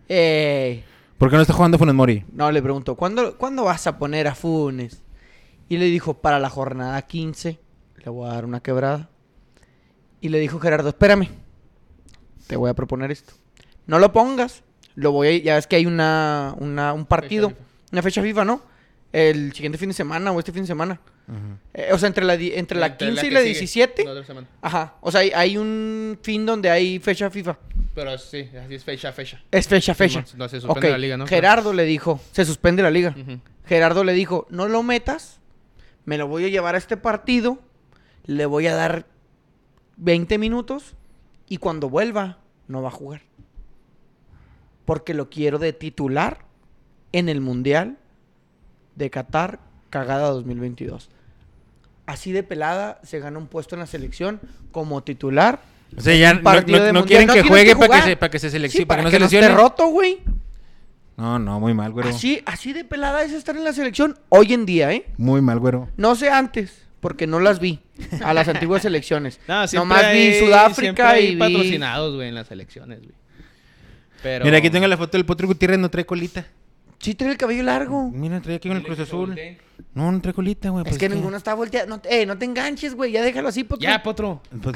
S3: hey,
S1: ¿Por qué no está jugando Funes Mori?
S3: no, le preguntó, ¿cuándo, ¿cuándo vas a poner a Funes? Y le dijo, para la jornada 15, le voy a dar una quebrada. Y le dijo Gerardo, espérame, te voy a proponer esto. No lo pongas, lo voy a- ya ves que hay una, una- un partido,
S2: FIFA.
S3: una fecha FIFA, ¿no? El siguiente fin de semana o este fin de semana. Eh, o sea, entre la, di- entre la 15 y
S2: que
S3: la
S2: sigue,
S3: 17.
S2: la otra semana.
S3: Ajá. O sea, hay, hay un fin donde hay fecha FIFA.
S2: Pero sí, así es fecha, fecha.
S3: Es fecha, fecha.
S2: no, se suspende
S3: Ok,
S2: la liga, ¿no?
S3: Gerardo le dijo, se suspende la liga.
S2: Ujú.
S3: Gerardo le dijo, no lo metas, me lo voy a llevar a este partido, le voy a dar 20 minutos y cuando vuelva no va a jugar. Porque lo quiero de titular en el Mundial de Qatar cagada 2022. Así de pelada se gana un puesto en la selección como titular.
S1: O sea, ya no,
S3: partido
S1: no-
S3: de
S1: no
S3: mundial.
S1: quieren
S3: No
S1: que
S3: tienes
S1: juegue
S3: que
S1: para
S3: jugar.
S1: que se, para que se seleccione,
S3: Sí,
S1: para que no
S3: que no esté
S1: seleccione.
S3: roto, güey.
S1: No, no, muy mal, güero.
S3: Así, así de pelada es estar en la selección hoy en día, ¿eh?
S1: Muy mal, güero.
S3: No sé antes, porque no las vi a las antiguas selecciones.
S2: No, siempre
S3: Nomás vi
S2: hay- siempre
S3: Sudáfrica
S2: hay
S3: y vi-
S2: patrocinados, güey, en las elecciones, güey. Pero...
S1: Mira, aquí tengo la foto del Potro Gutiérrez, no trae colita.
S3: Sí, trae el cabello largo.
S1: Mira, trae aquí con el Cruz Azul.
S2: voltee.
S1: No, no trae colita, güey.
S2: pues,
S1: pues
S3: Es que ninguno está volteado. No, te- eh, no te enganches, güey. Ya déjalo así, porque...
S2: Ya, potro.
S1: Pues,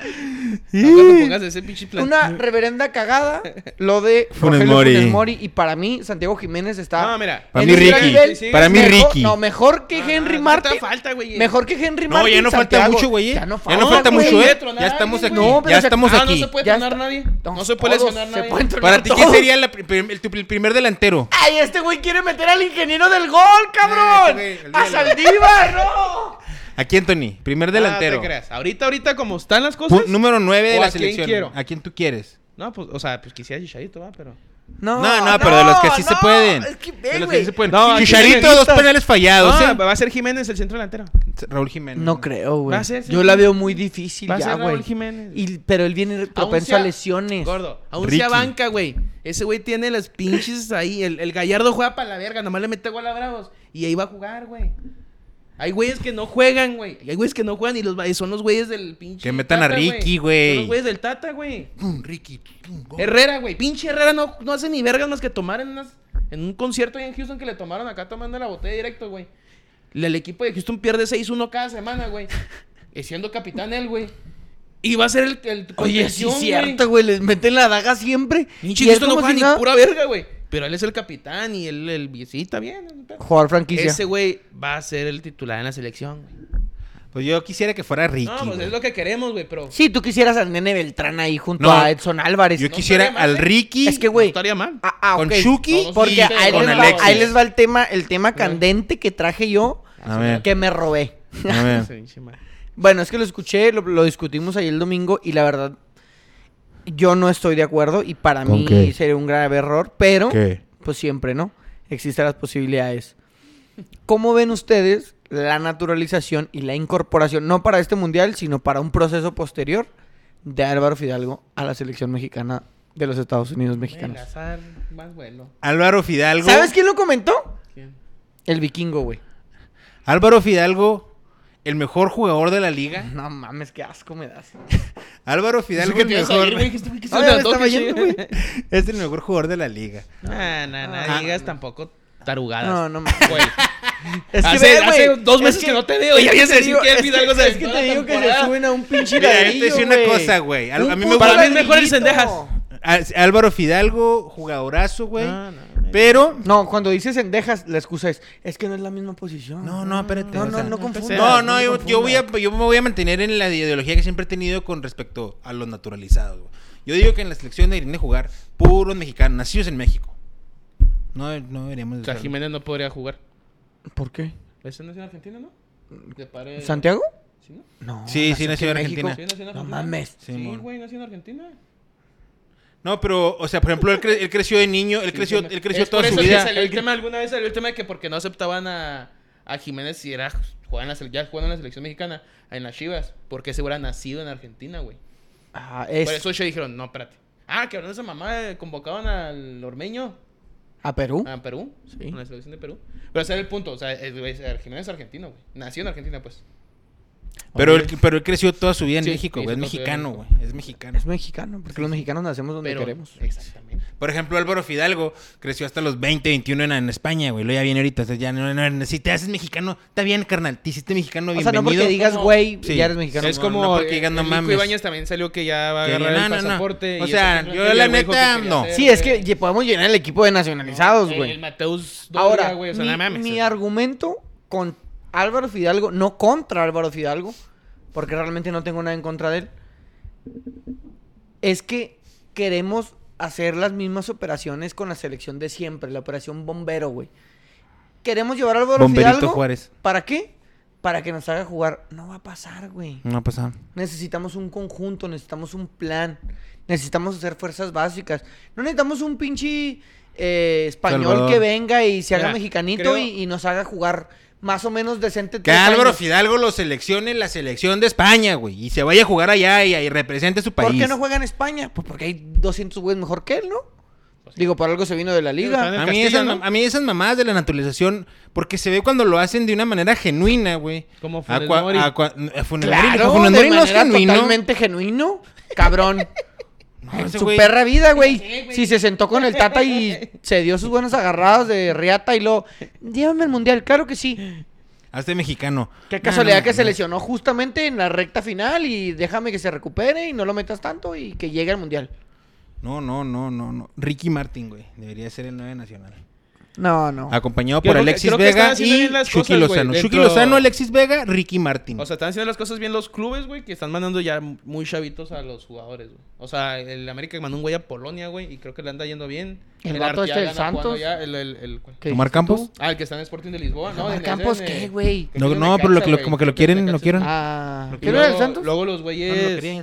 S2: No te pongas ese pinche plan.
S3: Una reverenda cagada lo de
S1: Funes
S3: Rogelio
S1: Mori.
S3: Funes Mori. Y para mí, Santiago Jiménez está...
S2: No, mira.
S1: Para
S3: en
S1: mí
S3: un gran
S1: Ricky.
S3: nivel.
S2: Sí, sí,
S1: Para mí
S3: Mejor-
S1: Ricky.
S3: No, mejor que Henry
S2: Ah,
S3: Martin.
S2: no te falta, güey.
S3: Mejor que Henry
S1: No,
S3: Martin.
S1: ya no falta
S3: Santiago.
S1: mucho, güey. eh.
S3: Ya no falta,
S1: falta
S3: güey.
S1: mucho,
S2: güey.
S1: eh.
S2: Tronar,
S1: Ya estamos
S2: güey.
S1: aquí.
S3: No, pero
S1: ya
S3: se-
S1: estamos
S2: Ah, no
S1: aquí.
S2: se puede
S3: Ya
S2: tronar
S3: está.
S2: nadie.
S3: No,
S2: No, se puede
S3: todos
S2: lesionar
S3: se
S2: nadie.
S3: pueden tronar.
S1: Para ti, ¿quién
S3: Todos.
S1: sería la pri- prim- el, tu- el primer delantero?
S3: ¡Ay, este güey quiere meter al ingeniero del gol, cabrón!
S1: Eh, este güey,
S3: ¡A Saldívar, no!
S1: Aquí, Anthony. Primer
S2: Ah,
S1: delantero.
S2: te creas. Ahorita, ahorita, como están las
S1: Pu-
S2: cosas.
S1: número 9 de
S2: ¿O a
S1: la
S2: quién
S1: selección.
S2: quiero?
S1: ¿A quién tú quieres?
S2: No, pues, o sea, pues quisiera Chicharito, va, pero.
S3: No,
S1: No, no, pero de los que sí se
S3: no,
S1: pueden.
S3: Es que
S1: De
S3: ve,
S1: los que sí
S3: güey.
S1: se pueden.
S2: No, aquí
S1: Chicharito,
S2: Jiménez.
S1: dos penales fallados.
S2: No,
S1: ¿eh?
S2: va a ser Jiménez el centro delantero.
S1: Raúl Jiménez.
S3: No creo,
S2: Va
S3: güey.
S2: a ser, sí.
S3: Yo la veo muy difícil
S2: Va a
S3: ya,
S2: ser Raúl
S3: güey.
S2: Jiménez.
S3: Y- Pero él viene propenso a
S2: sea-
S3: lesiones.
S2: Gordo, aún
S1: Ricky.
S2: sea banca, güey. Ese güey tiene las pinches ahí. El, el Gallardo juega para la verga, nomás le mete gol a Bravos. Y ahí va a jugar, güey. Hay güeyes que no juegan, güey. Y hay güeyes que no juegan y los, va- y son los güeyes del pinche.
S1: Que metan a Ricky, güey.
S2: Son los güeyes del Tata, güey.
S1: Pum, Ricky. pum, gol.
S2: Herrera, güey. Pinche Herrera no, no hace ni vergas más que tomar en, unas- en un concierto ahí en Houston que le tomaron acá tomando la botella directo, güey. El, el equipo de Houston pierde 6-1 cada semana, güey. Y siendo capitán él, güey. Y va a ser el... el
S3: Oye, sí
S2: contención,
S3: es
S2: güey.
S3: cierto, güey. Les meten la daga siempre.
S2: Pinche
S3: Y es
S2: Cristo no
S3: como
S2: juega
S3: si
S2: ni
S3: nada-
S2: pura verga, güey. Pero él es el capitán y él, el sí, está bien. no hay pedo.
S3: Jugador franquicia.
S2: Ese güey va a ser el titular en la selección. güey.
S1: Pues yo quisiera que fuera Ricky.
S2: No, pues
S1: güey.
S2: es lo que queremos, güey, pero
S3: Sí, tú quisieras al Nene Beltrán ahí junto
S1: No,
S3: a Edson Álvarez.
S1: Yo
S3: ¿no?
S1: quisiera
S2: estaría mal,
S1: al
S2: ¿eh?
S1: Ricky.
S3: Es que,
S2: no
S3: güey.
S2: estaría mal.
S3: ah, ah,
S1: Con
S3: ok.
S1: Shuki,
S2: Todos
S3: Porque
S2: dicen
S3: ahí
S1: con
S3: les,
S1: Alexis.
S3: va, ahí les va el tema, el tema candente que traje yo
S1: A ver,
S3: que me robé.
S1: a ver.
S3: Ah.
S2: Sí, sí, mal.
S3: Bueno, es que lo escuché, lo, lo discutimos ahí el domingo y la verdad yo no estoy de acuerdo y para
S1: ¿Con
S3: mí
S1: qué?
S3: sería un grave error, pero
S1: ¿Qué?
S3: pues siempre, ¿no? Existen las posibilidades. ¿Cómo ven ustedes la naturalización y la incorporación, no para este mundial, sino para un proceso posterior de Álvaro Fidalgo a la selección mexicana de los Estados Unidos
S2: El
S3: mexicanos?
S2: azar más vuelo.
S1: Álvaro Fidalgo.
S3: ¿Sabes quién lo comentó?
S2: ¿Quién?
S3: El vikingo, güey.
S1: Álvaro Fidalgo, el mejor jugador de la liga.
S3: No mames, qué asco me das.
S1: Álvaro
S2: Eso
S1: Fidalgo
S2: que
S1: el
S2: te ibas a
S1: mejor.
S2: ir, güey, que este güey que se
S1: Ah, ya me
S2: levantó,
S1: estaba
S2: que
S1: yendo,
S2: chingue.
S1: güey. es el mejor jugador de la liga.
S2: Nah, nah, nah,
S3: Ah,
S2: digas
S3: no.
S2: tampoco tarugadas.
S3: No, no mames.
S2: Güey.
S3: Es que
S2: hace,
S3: ve, güey,
S2: hace dos
S3: es
S2: meses que, no te veo y ya
S3: es
S2: vienes a
S3: te
S2: decir
S3: digo-
S2: que el
S3: es
S2: Fidalgo
S3: que-
S2: se
S3: Es que
S2: aventó
S3: te
S2: la
S3: digo que se
S2: temporada.
S3: suben a un pinche
S1: Mira, yo te
S3: ladrillo,
S1: decía una cosa, güey. A- a mí
S3: Un
S1: me
S3: puto
S1: gusta-
S2: Para mí es mejor el
S3: ladrillito.
S2: Cendejas.
S1: Al- Álvaro Fidalgo, jugadorazo, güey.
S2: No, no,
S1: pero.
S3: No, cuando dices endejas, la excusa es, es que no es la misma posición.
S1: No, no, espérate.
S3: No,
S1: o
S3: no,
S1: sea,
S3: no confundas.
S1: No, no,
S3: te
S1: yo, yo voy a,
S3: confundas.
S1: yo me voy a mantener en la ideología que siempre he tenido con respecto a los naturalizados. güey. Yo digo que en la selección deberían de jugar puros mexicanos, nacidos en México. No, no deberíamos
S2: O
S1: de
S2: sea,
S1: usar-
S2: Jiménez no podría jugar.
S3: ¿Por qué?
S2: ¿Ese no es en Argentina, no? De pare-
S3: ¿Santiago?
S2: ¿Sí, no?
S3: No.
S1: Sí, sí,
S3: nació
S1: nació en
S3: México.
S1: Argentina.
S2: ¿Sí, nació en
S3: No
S2: Argentina?
S3: mames.
S1: Sí,
S2: Sí,
S1: mon.
S2: güey, nació en Argentina.
S1: No, pero, o sea, por ejemplo, él, cre- él creció de niño, él
S2: Sí,
S1: creció,
S2: sí, me-
S1: él creció
S2: es por
S1: toda su
S2: eso que
S1: vida.
S2: salió el tema, alguna vez salió el tema de que porque no aceptaban a, a Jiménez si era jugaba en la, sele- ya jugando en la selección mexicana, en las Chivas, porque ese hubiera nacido en Argentina, güey.
S3: Ah, es...
S2: Por eso ellos dijeron, no, espérate. Ah, que hablando de esa mamá, eh, convocaban al ormeño
S3: ¿A Perú?
S1: Ah.
S2: a Perú,
S3: Sí.
S2: en la selección de Perú. Pero ese era el punto, o sea, el, güey, el Jiménez es argentino, güey. Nació en Argentina, pues.
S1: Pero él, pero él creció toda su vida en
S2: Sí,
S1: México,
S2: sí,
S1: güey. Es
S2: hizo toda su vida en
S1: mexicano, güey.
S2: México.
S1: Es mexicano.
S3: Es mexicano, porque los mexicanos nacemos donde
S2: Pero,
S3: queremos.
S2: exactamente.
S1: Por ejemplo, Álvaro Fidalgo creció hasta los 20, 21 en, en España, güey. Lo ya viene ahorita. Entonces ya no, no- si te haces mexicano, está bien, carnal. Te hiciste mexicano,
S3: O sea, no
S1: bienvenido.
S3: porque digas,
S2: Como-
S3: güey,
S1: Sí.
S3: ya eres mexicano.
S2: es
S1: no,
S2: como
S1: no porque
S2: eh,
S1: digan, no
S2: el Nico
S1: mames.
S2: Ibáñez también salió que ya va a
S1: Que
S2: agarrar
S1: no,
S2: el
S1: no, no.
S2: pasaporte.
S1: O
S2: y
S1: sea,
S2: eso es
S1: yo
S2: lo que
S1: la
S2: el güey dijo que
S1: neta,
S2: quería
S1: no.
S2: hacer,
S3: Sí, es que
S2: güey.
S3: ye- podemos llenar el equipo de nacionalizados,
S2: El-
S3: güey.
S2: El Mateus Doria,
S3: Ahora,
S2: güey, o sea,
S3: mi,
S2: no mames.
S3: mi
S2: O sea,
S3: argumento con Álvaro Fidalgo, no contra Álvaro Fidalgo, porque realmente no tengo nada en contra de él, es que queremos hacer las mismas operaciones con la selección de siempre, la operación bombero, güey. Queremos llevar a Álvaro
S1: Bomberito
S3: Fidalgo.
S1: Juárez.
S3: ¿Para qué? Para que nos haga jugar. No va a pasar, güey.
S1: No pasa.
S3: Necesitamos un conjunto, necesitamos un plan, necesitamos hacer fuerzas básicas. No necesitamos un pinche eh, español
S1: Salvador.
S3: que venga y se haga
S2: Mira,
S3: mexicanito
S2: creo-
S3: y, y nos haga jugar más o menos decente.
S1: Que
S3: tres
S1: Álvaro
S3: años.
S1: Fidalgo lo seleccione en la selección de España, güey. Y se vaya a jugar allá y, y represente su país.
S3: ¿Por qué no juega en España? Pues porque hay 200 güeyes mejor que él, ¿no? Digo, por algo se vino de la
S2: está Pues en
S3: liga.
S2: el
S1: A mí,
S2: Castillo,
S1: esas,
S2: ¿no?
S1: mam- a mí esas mamadas de la naturalización, porque se ve cuando lo hacen de una manera genuina, güey.
S2: Como
S1: A
S2: Funes
S1: cua-
S2: Mori.
S1: a cua- n- a Funes Mori,
S3: Claro,
S1: Funes
S3: de
S1: Mori no es
S3: manera
S1: genuino.
S3: totalmente genuino, cabrón.
S1: No, ese
S3: Su
S1: güey-
S3: perra vida, güey.
S2: Sí, güey.
S3: Si se sentó con el Tata y se dio sus buenos agarrados de Riata y lo... Llévame al Mundial, claro que sí.
S1: a este mexicano.
S3: Qué
S1: No,
S3: casualidad
S1: no,
S3: que se
S1: no.
S3: lesionó justamente en la recta final y déjame que se recupere y no lo metas tanto y que llegue al mundial.
S1: No, no, no, no, no. Ricky Martin, güey. Debería ser el 9 nacional.
S3: No, no.
S1: Acompañado
S2: Creo
S1: por
S2: que-
S1: Alexis
S2: creo que están
S1: Vega
S2: haciendo
S1: y
S2: bien las
S1: Chucky
S2: cosas, güey,
S1: Lozano. Chucky
S2: dentro-
S1: Lozano, Alexis Vega, Ricky Martin.
S2: O sea, están haciendo las cosas bien los clubes, güey, que están mandando ya muy chavitos a los jugadores, güey. O sea, el América mandó un güey a Polonia, güey, y creo que le anda yendo bien.
S3: El vato este del
S2: Arteaga anda jugando
S3: Santos.
S2: ya, el- el- el- ¿cuál?
S3: ¿Qué
S1: ¿Omar
S3: dices
S1: Campos?
S3: tú?
S2: Ah, el que está en Sporting de Lisboa, ¿no?
S3: Omar
S2: En-
S3: Campos,
S2: en-
S3: ¿qué, güey?
S2: que
S1: No,
S2: tiene
S1: no,
S2: Necaxa,
S1: pero lo-
S2: güey,
S1: como que lo
S2: tiene
S1: quieren,
S2: Necaxa.
S1: lo quieren.
S3: Ah,
S2: Y
S3: ¿Qué no era el
S2: luego-
S3: Santos? Ah,
S2: Luego los güeyes...
S1: Eh,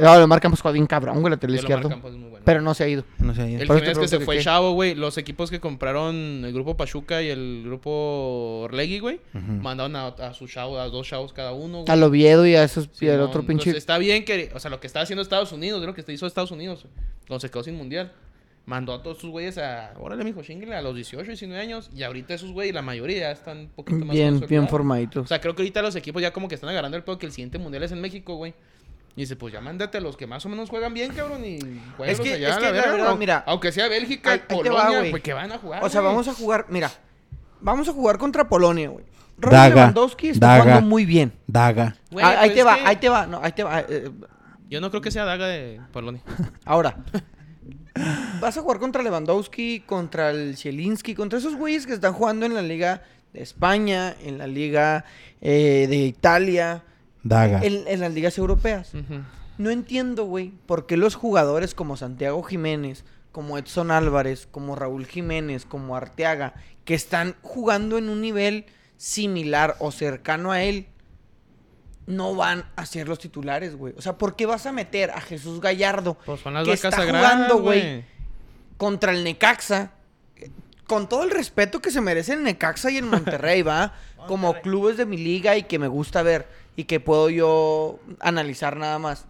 S3: No, el Omar Campos juega bien cabrón, güey, lateral
S2: El Omar
S3: izquierdo.
S2: Campos es muy bueno.
S3: Pero no se ha ido.
S1: No sé, ya.
S2: El
S3: Por eso te
S2: Jiménez que se
S3: pregunto que
S2: fue
S3: qué.
S2: chavo, güey. Los equipos que compraron el grupo Pachuca y el grupo Orlegui, güey, mandaron a, a su chavo, a dos chavos cada uno, güey.
S3: Al Oviedo y a esos
S2: Sí,
S3: y al
S2: no,
S3: otro
S2: entonces,
S3: pinche.
S2: está bien que, o sea, lo que está haciendo Estados Unidos, es lo que te hizo Estados Unidos. güey. Entonces quedó sin mundial. Mandó a todos sus güeyes a, órale, mijo, chinguele a los 18, 19 años. Y ahorita esos güeyes, la mayoría ya están un poquito más
S3: Bien, bien
S2: consolidados. O
S3: formaditos.
S2: sea, creo que ahorita los equipos ya como que están agarrando el pedo que el siguiente mundial es en México, güey. Y dice, pues ya mándate a los que más o menos juegan bien, cabrón, y juegalos
S3: que-
S2: allá,
S3: es
S2: a
S3: que la
S2: verga,
S3: verdad,
S2: o-
S3: mira,
S2: Aunque sea Bélgica,
S3: ahí- ahí te va,
S2: Polonia,
S3: güey.
S2: pues que van a jugar.
S3: O sea,
S2: güey.
S3: vamos a jugar, mira, vamos a jugar contra Polonia, güey.
S1: Daga,
S3: Robert Lewandowski está
S1: daga.
S3: jugando muy bien.
S1: Daga.
S2: Güey,
S3: Ah, ahí
S2: pues
S3: te
S2: es
S3: va,
S2: que
S3: ahí te va, no, ahí te va. eh, eh,
S2: Yo no creo que sea Daga de Polonia.
S3: Ahora, vas a jugar contra Lewandowski, contra el Zielinski, contra esos güeyes que están jugando en la Liga de España, en la Liga eh, de Italia,
S1: Daga.
S3: en, en las ligas europeas.
S2: Ujú.
S3: No entiendo, güey, por qué los jugadores como Santiago Jiménez, como Edson Álvarez, como Raúl Jiménez, como Arteaga, que están jugando en un nivel similar o cercano a él, no van a ser los titulares, güey. O sea, ¿por qué vas a meter a Jesús Gallardo
S2: Pues son las
S3: que
S2: vacas
S3: está
S2: sagradas,
S3: jugando, güey,
S2: güey.
S3: contra el Necaxa? Eh, Con todo el respeto que se merece el Necaxa y el Monterrey, ¿va? Como clubes de mi liga y que me gusta ver y que puedo yo analizar nada más.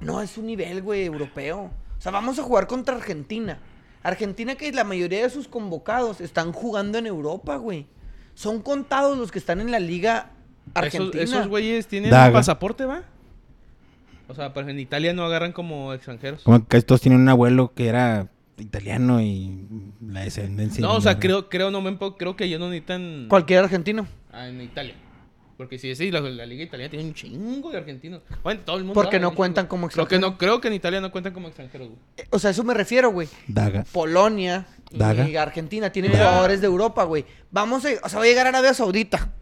S3: No es un nivel, güey, europeo. O sea, vamos a jugar contra Argentina. Argentina que la mayoría de sus convocados están jugando en Europa, güey. Son contados los que están en la liga
S2: Esos,
S3: argentina.
S2: esos güeyes tienen
S1: Daga.
S2: un pasaporte, ¿va? O sea, pues en Italia no agarran como extranjeros.
S1: Como que casi todos tienen un abuelo que era italiano y la descendencia.
S2: no, o sea, creo, creo, no me empo- creo que ellos no necesitan.
S3: Cualquier argentino.
S2: Ah, en Italia. Porque si decís, la, la liga italiana tiene un chingo de argentinos. Bueno, todo el mundo.
S3: Porque
S2: habla,
S3: no
S2: un
S3: cuentan
S2: chingo.
S3: como
S2: Creo que no, creo que en Italia no cuentan como extranjeros, güey.
S3: Eh, O sea, eso me refiero, güey.
S1: Daga.
S3: Polonia y
S1: Daga.
S3: Argentina tienen
S1: Daga.
S3: jugadores de Europa, güey. Vamos a, o sea, va a llegar Arabia Saudita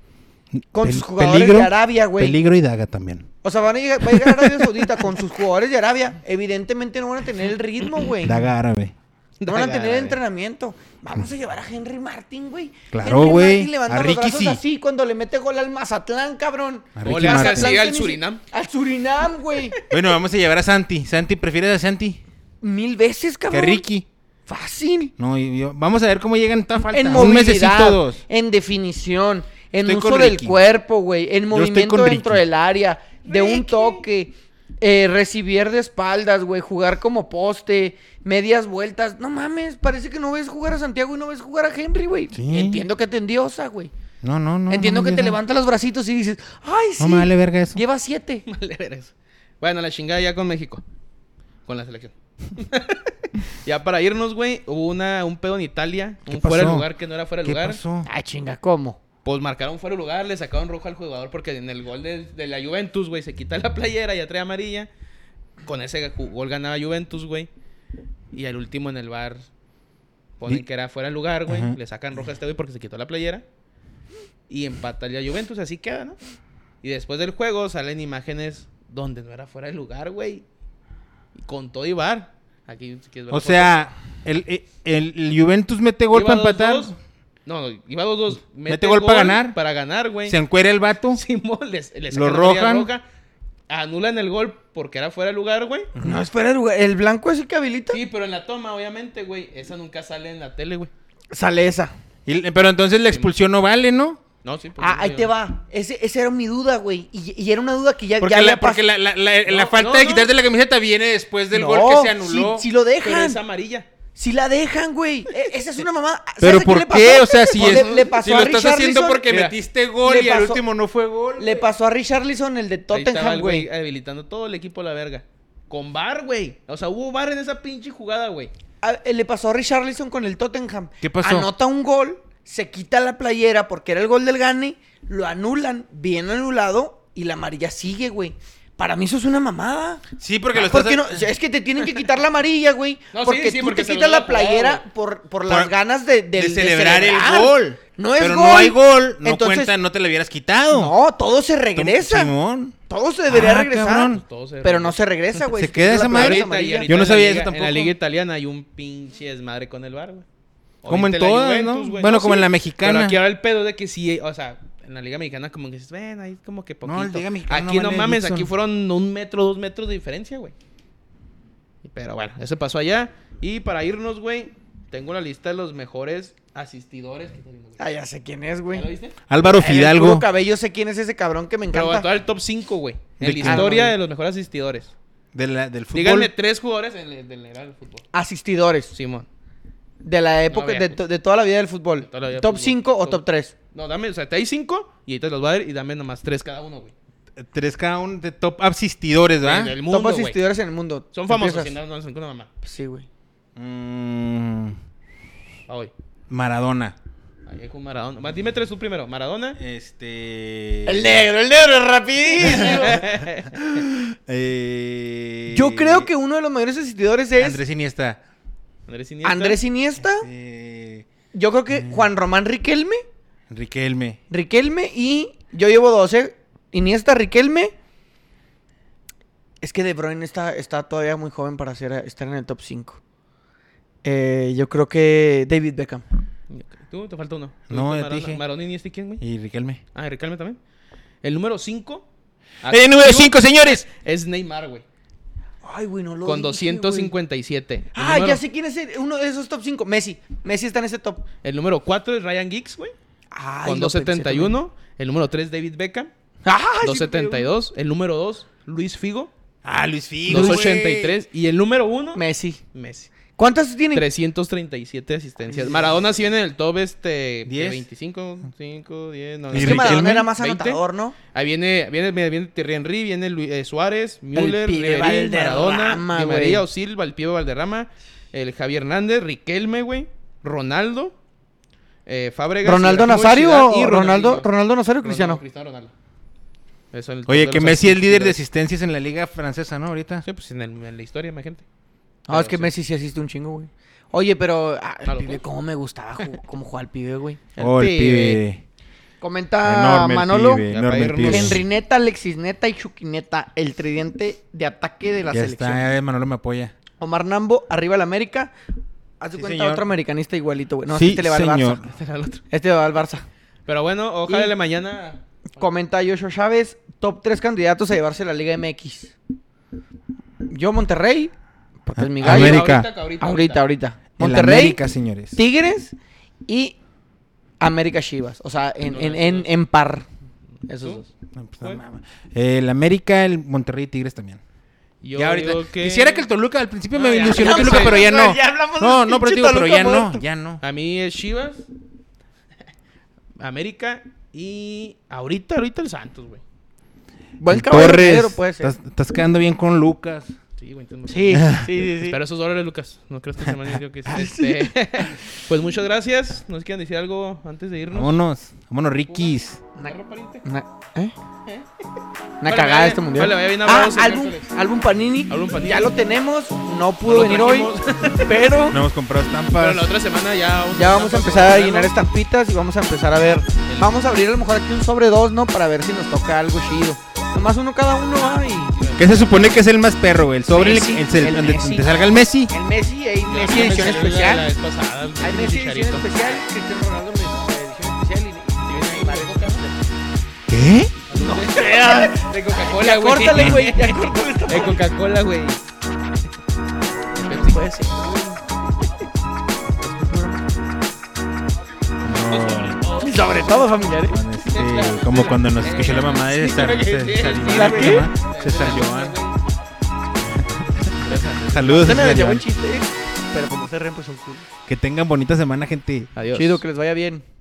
S3: con
S1: Pel-
S3: sus jugadores de Arabia, güey.
S1: Peligro y Daga también.
S3: O sea, van a llegar, va a llegar Arabia Saudita con sus jugadores de Arabia. Evidentemente no van a tener el ritmo, güey.
S1: Daga árabe.
S3: No van a
S2: Daga,
S3: tener
S2: güey.
S3: entrenamiento. Vamos a llevar a Henry Martin, güey.
S1: Claro,
S3: Henry
S1: güey.
S3: Martin levanta
S1: A
S3: los
S1: Ricky
S3: brazos
S1: sí.
S3: así cuando le mete gol al Mazatlán, cabrón.
S1: A
S2: O
S1: Ricky
S2: le hace
S1: Martin.
S2: así al
S3: Ni si-
S2: Surinam.
S3: Al Surinam, güey.
S1: Bueno, vamos a llevar a Santi. Santi, ¿prefieres a Santi?
S3: Mil veces,
S1: Que
S3: cabrón.
S1: Ricky.
S3: Fácil.
S1: No, y- yo- vamos a ver cómo llegan tan falta.
S3: En
S1: Un mesecito
S3: movilidad,
S1: dos.
S3: en definición, en
S1: Estoy
S3: uso
S1: con
S3: del
S1: Ricky.
S3: cuerpo, güey, en
S1: Yo estoy
S3: movimiento
S1: con
S3: dentro
S1: Ricky.
S3: del área, de un toque, eh, recibir de espaldas, güey, jugar como poste, medias vueltas. No mames, parece que no ves jugar a Santiago y no ves jugar a Henry, güey.
S1: Sí.
S3: Entiendo que te endiosa, güey.
S1: No, no, no.
S3: Entiendo
S1: no
S3: que
S1: me
S3: te
S1: llega.
S3: levanta los bracitos y dices, ay, sí,
S1: No me vale verga eso.
S3: lleva siete.
S2: Vale, ver eso. Bueno, la chingada ya con México. Con la selección. ya para irnos, güey, hubo una, un pedo en Italia.
S1: ¿Qué
S2: Un fuera de
S1: pasó?
S2: lugar que no era fuera de
S1: ¿Qué
S2: lugar.
S1: pasó?
S3: Ah, chinga, ¿cómo?
S2: Pues marcaron fuera de lugar, le sacaron rojo al jugador porque en el gol de, de la Juventus, güey, se quita la playera y atrae amarilla. Con ese ju- gol ganaba Juventus, güey. Y al último en el bar ponen
S1: Di-
S2: que era fuera de lugar, güey.
S1: Ajá.
S2: Le sacan roja a este güey porque se quitó la playera. Y empata la Juventus, así queda, ¿no? Y después del juego salen imágenes donde no era fuera de lugar, güey. Con todo y bar. Aquí, si quieres ver
S1: O
S2: la foto.
S1: sea, el, eh, el- el Juventus mete gol
S2: Iba
S1: para empatar.
S2: 2-2. No, no, iba 2-2.
S1: Mete gol para ganar.
S2: Para ganar, güey.
S1: Se encuera el vato.
S2: Simón, les, les
S1: Lo
S2: sacan la media
S1: rojan.
S2: roja, anulan el gol porque era fuera de lugar, güey.
S3: No, espera, güey, el blanco ese que habilita.
S2: Sí, pero en la toma, obviamente, güey. Esa nunca sale en la tele, güey.
S3: Sale esa.
S1: Y- pero entonces la expulsión no vale, ¿no?
S2: No, sí. pues,
S3: Ah,
S2: no,
S3: ahí
S2: yo-
S3: te va. Ese, esa era mi duda, güey. Y, y era una duda que ya,
S1: Porque,
S3: ya
S1: la,
S3: había pas-
S1: porque la, la- la- la
S2: No,
S1: falta
S2: no,
S1: de
S2: no.
S1: quitarte la camiseta viene después del
S3: No,
S1: gol que se
S3: sí-
S1: anuló.
S3: Sí, lo
S2: Pero
S3: dejan.
S2: es amarilla.
S3: Sí la dejan, güey. E- Esa es una mamá. ¿Sabes
S1: Pero
S3: a quién
S1: ¿por
S3: le
S1: qué?
S3: pasó?
S1: O sea, si,
S3: Pues
S1: es-
S3: le, le pasó
S1: si
S3: a
S1: lo estás
S3: Richarlison-
S1: haciendo porque
S2: Mira,
S1: metiste gol
S3: le
S1: y al
S3: pasó-
S1: último no fue gol.
S3: Le pasó a Richarlison el de
S2: Ahí estaba
S3: Tottenham,
S2: el
S3: güey.
S2: Habilitando todo el equipo a la verga. Con bar, güey. O sea, hubo bar en esa pinche jugada, güey.
S3: A- Ah, Le pasó a Richarlison con el Tottenham.
S1: ¿Qué pasó?
S3: Anota un gol, se quita la playera porque era el gol del Gane, lo anulan, bien anulado, y la amarilla sigue, güey. Para mí eso es una mamada.
S1: Sí, porque lo
S3: Ah, ¿Por
S1: estás...
S3: qué no? O sea, Es que te tienen que quitar la amarilla, güey.
S2: No, sí,
S3: porque
S2: sí,
S3: tú
S2: porque
S3: te
S2: se
S3: quitas
S2: los
S3: la
S2: van a cobrar,
S3: playera
S2: güey.
S3: por, por las
S1: Por-
S3: ganas de, del-
S1: de
S3: de
S1: celebrar el
S3: celebrar.
S1: gol.
S3: No es
S1: Pero
S3: gol.
S1: no hay gol. No
S3: Entonces,
S1: cuenta, no te la hubieras quitado.
S3: No, todo se
S1: Tom-
S3: regresa.
S1: Simón.
S3: Todo se debería
S1: Ah,
S3: regresar.
S1: cabrón.
S2: Todo se
S3: Pero
S2: regresa.
S3: no se regresa, güey.
S1: Se
S3: Si
S1: queda
S3: quieres
S1: esa
S3: la
S1: madre.
S2: Ahorita-
S3: playera es
S2: y
S3: amarilla.
S2: ahorita
S1: Yo no
S2: en la
S1: sabía
S2: liga-
S1: eso
S2: En
S1: tampoco.
S2: la liga italiana hay un pinche desmadre con el bar, güey.
S1: Como en
S2: Ahorita la
S1: todas, ¿no?
S2: güey.
S1: Bueno, como en la mexicana.
S2: Pero aquí ahora el pedo de que sí, o sea, en la liga mexicana como que dices, ven, ahí como que
S1: No,
S2: poquito.
S1: la liga mexicana
S2: aquí
S1: no
S2: no
S1: vale
S2: mames,
S1: Dixon.
S2: aquí fueron un metro, dos metros de diferencia, güey. Pero bueno, eso pasó allá. Y para irnos, güey, tengo la lista de los mejores asistidores que tenemos, güey.
S3: Ah, ya sé quién es,
S2: ¿Ya
S3: güey.
S2: lo viste?
S1: Álvaro
S3: El
S1: Fidalgo.
S3: puro cabello sé quién es ese cabrón que me
S2: Pero va a
S3: encanta.
S2: estar el top 5, güey.
S1: ¿De
S2: En la
S1: qué?
S2: historia
S3: Ah, no.
S2: de los mejores asistidores.
S1: de la- del fútbol.
S2: Díganme tres jugadores en el- del general del fútbol.
S3: Asistidores.
S2: Simón.
S3: De la época,
S2: No,
S3: de,
S2: vea.
S3: to- de toda la vida del fútbol.
S2: toda la vida del
S3: ¿Top
S2: fútbol.
S3: 5 o
S2: Top-
S3: top 3?
S2: No, dame, o sea, te hay cinco y ahí te los va a dar y dame nomás tres cada uno, güey.
S1: Tres cada uno de top asistidores, ¿verdad?
S2: Del mundo,
S3: Top
S2: güey.
S3: asistidores en el mundo.
S2: Son famosos, si
S3: Empiezas.
S2: no, no son una mamá.
S3: Sí, güey.
S1: Mm,
S2: Ah, hoy.
S1: Maradona.
S2: Ahí hay con Maradona. Va, dime tres tú primero. Maradona.
S1: Este.
S3: El negro, el negro, rapidísimo.
S1: eh,
S3: Yo creo que uno de los mayores asistidores es
S1: Andrés Iniesta.
S2: Andrés Iniesta.
S3: Andrés Iniesta.
S1: Eh,
S3: Yo creo que Juan Román Riquelme.
S1: Riquelme.
S3: Riquelme y yo llevo 12. Iniesta, Riquelme. Es que De Bruyne está, está todavía muy joven para ser, estar en el top 5. yo creo que David Beckham.
S2: Tú, te falta uno.
S1: No, ya te
S2: Marona-
S1: dije.
S2: Marona Iniesta y quién, güey.
S1: Y Riquelme.
S2: Ah, Ricardo también. El número 5.
S3: Ah,
S1: El número 5, señores.
S2: Es Neymar, güey.
S3: Ay, güey, no lo
S2: Con
S3: dije,
S2: 257. El
S3: güey. Ah,
S2: número-
S3: ya sé quién es el- uno de esos top 5. Messi. Messi está en ese top.
S2: El número 4 es Ryan Giggs, güey.
S3: Ay,
S2: Con
S3: lo pensé también.
S2: 271. El número 3, David Beckham.
S3: Ah, sí,
S2: 272. El número 2, Luis Figo.
S1: Ah, Luis Figo. güey.
S2: 283. Y el número 1,
S3: güey. Messi.
S2: Messi.
S3: ¿Cuántas tienen?
S2: 337 asistencias. Maradona sí viene en el top este...
S1: Diez.
S2: 25, 5, 10, no,
S1: Y
S3: Es que
S2: no.
S3: Maradona
S1: Riquelme,
S3: era más
S2: 20.
S3: anotador, ¿no?
S2: Ahí viene, viene, viene, viene Thierry Henry, viene Lu- eh, Suárez, Müller,
S3: pibe
S2: Ribery,
S3: Valderrama,
S2: Maradona, Di
S3: güey.
S2: María o Silva, el Pío Valderrama, el Javier Hernández, Riquelme, güey, Ronaldo, eh, Fábregas.
S3: ¿Ronaldo
S2: Ibrahimovic,
S3: Nazario
S2: Zidane
S3: o
S2: y
S3: Ronaldo,
S2: Ronaldinho.
S3: Ronaldo Nazario o Cristiano?
S2: Cristiano Ronaldo. Eso en el
S1: Oye,
S2: top
S1: que
S2: los
S1: Messi es líder de
S2: asistidores.
S1: asistencias en la liga francesa, ¿no? Ahorita.
S2: Sí, pues en, el- en la historia, imagínate.
S3: No, Ah, es
S2: Pero
S3: que
S2: sí.
S3: Messi sí asiste un chingo, güey. Oye, pero ah, el
S2: A lo
S3: pibe,
S2: mejor.
S3: cómo me gustaba ju- cómo jugaba el pibe, güey.
S1: Oh, el pibe. Ah,
S3: Comenta
S1: el
S3: Manolo,
S1: pibe, enorme el pibe.
S3: Henrineta, Alexisneta y Chuquineta, el tridente de ataque de la
S1: Ya
S3: selección.
S1: está, eh, Manolo me apoya.
S3: Omar Nambo, arriba el América. Haz de
S1: Sí,
S3: cuenta
S1: señor.
S3: otro americanista igualito, güey. No,
S1: sí,
S3: este le va
S1: señor.
S3: al Barça.
S2: Este era el otro.
S3: Este le va al Barça.
S2: Pero bueno, ojalá
S3: Y-
S2: le mañana.
S3: Comenta Joshua Chávez, top 3 candidatos a llevarse la Liga MX. Yo, Monterrey, porque es mi gallo.
S1: Ah, América.
S2: Ahorita, ahorita,
S3: Ahorita,
S2: ahorita.
S3: ahorita.
S1: El
S3: Monterrey,
S1: América, señores.
S3: Tigres y América Chivas. O sea, en, en, en, en par. Esos
S2: ¿Tú?
S3: dos.
S1: No, pues, no mames. el América, el Monterrey y Tigres también.
S2: Yo
S1: Ya ahorita-
S2: digo que-
S1: Quisiera que el Toluca, al principio
S2: No,
S1: me
S2: ya
S1: ilusionó el
S2: hablamos
S1: Toluca,
S2: de-
S1: pero ya no.
S3: ya hablamos
S1: no,
S3: del
S1: no, pero,
S3: pinche
S1: te digo, pero
S3: Toluca
S1: ya no,
S3: muerto.
S1: ya no.
S2: A mí es Chivas, América y ahorita, ahorita el Santos, güey.
S3: Buen
S1: El
S3: caballero
S1: Torres,
S3: Pues negro puede ser.
S1: Estás, estás quedando bien con Lucas.
S2: Sí, güey. entonces me-
S3: Sí, Ah, sí, sí. sí.
S2: Pero esos dólares, Lucas. No crees que se me han ido que este... Pues muchas gracias. ¿Nos quieren decir algo antes de irnos?
S1: Vámonos, vámonos, Rikis.
S3: Una,
S2: Perro pariente.
S3: una- ¿eh? Una
S2: Vale,
S3: cagada
S2: vale,
S3: este mundial.
S2: vale, vaya bien
S3: ah,
S2: hablado, señor
S3: álbum,
S2: Pérez.
S3: álbum Panini.
S2: Álbum Panini.
S3: Ya lo tenemos. No pudo
S2: lo
S3: venir hoy.
S2: trajimos.
S3: Pero
S1: No hemos comprado estampas.
S2: Pero la otra semana ya vamos
S3: ya vamos a empezar a llenar estampitas y vamos a empezar a ver. Vamos a abrir a lo mejor aquí un sobre dos, ¿no? Para ver si nos toca algo chido. Nomás uno cada uno, ¿ah? Y
S1: ¿Qué se supone que es el más perro, güey? El sobre el-
S3: Messi,
S1: el- el-
S3: el
S1: donde
S3: Messi.
S1: te salga el Messi.
S3: el Messi, hay
S2: Ya
S3: Messi
S2: me
S3: edición
S2: salió la-
S3: especial.
S2: la vez pasada, el
S3: Hay Messi edición
S2: chicharito.
S3: especial, Cristiano Ronaldo edición especial y- y Neymar en Coca.
S1: ¿Qué?
S2: De Coca-Cola,
S3: Ya
S2: güey.
S3: córtale, güey, ya córtale esta
S2: De Coca-Cola, güey.
S3: parte. Puede ser.
S1: No.
S3: Y Sobre todo familiares.
S1: Este, como cuando nos escuchó la mamá
S2: Sí,
S1: de César
S2: creo que sí,
S1: César
S2: sí,
S1: Iván,
S3: ¿La
S1: ¿cómo se
S3: qué?
S1: llama? César Joan. Saludos,
S3: Se me
S1: César
S3: llevó
S1: Joan.
S3: un chiste, pero como se reen, pues son cool.
S1: Que tengan bonita semana, gente.
S2: Adiós.
S3: Chido, que les vaya bien.